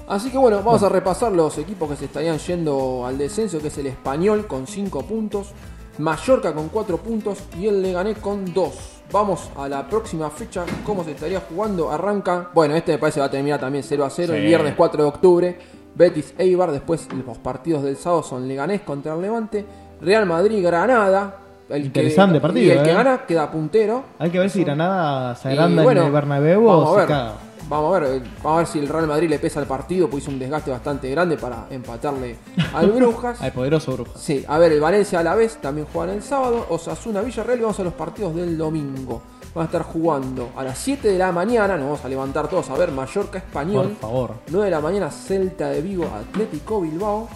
Así que bueno, vamos a repasar los equipos que se estarían yendo al descenso, que es el Español con 5 puntos, Mallorca con 4 puntos y el Leganés con 2. Vamos a la próxima fecha, cómo se estaría jugando. Arranca, bueno, este me parece va a terminar también 0 a 0 el
Sí.
viernes 4 de octubre. Betis Eibar, después los partidos del sábado son Leganés contra el Levante, Real Madrid Granada. El
Interesante
que,
partido,
Y el que
eh.
gana queda puntero.
Hay que ver si Granada se
Y
agranda
bueno,
en el Bernabéu
vamos
o
a
se
ver,
caga.
Vamos a ver, eh, vamos a ver si el Real Madrid le pesa el partido, pues hizo un desgaste bastante grande para empatarle al Brujas.
Al poderoso Brujas.
Sí, a ver, el Valencia a la vez también juegan el sábado. Osasuna Villarreal y vamos a los partidos del domingo. Van a estar jugando a las 7 de la mañana, nos vamos a levantar todos a ver Mallorca Español.
Por favor.
9 de la mañana Celta de Vigo Atlético Bilbao.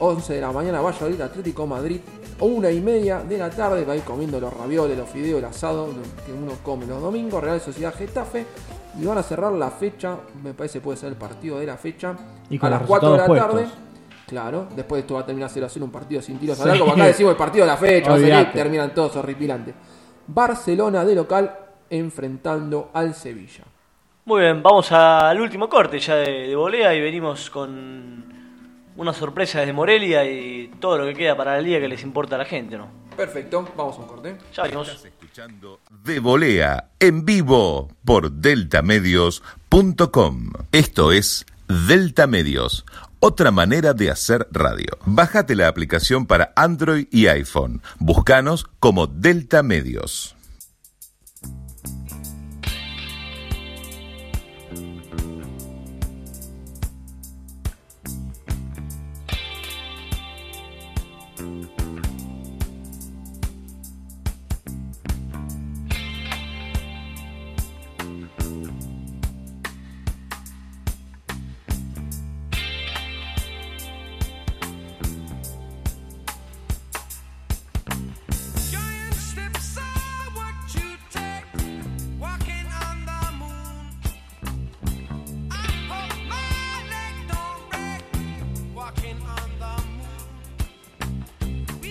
11 de la mañana Valladolid Atlético Madrid. O una y media de la tarde va a ir comiendo los ravioles, los fideos, el asado, lo que uno come los domingos. Real Sociedad Getafe. Y van a cerrar la fecha, me parece puede ser el partido de la fecha.
Y
a
con
las
los
4 de la
resultados
tarde.
puestos.
Claro, después esto va a terminar 0 a 0 un partido sin tiros al
Sí.
arco. porque Acá decimos el partido de la fecha, va a salir,
Olvídate.
terminan todos horripilantes. Barcelona de local enfrentando al Sevilla.
Muy bien, vamos al último corte ya de, de volea y venimos con una sorpresa desde Morelia y todo lo que queda para el día que les importa a la gente, ¿no?
Perfecto, vamos a un corte.
Ya venimos.
Estás escuchando De Volea en vivo por deltamedios.com. Esto es Delta Medios, otra manera de hacer radio. Bájate la aplicación para Android y iPhone. Búscanos como Delta Medios.
Giant steps are what you take, walking on the moon. I hope my leg don't break, walking on the moon. We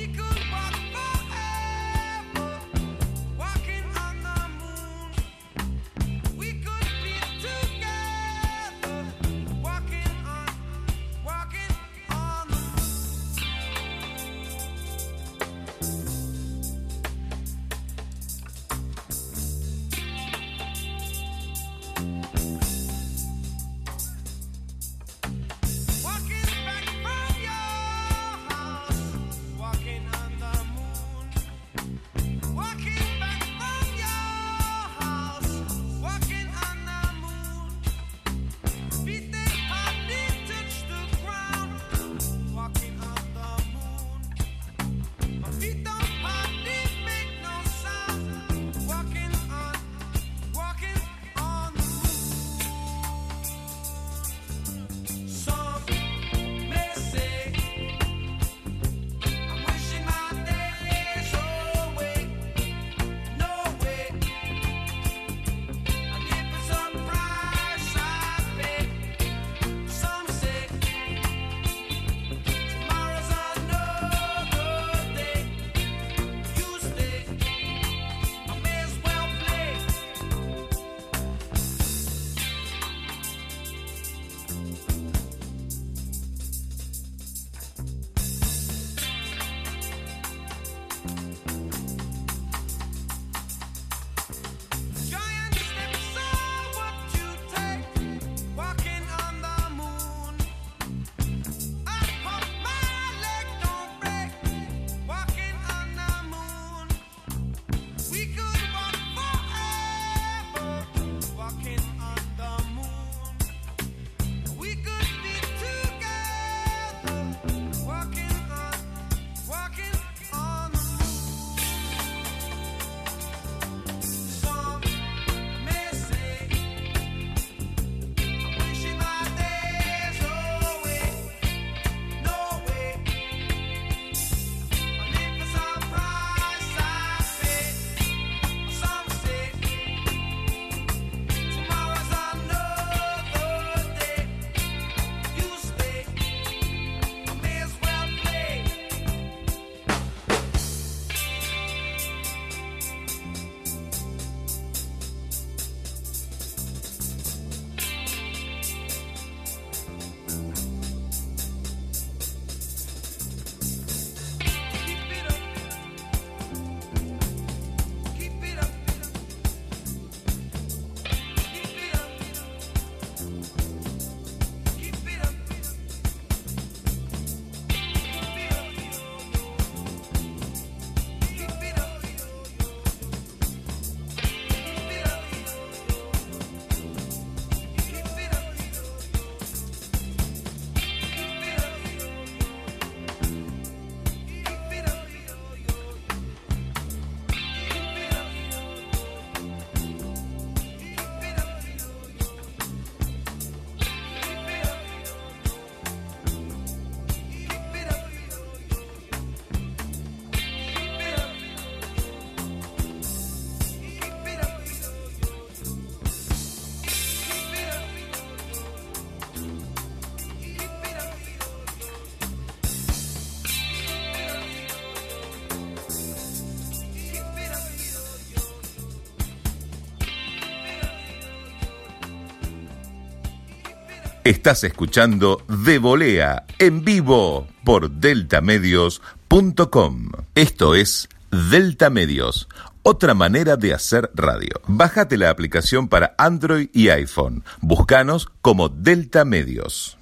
Estás escuchando De Volea en vivo por deltamedios.com. Esto es Delta Medios, otra manera de hacer radio. Bájate la aplicación para Android y iPhone. Búscanos como Delta Medios.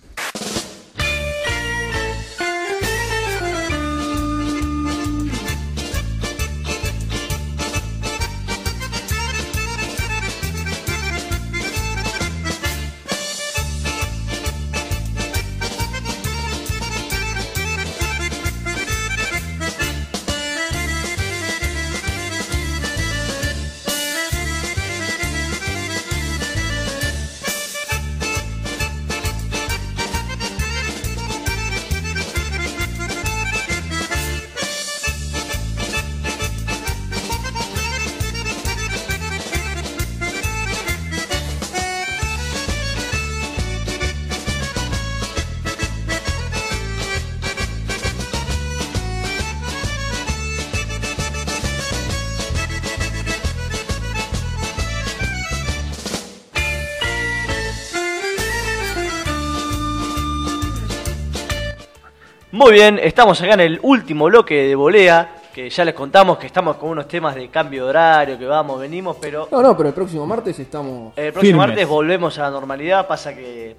Muy bien, estamos acá en el último bloque de volea, que ya les contamos que estamos con unos temas de cambio de horario, que vamos, venimos, pero eh,
No, no, pero el próximo martes estamos.
el próximo
Firmes.
martes volvemos a la normalidad, pasa que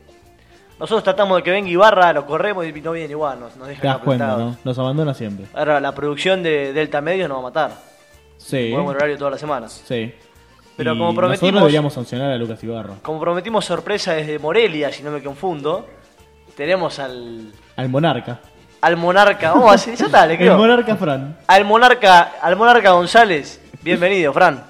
nosotros tratamos de que venga Ibarra, lo corremos y no viene igual, nos, nos
Te
deja
das cuenta, ¿no? Nos abandona siempre.
Ahora la producción de Delta Medios nos va a matar,
Sí.
ponemos horario todas las semanas.
Sí.
Pero
Y
como prometimos-
Nosotros deberíamos sancionar a Lucas Ibarra.
Como prometimos sorpresa desde Morelia, si no me confundo, tenemos al,
Al monarca.
al monarca, vamos a decir, ya está, le
El
creo.
monarca Fran.
Al monarca, al monarca González, bienvenido, Fran.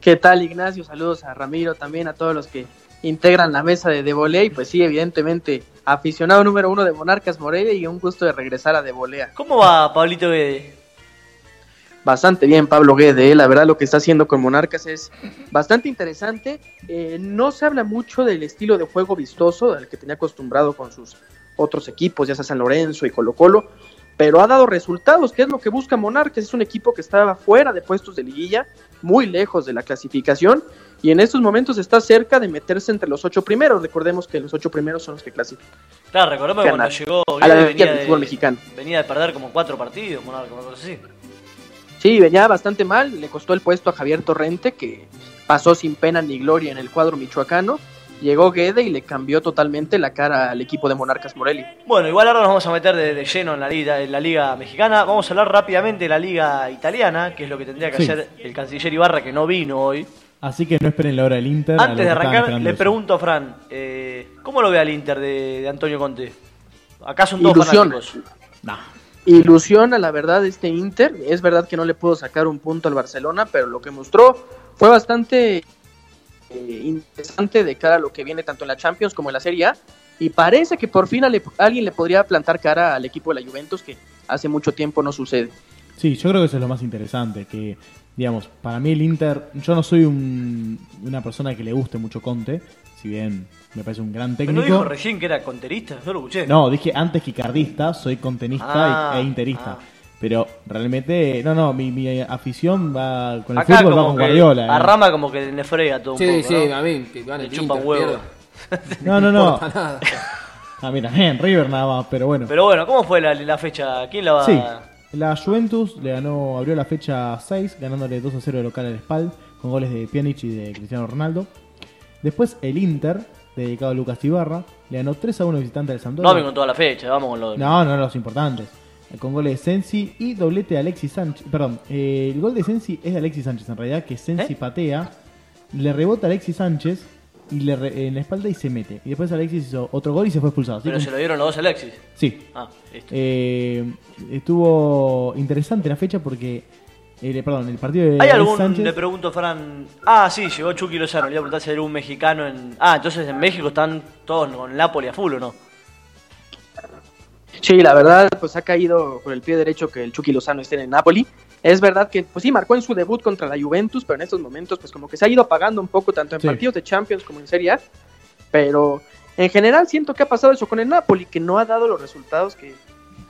¿Qué tal, Ignacio? Saludos a Ramiro, también a todos los que integran la mesa de Debolea. Y pues sí, evidentemente, aficionado número uno de Monarcas Morelia y un gusto de regresar a Debolea.
¿Cómo va Pablito Guede?
Bastante bien, Pablo Guede. eh. La verdad, lo que está haciendo con Monarcas es bastante interesante. Eh, no se habla mucho del estilo de juego vistoso al que tenía acostumbrado con sus otros equipos, ya sea San Lorenzo y Colo-Colo. Pero ha dado resultados, que es lo que busca Monarcas. Es un equipo que estaba fuera de puestos de liguilla, muy lejos de la clasificación. Y en estos momentos está cerca de meterse entre los ocho primeros. Recordemos que los ocho primeros son los que clasifican.
Claro, recordemos que cuando
Ganar.
llegó
A la
Guede
energía del fútbol mexicano.
venía de perder como cuatro partidos, Monarca, una cosa así.
Sí, venía bastante mal, le costó el puesto a Javier Torrente, que pasó sin pena ni gloria en el cuadro michoacano. Llegó Guede y le cambió totalmente la cara al equipo de Monarcas Morelia.
Bueno, igual ahora nos vamos a meter de, de lleno en la, liga, en la liga mexicana. Vamos a hablar rápidamente de la liga italiana, que es lo que tendría que
Sí.
hacer el canciller Ibarra, que no vino hoy.
Así que no esperen la hora del Inter. a los
Antes de
que estaban
arrancar,
esperando
le
eso.
pregunto a Fran, eh, ¿cómo lo ve al Inter de, de Antonio Conte? Acá son todos
Ilusión.
fanáticos.
Nah.
Ilusiona, la verdad, este Inter. Es verdad que no le pudo sacar un punto al Barcelona, pero lo que mostró fue bastante eh, interesante de cara a lo que viene tanto en la Champions como en la Serie A. Y parece que por fin ale- alguien le podría plantar cara al equipo de la Juventus, que hace mucho tiempo no sucede.
Sí, yo creo que eso es lo más interesante, que digamos, para mí el Inter, yo no soy un- una persona que le guste mucho Conte, si bien me parece un gran
¿No
técnico.
dijo recién que era conterista? Yo lo escuché.
No, dije antes que cardista, soy contenista
Ah,
y- e interista.
ah.
Pero realmente, no, no, mi, mi afición va con el
Acá
fútbol, va
como
con
que
Guardiola. eh.
Arrama como que le frega todo un
Sí,
poco,
sí,
¿no?
a mí, que gane
Le
el
chupa
Inter,
huevo.
pierda.
No, no, no.
importa nada.
Ah, mira, en River nada más, pero bueno.
Pero bueno, ¿cómo fue la, la fecha? ¿Quién la va
Sí, la Juventus le ganó, abrió la fecha 6, ganándole 2 a 0 de local al Spal, con goles de Pjanic y de Cristiano Ronaldo. Después el Inter, dedicado a Lucas Ibarra, le ganó 3 a 1 visitante al
No, vamos
Sampdoria.
con toda la fecha, vamos con lo
No, no, los importantes. Con goles de Sensi y doblete de Alexis Sánchez. Perdón, eh, el gol de Sensi es de Alexis Sánchez en realidad, que Sensi
¿Eh?
patea, le rebota a Alexis Sánchez y le re- en la espalda y se mete. Y después Alexis hizo otro gol y se fue expulsado. Así
Pero
que-
se lo dieron los dos a Alexis.
Sí,
Ah, listo.
eh, estuvo interesante la fecha porque. eh, perdón, el partido de
¿Hay
Luis
algún,
Sánchez-
le pregunto Fran, ah, sí, llegó Chucky Lozano, le iba a preguntar si era un mexicano en... Ah, entonces en México están todos con Napoli a full, ¿o no?
Sí, la verdad, pues ha caído por el pie derecho que el Chucky Lozano esté en el Napoli. Es verdad que, pues sí, marcó en su debut contra la Juventus, pero en estos momentos, pues como que se ha ido apagando un poco, tanto en
Sí.
partidos de Champions como en Serie A. Pero en general siento que ha pasado eso con el Napoli, que no ha dado los resultados que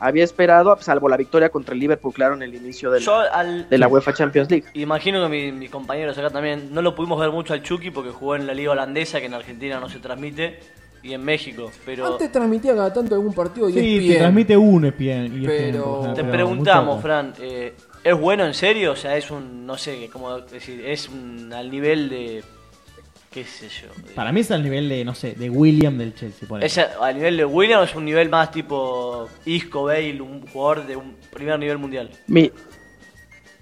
había esperado, salvo la victoria contra el Liverpool, claro, en el inicio de la,
Yo al.
de la UEFA Champions League.
Imagino que mi- mis compañeros acá también no lo pudimos ver mucho al Chucky porque jugó en la liga holandesa que en Argentina no se transmite y en México, pero
Antes transmitía cada tanto algún partido y
Sí,
es
te transmite uno ESPN. y ESPN,
Pero-
por ejemplo,
te
muy
preguntamos,
poco.
Fran, eh, ¿es bueno en serio? O sea, es un, no sé, cómo decir, es un- al nivel de, qué sé yo. de-
Para mí es al nivel de, no sé, de William del Chelsea. ponele.
es a, a nivel de William es un nivel más tipo Isco, Bale, un jugador de un primer nivel mundial.
Mi-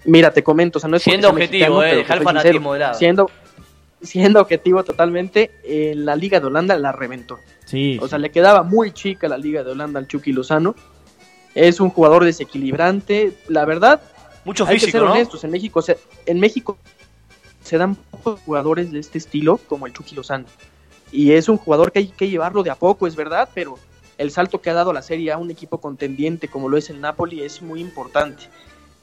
mira, te comento, o sea, no es porque
Siendo
sea
objetivo, eh,
pero
dejá el
te soy
fanatismo
sincero,
de lado.
Siendo, siendo objetivo totalmente, eh, la Liga de Holanda la reventó.
Sí.
O sea, le quedaba muy chica la Liga de Holanda al Chucky Lozano. Es un jugador desequilibrante. La verdad,
Mucho
hay que
físico,
ser
¿no?
honestos, en México, se, en México se dan pocos jugadores de este estilo como el Chucky Lozano. Y es un jugador que hay que llevarlo de a poco, es verdad, pero el salto que ha dado la Serie A un equipo contendiente como lo es el Napoli es muy importante.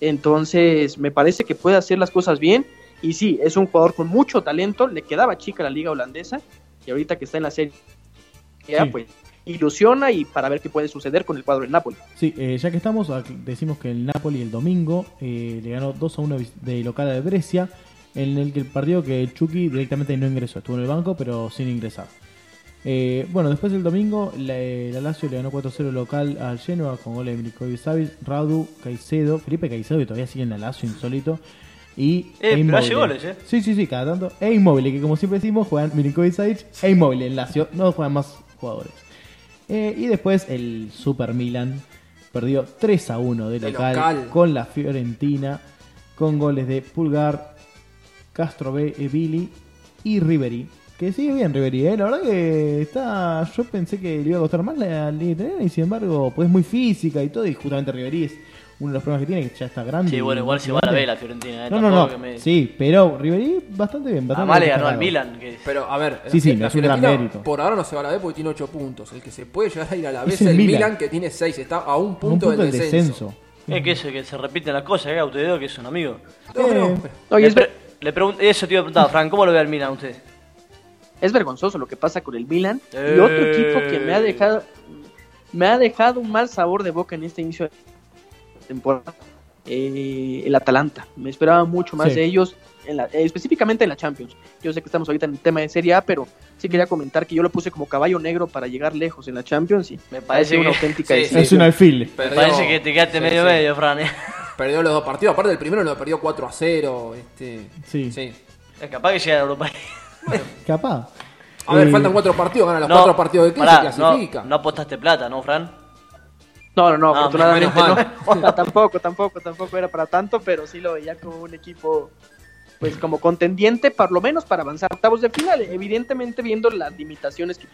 Entonces, me parece que puede hacer las cosas bien. Y sí, es un jugador con mucho talento, le quedaba chica la liga holandesa y ahorita que está en la Serie A,
Sí.
pues ilusiona y para ver qué puede suceder con el cuadro del Napoli.
Sí, eh, ya que estamos, ac- decimos que el Napoli el domingo eh, le ganó 2 a 1 vis- de local de Brescia, en el que el partido que Chucky directamente no ingresó, estuvo en el banco pero sin ingresar. Eh, bueno, después el domingo la, eh, la Lazio le ganó 4-0 local al Genoa con goles de Milinkovic Savic, Radu, Caicedo, Felipe Caicedo que todavía sigue en la Lazio insólito y
Eh,
e
pero hace
Immobile.
goles, eh.
Sí, sí, sí, cada tanto. E Inmóvil, que como siempre decimos, juegan Milinkovic Savic e Inmóvil en Lazio, no juegan más jugadores. Eh, y después el Super Milan perdió 3 a 1 de
De
local,
local.
con la Fiorentina, con goles de Pulgar, Castro B, Billy y Riveri. Que sigue bien Riveri, eh, la verdad que está. Yo pensé que le iba a costar más la liga italiana y sin embargo, pues es muy física y todo. Y justamente Riveri es uno de los problemas que tiene, que ya está grande.
Sí, bueno, igual
y-
se va a la B la Fiorentina. eh,
No, no,
tampoco
no.
que me-
Sí, pero Riveri bastante bien. Bastante
Además le
bien
ganó al
parado.
Milan, que
Pero a ver, eh,
Sí, sí,
la- la
es un gran
Fiorentina
mérito.
por ahora no se va a la B porque tiene 8 puntos. El que se puede llegar a ir a la B
Es
es
el
el Milan,
Milan.
que tiene 6, está a un
Un
punto,
punto del
descenso.
descenso.
es que, eso, que se repiten las cosas, que Gauto de Dedo, que es un amigo.
No, pero-
Eh.
pero-
Oye,
le,
es ver-
pre- le pregun- eso te iba a preguntar, Fran, ¿cómo lo ve al Milan usted?
es vergonzoso lo que pasa con el Milan y otro
Eh.
equipo que me ha dejado me ha dejado un mal sabor de boca en este inicio de temporada eh, el Atalanta me esperaba mucho más
Sí.
de ellos en la- eh, específicamente en la Champions yo sé que estamos ahorita en el tema de Serie A pero sí quería comentar que yo lo puse como caballo negro para llegar lejos en la Champions y
Me
ha sido
parece
una
que,
auténtica
Ah, Sí,
decepción.
Es un alfil.
me
perdió-
parece que te quedaste
sí,
medio
sí.
medio, Fran. eh.
Perdió los dos partidos, aparte el primero lo perdió 4 a 0. Este,
Sí.
sí.
Capaz que llega a Europa.
Capaz.
A ver,
Eh,
faltan 4 partidos, ganan los
No,
4 partidos de crisis
pará,
y clasifica.
No, no apostaste plata, ¿no, Fran?
no no no
Ah,
afortunadamente
menos
no. No, tampoco tampoco tampoco era para tanto pero sí lo veía como un equipo pues como contendiente por lo menos para avanzar a octavos de final, evidentemente viendo las limitaciones que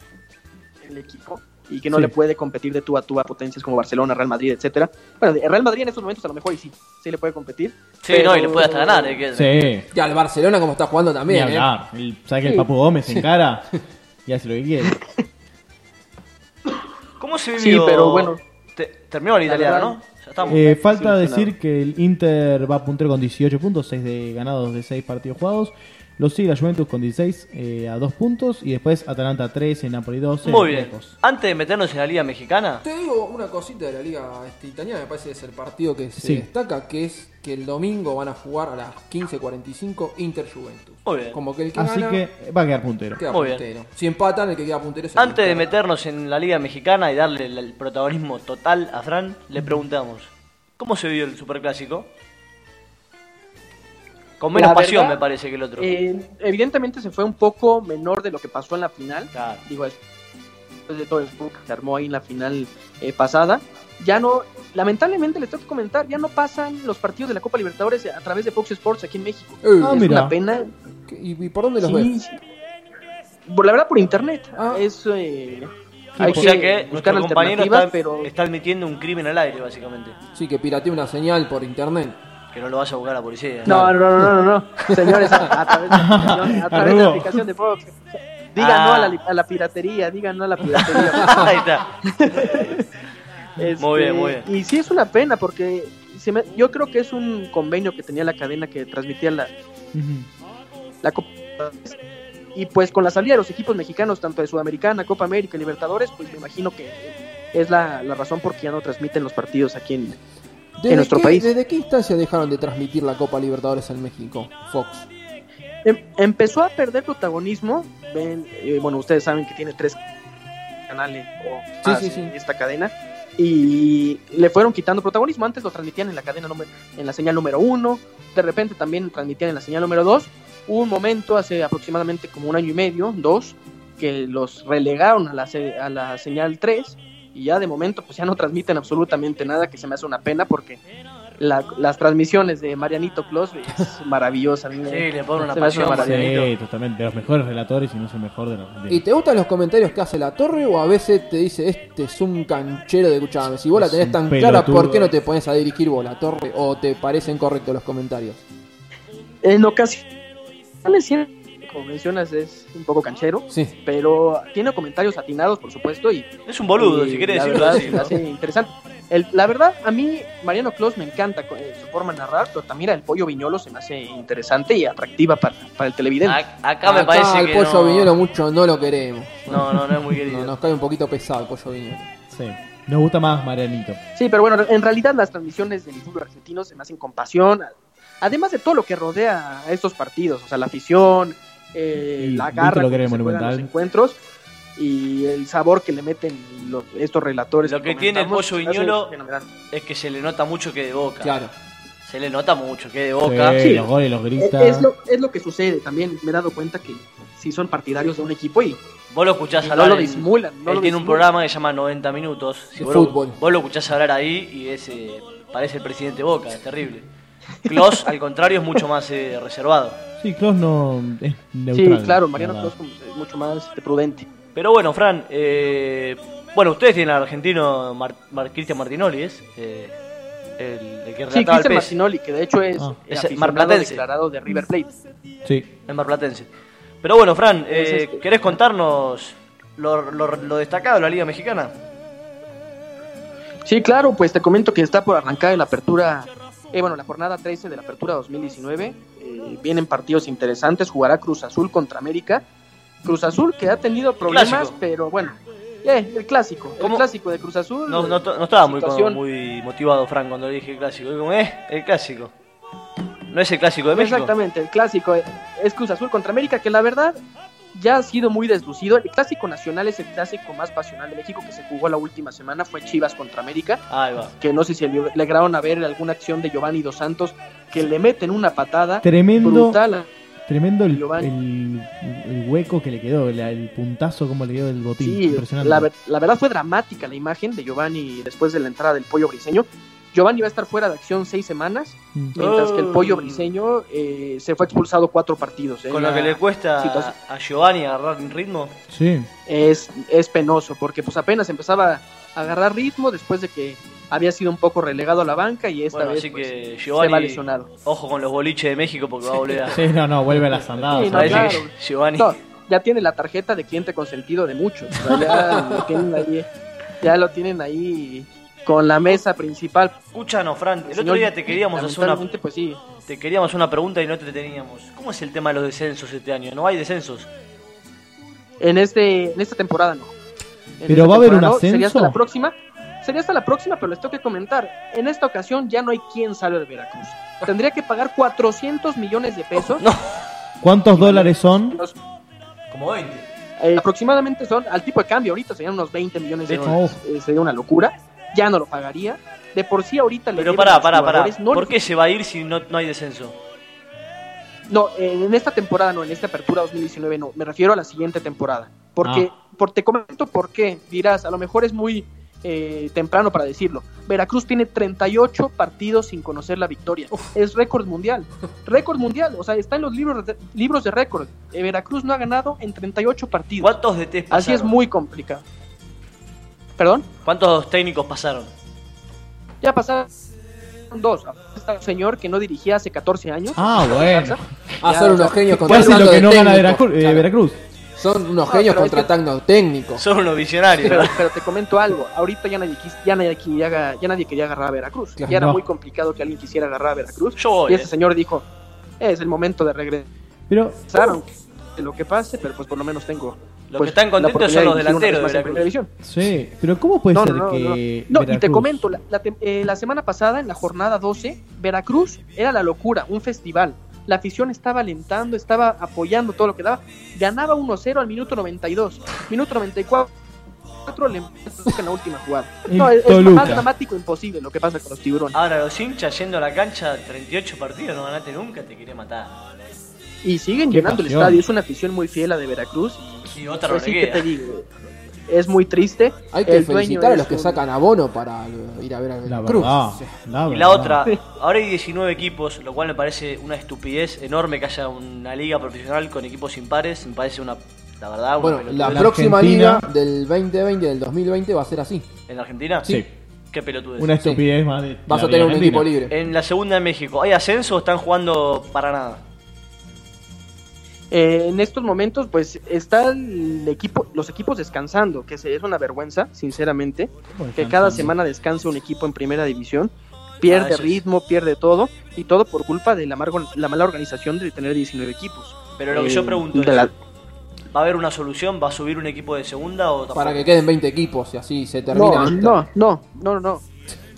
tiene el equipo y que no
Sí.
le puede competir de tú a tú a potencias como Barcelona, Real Madrid, etcétera. Bueno, de- Real Madrid en estos momentos a lo mejor y sí, sí le puede competir.
Sí,
pero-
no, y le puede hasta ganar. eh, que-
Sí.
Y al Barcelona como está jugando
Ni
también, ¿eh?
hablar. El, ¿Sabes que el Papu Gómez se encara? Y hace lo que quiere.
¿Cómo se
Sí,
vivió?
pero bueno.
Te- terminó el
La
italiano,
verdad-
¿no? Ya estamos.
Eh, falta
Sí,
decir
claro.
que el Inter va puntero con 18 puntos, 6 de ganados de 6 partidos jugados. Lo sigue la Juventus con 16 eh, a 2 puntos. Y después Atalanta 13, Napoli 12.
Muy bien.
lejos.
Antes de meternos en la Liga Mexicana,
Te digo una cosita de la liga este, italiana, me parece que es el partido que se
Sí.
destaca, que es que el domingo van a jugar a las 15.45 Inter Juventus.
Muy bien.
Como que el que
Así
gana
que eh, va a quedar puntero.
queda
Muy bien.
puntero. Si empatan, el que queda puntero es el
antes de
puntero.
meternos en la Liga Mexicana y darle el, el protagonismo total a Fran, le preguntamos: ¿Cómo se vivió el Superclásico? Con menos
La
pasión,
verdad,
me parece que el otro.
Eh, evidentemente se fue un poco menor de lo que pasó en la final.
Claro.
Digo, después pues, de todo el book que se armó ahí en la final eh, pasada. Ya no, lamentablemente les tengo que comentar, ya no pasan los partidos de la Copa Libertadores a través de Fox Sports aquí en México.
Eh,
Ah,
es
mira.
una pena,
¿qué- ¿Y, y por dónde los
Sí,
ves?
sí. Por la verdad, por internet.
Pues, Ah.
Es, eh, hay
pues, o sea
que,
que
buscar
nuestro compañero
alternativas,
está, este
pero
está admitiendo un crimen al aire, básicamente.
Sí, que pirateé una señal por internet.
Que no lo vas a buscar a la policía.
no, no, no, no, no, no. señores, a, a través de la aplicación, a través de la
Arrugo.
aplicación de Fox. Digan no a la, li- a la piratería, digan no a la piratería.
Ahí está.
Este,
Muy bien, muy bien.
Y sí es una pena porque se me- yo creo que es un convenio que tenía la cadena que transmitía la,
Ujú.
la Copa. Y pues con la salida de los equipos mexicanos, tanto de Sudamericana, Copa América y Libertadores, pues me imagino que es la, la razón por que ya no transmiten los partidos aquí en...
¿Desde
nuestro
qué-
país.
¿Desde qué instancia dejaron de transmitir la Copa Libertadores en México? Fox.
Em- empezó a perder protagonismo, ven, eh, bueno, ustedes saben que tiene tres canales o
Sí,
más
sí, sí.
en esta cadena, y le fueron quitando protagonismo, antes lo transmitían en la cadena número, en la señal número uno, de repente también transmitían en la señal número dos, hubo un momento hace aproximadamente como un año y medio, dos, que los relegaron a la, se- a la señal 3 y ya de momento pues ya no transmiten absolutamente nada, que se me hace una pena porque la- las transmisiones de Marianito Clos es maravillosa. a mí me-
Sí, le pone una
se me hace
pasión,
una
Marianito.
Sí,
maravilla.
Marianito.
totalmente. De los mejores relatores y no es el mejor de los. de-
¿Y te gustan los comentarios que hace la torre o a veces te dice este es un canchero de escuchame? Si vos la
Es
tenés
un
tan clara, ¿por
pelotudo.
qué no te pones a dirigir vos la torre o te parecen correctos los comentarios?
En ocasiones, sí, como mencionas, es un poco canchero,
Sí.
pero tiene comentarios atinados, por supuesto, y
Es un boludo,
Y
si quiere
la
decirlo
verdad,
así.
se me
¿no?
hace interesante. El- la verdad, a mí Mariano Clos me encanta co- eh, su forma de narrar, pero también el pollo viñolo se me hace interesante y atractiva para, para el televidente.
A- Acá me parece
al
que.
pollo
no,
viñolo mucho no lo queremos.
No, no, no es muy
No,
querido.
nos cae un poquito pesado el pollo viñolo.
Sí. Nos gusta más Marianito.
Sí, pero bueno, en realidad las transmisiones del fútbol argentino se me hacen con pasión, a- además de todo lo que rodea a estos partidos, o sea, la afición, eh,
Y
la
viste
garra
lo que era
con que se juegan
Monumental.
los encuentros y el sabor que le meten lo- estos relatores.
Lo que tiene el
comentamos,
Pollo
se me hace
Viñolo-
fenomenal.
Es que se le nota mucho que de boca.
Claro.
Se le nota mucho que de boca.
Sí,
Sí.
Los goles, los
Es,
grita.
Eh, es lo, es lo que sucede también. Me he dado cuenta que si son partidarios de un equipo y,
Vos lo escuchás
y
hablar.
no lo
en-
disimulan. no
él
lo
tiene un
disimulan.
programa que se llama 90 minutos.
De
vos, lo-
fútbol.
vos lo escuchás hablar ahí y ese parece el presidente Boca, es terrible. Klaus, al contrario, es mucho más eh, reservado.
Sí, Clos no es neutral.
Sí, claro, Mariano
la
Clos
verdad.
es mucho más este, prudente.
Pero bueno, Fran, eh, bueno, ustedes tienen al argentino Mar- Mar- Cristian Martinoli, ¿es? Eh, el, el que
Sí,
relataba el
Cristian
PES,
Martinoli, que de hecho es,
Ah.
eh,
Es
aficionado
marplatense.
declarado de River Plate.
Sí.
el marplatense. Pero bueno, Fran,
Es
eh,
este.
¿querés contarnos lo, lo- lo destacado de la Liga Mexicana?
Sí, claro, pues te comento que está por arrancar la apertura, eh, bueno, la jornada 13 de la apertura 2019. Eh, vienen partidos interesantes, jugará Cruz Azul contra América. Cruz Azul que ha tenido problemas,
Clásico.
pero bueno, eh, el clásico,
¿Cómo?
el clásico de Cruz Azul.
No, no,
eh,
to- no estaba muy,
situación-
muy motivado, Fran, cuando le dije el clásico. Digo, ¿eh? El clásico. ¿No es el clásico de México?
Exactamente, el clásico eh, es Cruz Azul contra América, que la verdad ya ha sido muy deslucido. El clásico nacional es el clásico más pasional de México que se jugó la última semana, fue Chivas contra América,
Ahí va.
que no sé si le lograron a ver alguna acción de Giovanni Dos Santos que le meten una patada
Tremendo,
brutal. a-
tremendo el,
Giovanni.
el- el hueco que le quedó, la- el puntazo como le quedó del botín.
Sí,
Impresionante.
la, ver- la verdad fue dramática la imagen de Giovanni después de la entrada del pollo briseño. Giovanni va a estar fuera de acción seis semanas,
Mm.
mientras que el pollo
Oh.
briseño eh, se fue expulsado cuatro partidos. eh,
Con lo
la-
que le cuesta
situación-
a Giovanni agarrar ritmo.
Sí.
es, es penoso, porque pues apenas empezaba a agarrar ritmo después de que había sido un poco relegado a la banca y esta
Bueno,
vez
así
pues,
que
se va
Giovanni,
lesionado.
ojo con los boliches de México porque va a volver a...
Sí, no, no, vuelve a las andadas.
Sí, no,
Parece
¿sabes?
claro.
que Giovanni...
No, ya tiene la tarjeta de cliente consentido de muchos. o sea, ya, lo tienen ahí, ya lo tienen ahí con la mesa principal.
Escúchanos, Fran, el otro
Señor,
día te queríamos hacer una,
lamentablemente, pues sí.
te queríamos una pregunta y no te teníamos. ¿Cómo es el tema de los descensos este año? ¿No hay descensos?
En, este, en esta temporada no. En
Pero
esta
va a haber un
temporada no, Sería
ascenso.
hasta la próxima. Sería hasta la próxima, pero les tengo que comentar. En esta ocasión ya no hay quien salve de Veracruz. Tendría que pagar 400 millones de pesos.
No.
¿Cuántos dólares son?
Los-
Como 20.
eh, aproximadamente son, al tipo de cambio ahorita serían unos 20 millones de
De-
dólares. Eh, sería una locura. Ya no lo pagaría. De por sí ahorita le
Pero
deben a
pará,
los
pará, pará.
jugadores, no
¿Por
les-
qué se va a ir si no, no hay descenso?
No, eh, en esta temporada no, en esta apertura 2019 no, me refiero a la siguiente temporada. Porque,
Ah.
por, te comento por qué, dirás, a lo mejor es muy eh, temprano para decirlo. Veracruz tiene 38 partidos sin conocer la victoria. Es récord mundial. Récord mundial, o sea, está en los libros de, libros de récord. Eh, Veracruz no ha ganado en 38 partidos.
¿Cuántos DTs pasaron?
Así es muy complicado. ¿Perdón?
¿Cuántos técnicos pasaron?
Ya pasaron dos. Está un señor que no dirigía hace 14 años.
Ah, bueno.
Hacer unos genios
¿Cuál es lo
contratando
que no gana
técnicos.
Veracruz? eh,
Claro.
Veracruz.
Son unos
No,
genios
pero es que-
contratando técnicos.
Son unos visionarios.
Pero,
¿verdad?
pero te comento algo, ahorita ya nadie, quis- ya nadie, qui- ya ga- ya nadie quería agarrar a Veracruz.
Claro,
ya era
no.
muy complicado que alguien quisiera agarrar a Veracruz.
Yo voy.
y
eh.
ese señor dijo, es el momento de regresar,
Pero
aunque lo que pase, pero pues por lo menos tengo
Los que
pues,
están
la
contentos
oportunidad
son los
de conseguir una
delanteros
vez más
de
en primera
Veracruz.
división.
Sí, pero ¿cómo puede
No,
ser
no, no,
que.
no, no. No, y te
Veracruz-
comento, la, la tem- eh, la semana pasada, en la jornada 12, Veracruz era la locura, un festival. La afición estaba alentando, estaba apoyando todo lo que daba. Ganaba 1-0 al minuto 92. Minuto 94 le empatan la última jugada.
El
No, es, es lo
Toluca.
más dramático imposible lo que pasa con los tiburones.
Ah,
Ahora, los hinchas yendo a la cancha 38 partidos, no ganaste nunca, te quiere matar.
Y siguen
Qué
llenando el
pasión.
estadio. Es una afición muy fiel a de Veracruz.
Y otra
Pues sí, ¿qué
reguera.
te digo? Es muy triste.
Hay que
El dueño
felicitar a los
es
que
un-
sacan abono para ir a ver a
La
Veracruz.
verdad.
Y la
verdad.
otra, ahora hay 19 equipos, lo cual me parece una estupidez enorme que haya una liga profesional con equipos impares. Me parece una, la verdad, una
Bueno,
pelotudez.
la,
La
próxima
Argentina-
liga del 2020, del 2020 va a ser así.
¿En la Argentina?
Sí.
Qué pelotudez.
Una estupidez más de.
Vas
la
a tener un
Argentina.
equipo libre.
En la segunda de México, ¿hay ascenso o están jugando para nada?
Eh, en estos momentos, pues están equipo, los equipos descansando, que se- es una vergüenza, sinceramente,
Bueno,
que
están-
cada
están-
semana descanse un equipo en primera división, pierde
Ah, eso es.
ritmo, pierde todo, y todo por culpa de la, amargo- la mala organización de tener 19 equipos.
Pero lo que
Eh,
yo pregunto es,
de la-
¿va a haber una solución? ¿Va a subir un equipo de segunda o tampoco?
Para que queden 20 equipos y así se termina.
no,
esto.
no, no, no, no.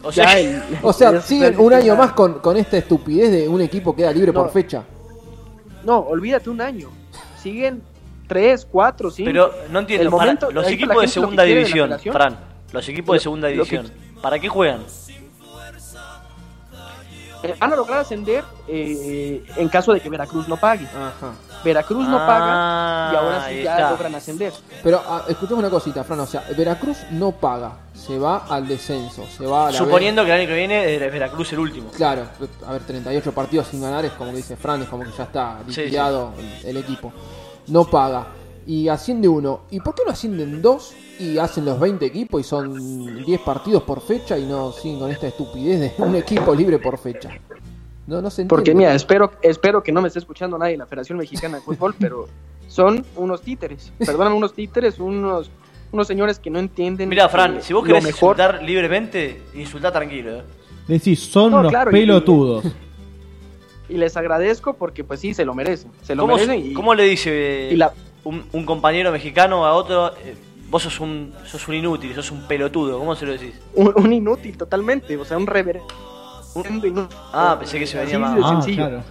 O sea,
Ya
que-
el-
O sea,
es-
siguen un año más con, con esta estupidez de un equipo queda libre
No.
por fecha.
No, olvídate un año. Siguen 3, 4, 5.
pero no entiendo,
El
para-
momento-
los
ahí
equipos de
está la gente, lo que
segunda
quiere de la
división,
apelación.
Fran, los equipos de
Lo-
segunda
lo que-
división, ¿para qué juegan?
Eh, van a lograr ascender eh, en caso de que Veracruz no pague.
Ajá.
Veracruz no paga
Ah,
y ahora sí
ahí
ya
está.
logran ascender.
Pero ah, escuchemos una cosita, Fran. O sea, Veracruz no paga. Se va al descenso. Se va a la B.
Suponiendo que el año que viene es Veracruz el último.
Claro, a ver, 38 partidos sin ganar es como que dice Fran, es como que ya está
Sí,
liquidado El, el equipo. No paga. Y asciende uno. ¿Y por qué no ascienden dos y hacen los 20 equipos y son 10 partidos por fecha y no siguen con esta estupidez de un equipo libre por fecha? No, no se entiende.
Porque mira, espero, espero que no me esté escuchando nadie en la Federación Mexicana de Fútbol, pero son unos títeres. Perdonan, unos títeres, unos, unos señores que no entienden.
Mira, Fran,
eh,
si vos
lo
querés
mejor.
insultar libremente, insultá tranquilo. ¿eh?
Decís, son
No,
unos
claro, y-
pelotudos.
Y les agradezco porque pues sí, se lo merecen. Se lo
¿Cómo,
merecen y,
cómo le dice
y la-
un, un compañero mexicano a otro? eh, vos sos un, sos un inútil, sos un pelotudo, ¿cómo se lo decís?
un, un inútil totalmente, o sea, un reverendo inútil.
Ah, pensé que se venía
Así
más.
de
Ah,
sencillo.
claro.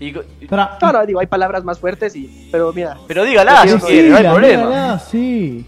Y co- y-
Pará,
No, no, digo, hay palabras más fuertes, y, pero mira,
pero dígala
Sí,
si
Ah, sí,
quiere, no hay
la
problema.
verdad, sí.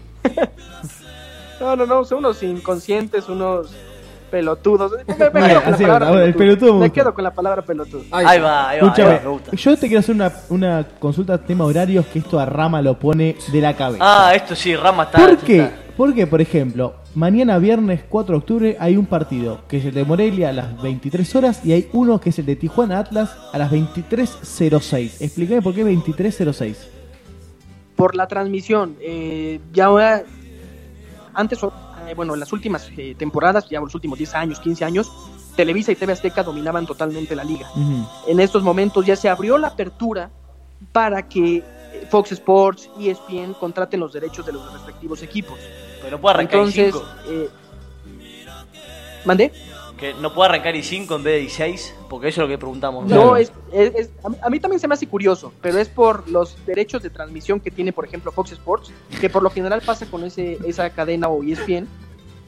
no, no, no, son unos inconscientes, unos pelotudos. Me, me
Vale,
quedo con la
así,
palabra
a ver, el pelotudo me
Me
gusta.
quedo con la palabra pelotudo.
Ahí
Ahí
está.
va, ahí va, ahí va,
Escúchame,
me gusta.
yo te quiero hacer una, una consulta tema horarios que esto a Rama lo pone de la cabeza.
Ah, esto sí, Rama está.
¿Por qué?
está-
Porque, por ejemplo, mañana viernes 4 de octubre hay un partido que es el de Morelia a las 23 horas y hay uno que es el de Tijuana Atlas a las 23.06. Explícame por qué 23.06.
Por la transmisión, eh, ya ahora, antes, o- eh, bueno, en las últimas eh, temporadas, ya los últimos 10 años, 15 años, Televisa y TV Azteca dominaban totalmente la liga.
Ujú.
en estos momentos ya se abrió la apertura para que eh, Fox Sports y ESPN contraten los derechos de los respectivos equipos.
Pero no puede arrancar
Entonces,
I5.
eh, ¿mandé?
Que no puede arrancar I5 en vez de I6, porque eso es lo que preguntamos.
Claro.
No, es, es- es- a mí- a mí también se me hace curioso, pero es por los derechos de transmisión que tiene, por ejemplo, Fox Sports, que por lo general pasa con ese, esa cadena o E ESPN,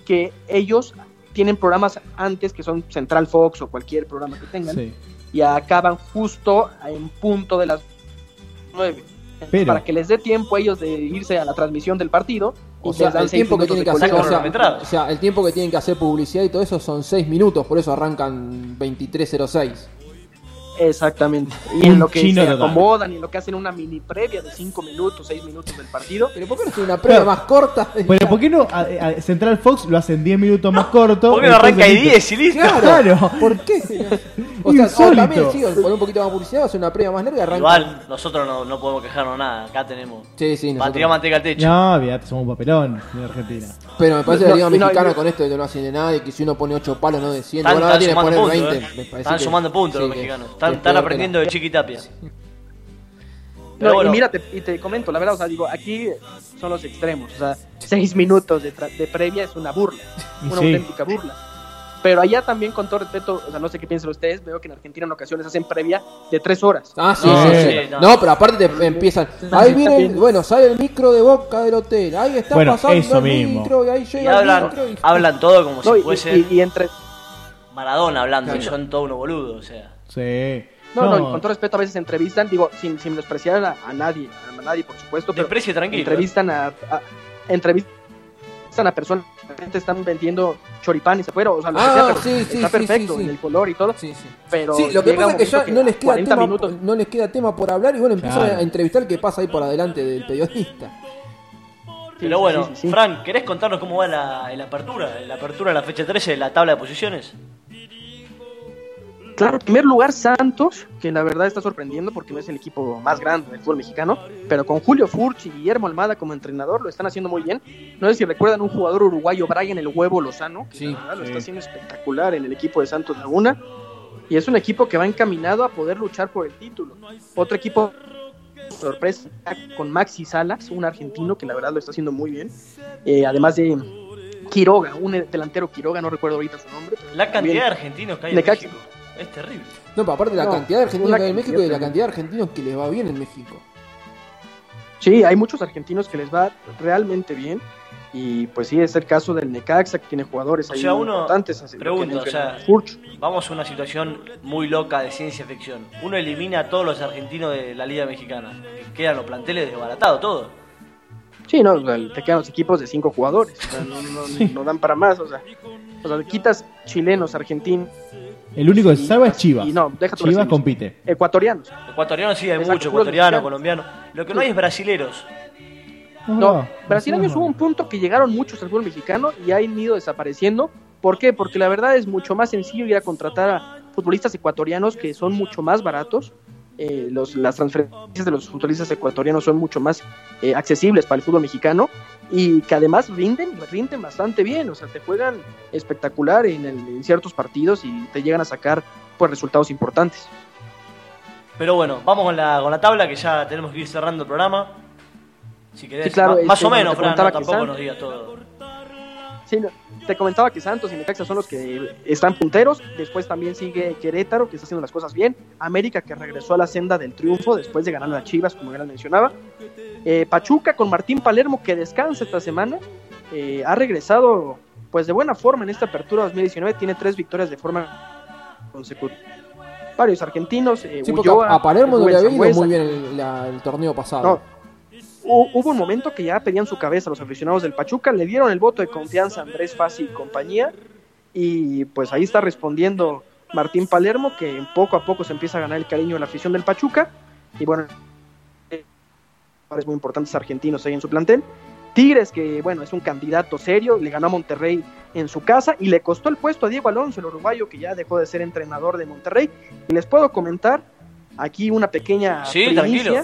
que ellos tienen programas antes que son Central Fox o cualquier programa que tengan.
Sí.
y acaban justo en punto de las 9.
Pero-
Para que les dé tiempo a ellos de irse a la transmisión del partido. y
O sea,
les dan
el
seis
tiempo que
minutos
tienen que
de
hacer,
color
o
color.
sea,
cronometrado.
o sea, el tiempo que tienen que hacer publicidad y todo eso son 6 minutos, por eso arrancan 23.06.
Exactamente. Y en
Un
lo que
chino
se
total.
acomodan y en lo que hacen una mini previa de 5 minutos, 6 minutos del partido.
Pero ¿por qué no tiene una prueba
Pero-
más corta?
Bueno, ¿por qué no a- a Central Fox lo hacen 10 minutos más corto?
¿Por qué no
Entonces,
arranca
listo.
I10 y listo?
Claro.
Claro.
¿Por qué? O sea, o
Insólito.
también sí, o poner un poquito más publicidad, hacer una previa más larga, arranca.
Igual, nosotros no, no podemos quejarnos nada, acá tenemos.
Sí, sí, nosotros-
Patria manteca al techo.
No, mirá, somos un papelón en Argentina.
Pero me parece que la
No,
Liga
no,
Mexicana
no,
con esto de que no hacen de nada y que si uno pone 8 palos no desciende.
Están,
Bueno,
están
ahora tiene que poner
sumando puntos,
20.
eh.
me parece
están
que-
sumando puntos
sí,
los
que-
mexicanos.
que
Están,
es
están
peor que
aprendiendo
la-
de Chiquitapia. Pero
No,
bueno.
Y mira, te- y te comento, la verdad, o sea, digo, aquí son los extremos. O sea, 6 minutos de, tra- de previa es una burla.
Y
Una
sí.
auténtica burla. Pero allá también, con todo respeto, o sea, no sé qué piensan ustedes, veo que en Argentina en ocasiones hacen previa de tres horas.
Ah, sí,
No,
sí,
sí,
sí.
no.
No. pero aparte te empiezan. Ahí viene, el- bueno, sale el micro de boca del hotel. Ahí está
Bueno,
pasando
eso
el
mismo.
micro y ahí
Y
llega el
hablan,
micro. y-
hablan todo como
No,
si
y,
fuese
y- y entre.
Maradona hablando, y
Claro.
son todos unos boludos, o sea.
Sí.
No, no, y con todo respeto, a veces entrevistan, digo, sin, sin despreciar a, a nadie, a nadie, por supuesto, pero
Desprecie tranquilo. ¿eh?
entrevistan a, a- entrevistan a personas que realmente están vendiendo choripanes afuera, o sea, lo que
Ah,
sea, pero
sí, sí,
está
sí,
perfecto
sí, sí.
en el color y todo,
Sí, sí.
pero
Sí, lo que
llega
pasa
un
es que ya
momento
no les, queda
40
tema,
minutos
no les queda tema por hablar y bueno, empiezan
Claro.
a entrevistar que pasa ahí por adelante del periodista.
Pero bueno,
Sí, sí, sí.
Fran, ¿querés contarnos cómo va la, la apertura? La apertura de la fecha 13 de la tabla de posiciones.
Claro, en primer lugar Santos, que la verdad está sorprendiendo porque no es el equipo más grande del fútbol mexicano, pero con Julio Furch y Guillermo Almada como entrenador lo están haciendo muy bien. No sé si recuerdan un jugador uruguayo, Brian El Huevo Lozano, que
Sí,
la verdad lo
sí.
está haciendo espectacular en el equipo de Santos Laguna, y es un equipo que va encaminado a poder luchar por el título. Otro equipo sorpresa con Maxi Salas, un argentino que la verdad lo está haciendo muy bien, eh, además de Quiroga, un delantero Quiroga, no recuerdo ahorita su nombre. pero
La
también-
cantidad de argentinos que hay en
Necaxa.
México es terrible.
No, pero aparte de la
No,
cantidad de argentinos
una
que hay en
cantidad
México y de la
tremenda.
cantidad de argentinos que les va bien en México.
Sí, hay muchos argentinos que les va realmente bien. Y pues sí, es el caso del Necaxa, que tiene jugadores
O
ahí
sea,
muy
uno-
importantes. así que
pregunto,
mencioné
o sea,
a Furch.
Vamos a una situación muy loca de ciencia ficción. Uno elimina a todos los argentinos de la Liga Mexicana. Quedan los planteles desbaratados, todo.
Sí, no, o sea, te quedan los equipos de cinco jugadores. o sea, no, no- no dan para más. O sea, o sea, quitas chilenos, argentinos,
El único que se
Y-
salva es Chivas.
y no, deja tu
Chivas
brasileño.
compite.
ecuatorianos.
Ecuatorianos sí hay
Exacto,
mucho,
puros
ecuatorianos,
mexicanos.
colombianos. Lo que no hay es brasileros.
No, brasileños
Ah, no.
hubo un punto que llegaron muchos al fútbol mexicano y han ido desapareciendo. ¿Por qué? Porque la verdad es mucho más sencillo ir a contratar a futbolistas ecuatorianos que son mucho más baratos. Eh, los, las transferencias de los futbolistas ecuatorianos son mucho más eh, accesibles para el fútbol mexicano y que además rinden, rinden bastante bien. O sea, te juegan espectacular en, el- en ciertos partidos y te llegan a sacar pues resultados importantes.
Pero bueno, vamos con la, con la tabla que ya tenemos que ir cerrando el programa. Si querés,
Sí, claro,
ma-
este,
más o
como
menos,
te
Fran, no,
comentaba que
tampoco
San-
nos digas todo.
Sí, no, te comentaba que Santos y Necaxa son los que están punteros. Después también sigue Querétaro, que está haciendo las cosas bien. América, que regresó a la senda del triunfo después de ganar a las Chivas, como ya les mencionaba. Eh, Pachuca con Martín Palermo, que descansa esta semana. Eh, ha regresado pues de buena forma en esta apertura 2019. Tiene tres victorias de forma consecutiva. Varios argentinos. eh,
Sí, porque
Ulloa,
a Palermo no
Rubén
le había ido
Sambuesa.
muy bien el, la- el torneo pasado.
No. Hu- Hubo un momento que ya pedían su cabeza los aficionados del Pachuca, le dieron el voto de confianza a Andrés Fassi y compañía, y pues ahí está respondiendo Martín Palermo, que poco a poco se empieza a ganar el cariño de la afición del Pachuca, y bueno, eh, jugadores muy importantes argentinos ahí en su plantel. Tigres, que bueno, es un candidato serio, le ganó a Monterrey en su casa y le costó el puesto a Diego Alonso, el uruguayo que ya dejó de ser entrenador de Monterrey. Y les puedo comentar aquí una pequeña
Sí,
primicia,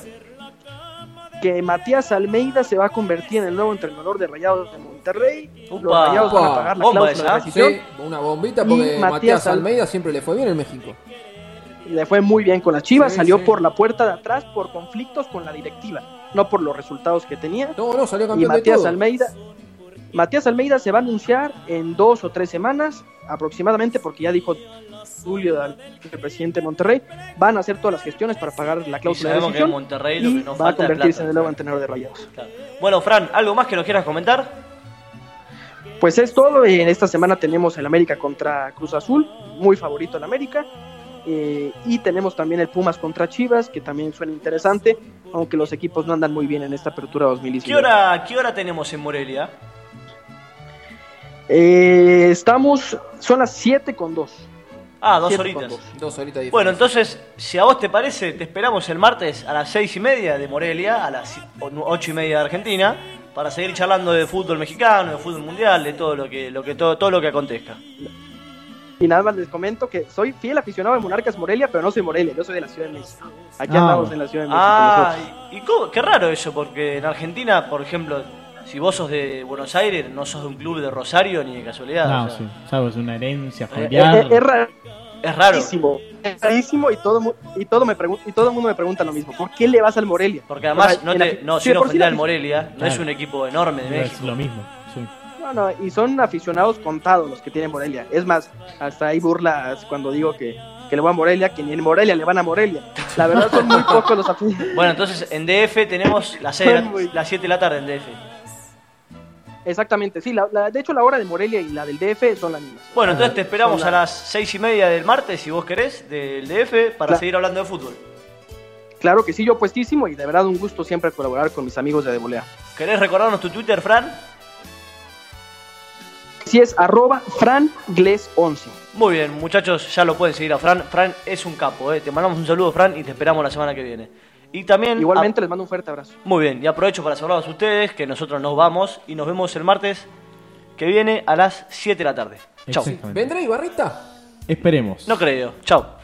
que Matías Almeida se va a convertir en el nuevo entrenador de Rayados de Monterrey. Los
Upa.
Rayados van a
Upa.
pagar la
Bomba
cláusula
esa.
de
Sí,
rescisión.
una bombita
Y
porque Matías,
Matías Al-
Almeida siempre le fue bien en México.
Le fue muy bien con las Chivas,
Sí,
salió
sí.
por la puerta de atrás por conflictos con la directiva, no por los resultados que tenía.
No, no, salió
y
campeón de
Matías
todo.
Almeida. Matías Almeida se va a anunciar en dos o tres semanas aproximadamente, porque ya dijo Julio, Dal- el presidente de Monterrey, van a hacer todas las gestiones para pagar la
Y
cláusula de
sabemos que en
rescisión
Monterrey lo
y
que no
va a
falta es
convertirse
plata.
en el nuevo entrenador de Rayados.
Claro. Bueno, Fran, ¿algo más que nos quieras comentar?
Pues es todo. En esta semana tenemos el América contra Cruz Azul, muy favorito el América. Eh, y tenemos también el Pumas contra Chivas, que también suena interesante, aunque los equipos no andan muy bien en esta apertura 2019.
¿Qué hora, ¿Qué hora tenemos en Morelia?
Eh, estamos, son las 7 con 2.
Ah, dos
Siete
horitas.
con dos.
Dos horitas de
Bueno,
diferencia.
entonces, si a vos te parece, te esperamos el martes a las seis y media de Morelia, a las o- ocho y media de Argentina, para seguir charlando de fútbol mexicano, de fútbol mundial, de todo lo que, lo que todo, todo lo que acontezca.
Y nada más les comento que soy fiel aficionado de Monarcas Morelia, pero no soy Morelia, yo soy de la Ciudad de México. Aquí
Ah.
andamos en la Ciudad de México.
Ah,
nosotros.
y, y cómo- qué raro eso, porque en Argentina, por ejemplo, si vos sos de Buenos Aires, no sos de un club de Rosario ni de casualidad.
No,
o sea,
sí. Salvo es una herencia
Eh, eh,
familiar.
es raro.
Es raro,
rarísimo, es rarísimo y todo mu- y todo me pregun- y todo el mundo me pregunta lo mismo, ¿por qué le vas al Morelia?
porque además,
O sea,
no,
en
te,
la-
no
sí,
sin
de por sí
ofender
la
al
afición-
Morelia, no es
Claro.
eh,
un equipo enorme de
Es
México.
lo mismo. sí.
No, no, y son aficionados contados los que tiene Morelia. Es más, hasta hay burlas cuando digo que, que le va a Morelia, que ni en Morelia le van a Morelia. La verdad son muy pocos los aficionados.
Bueno, entonces en DF tenemos las 6 de la- las 7 de la tarde en DF.
Exactamente, sí, la- la- de hecho la hora de Morelia y la del DF son las mismas.
Bueno, entonces te esperamos
Son
a
la-
las 6 y media del martes, si vos querés, del DF, para
Claro.
seguir hablando de fútbol.
Claro que sí, yo puestísimo y de verdad un gusto siempre colaborar con mis amigos de Debolea.
¿Querés recordarnos tu Twitter, Fran?
Si es arroba frangles11.
Muy bien, muchachos, ya lo pueden seguir a Fran. Fran es un capo, ¿eh? Te mandamos un saludo, Fran, y te esperamos la semana que viene. Y también.
Igualmente les mando un fuerte abrazo.
a- muy bien, y aprovecho para saludarlos a ustedes, que nosotros nos vamos y nos vemos el martes que viene a las 7 de la tarde. Chau.
Exactamente.
¿Vendrá Ibarrita?
Esperemos.
No creo. Chau.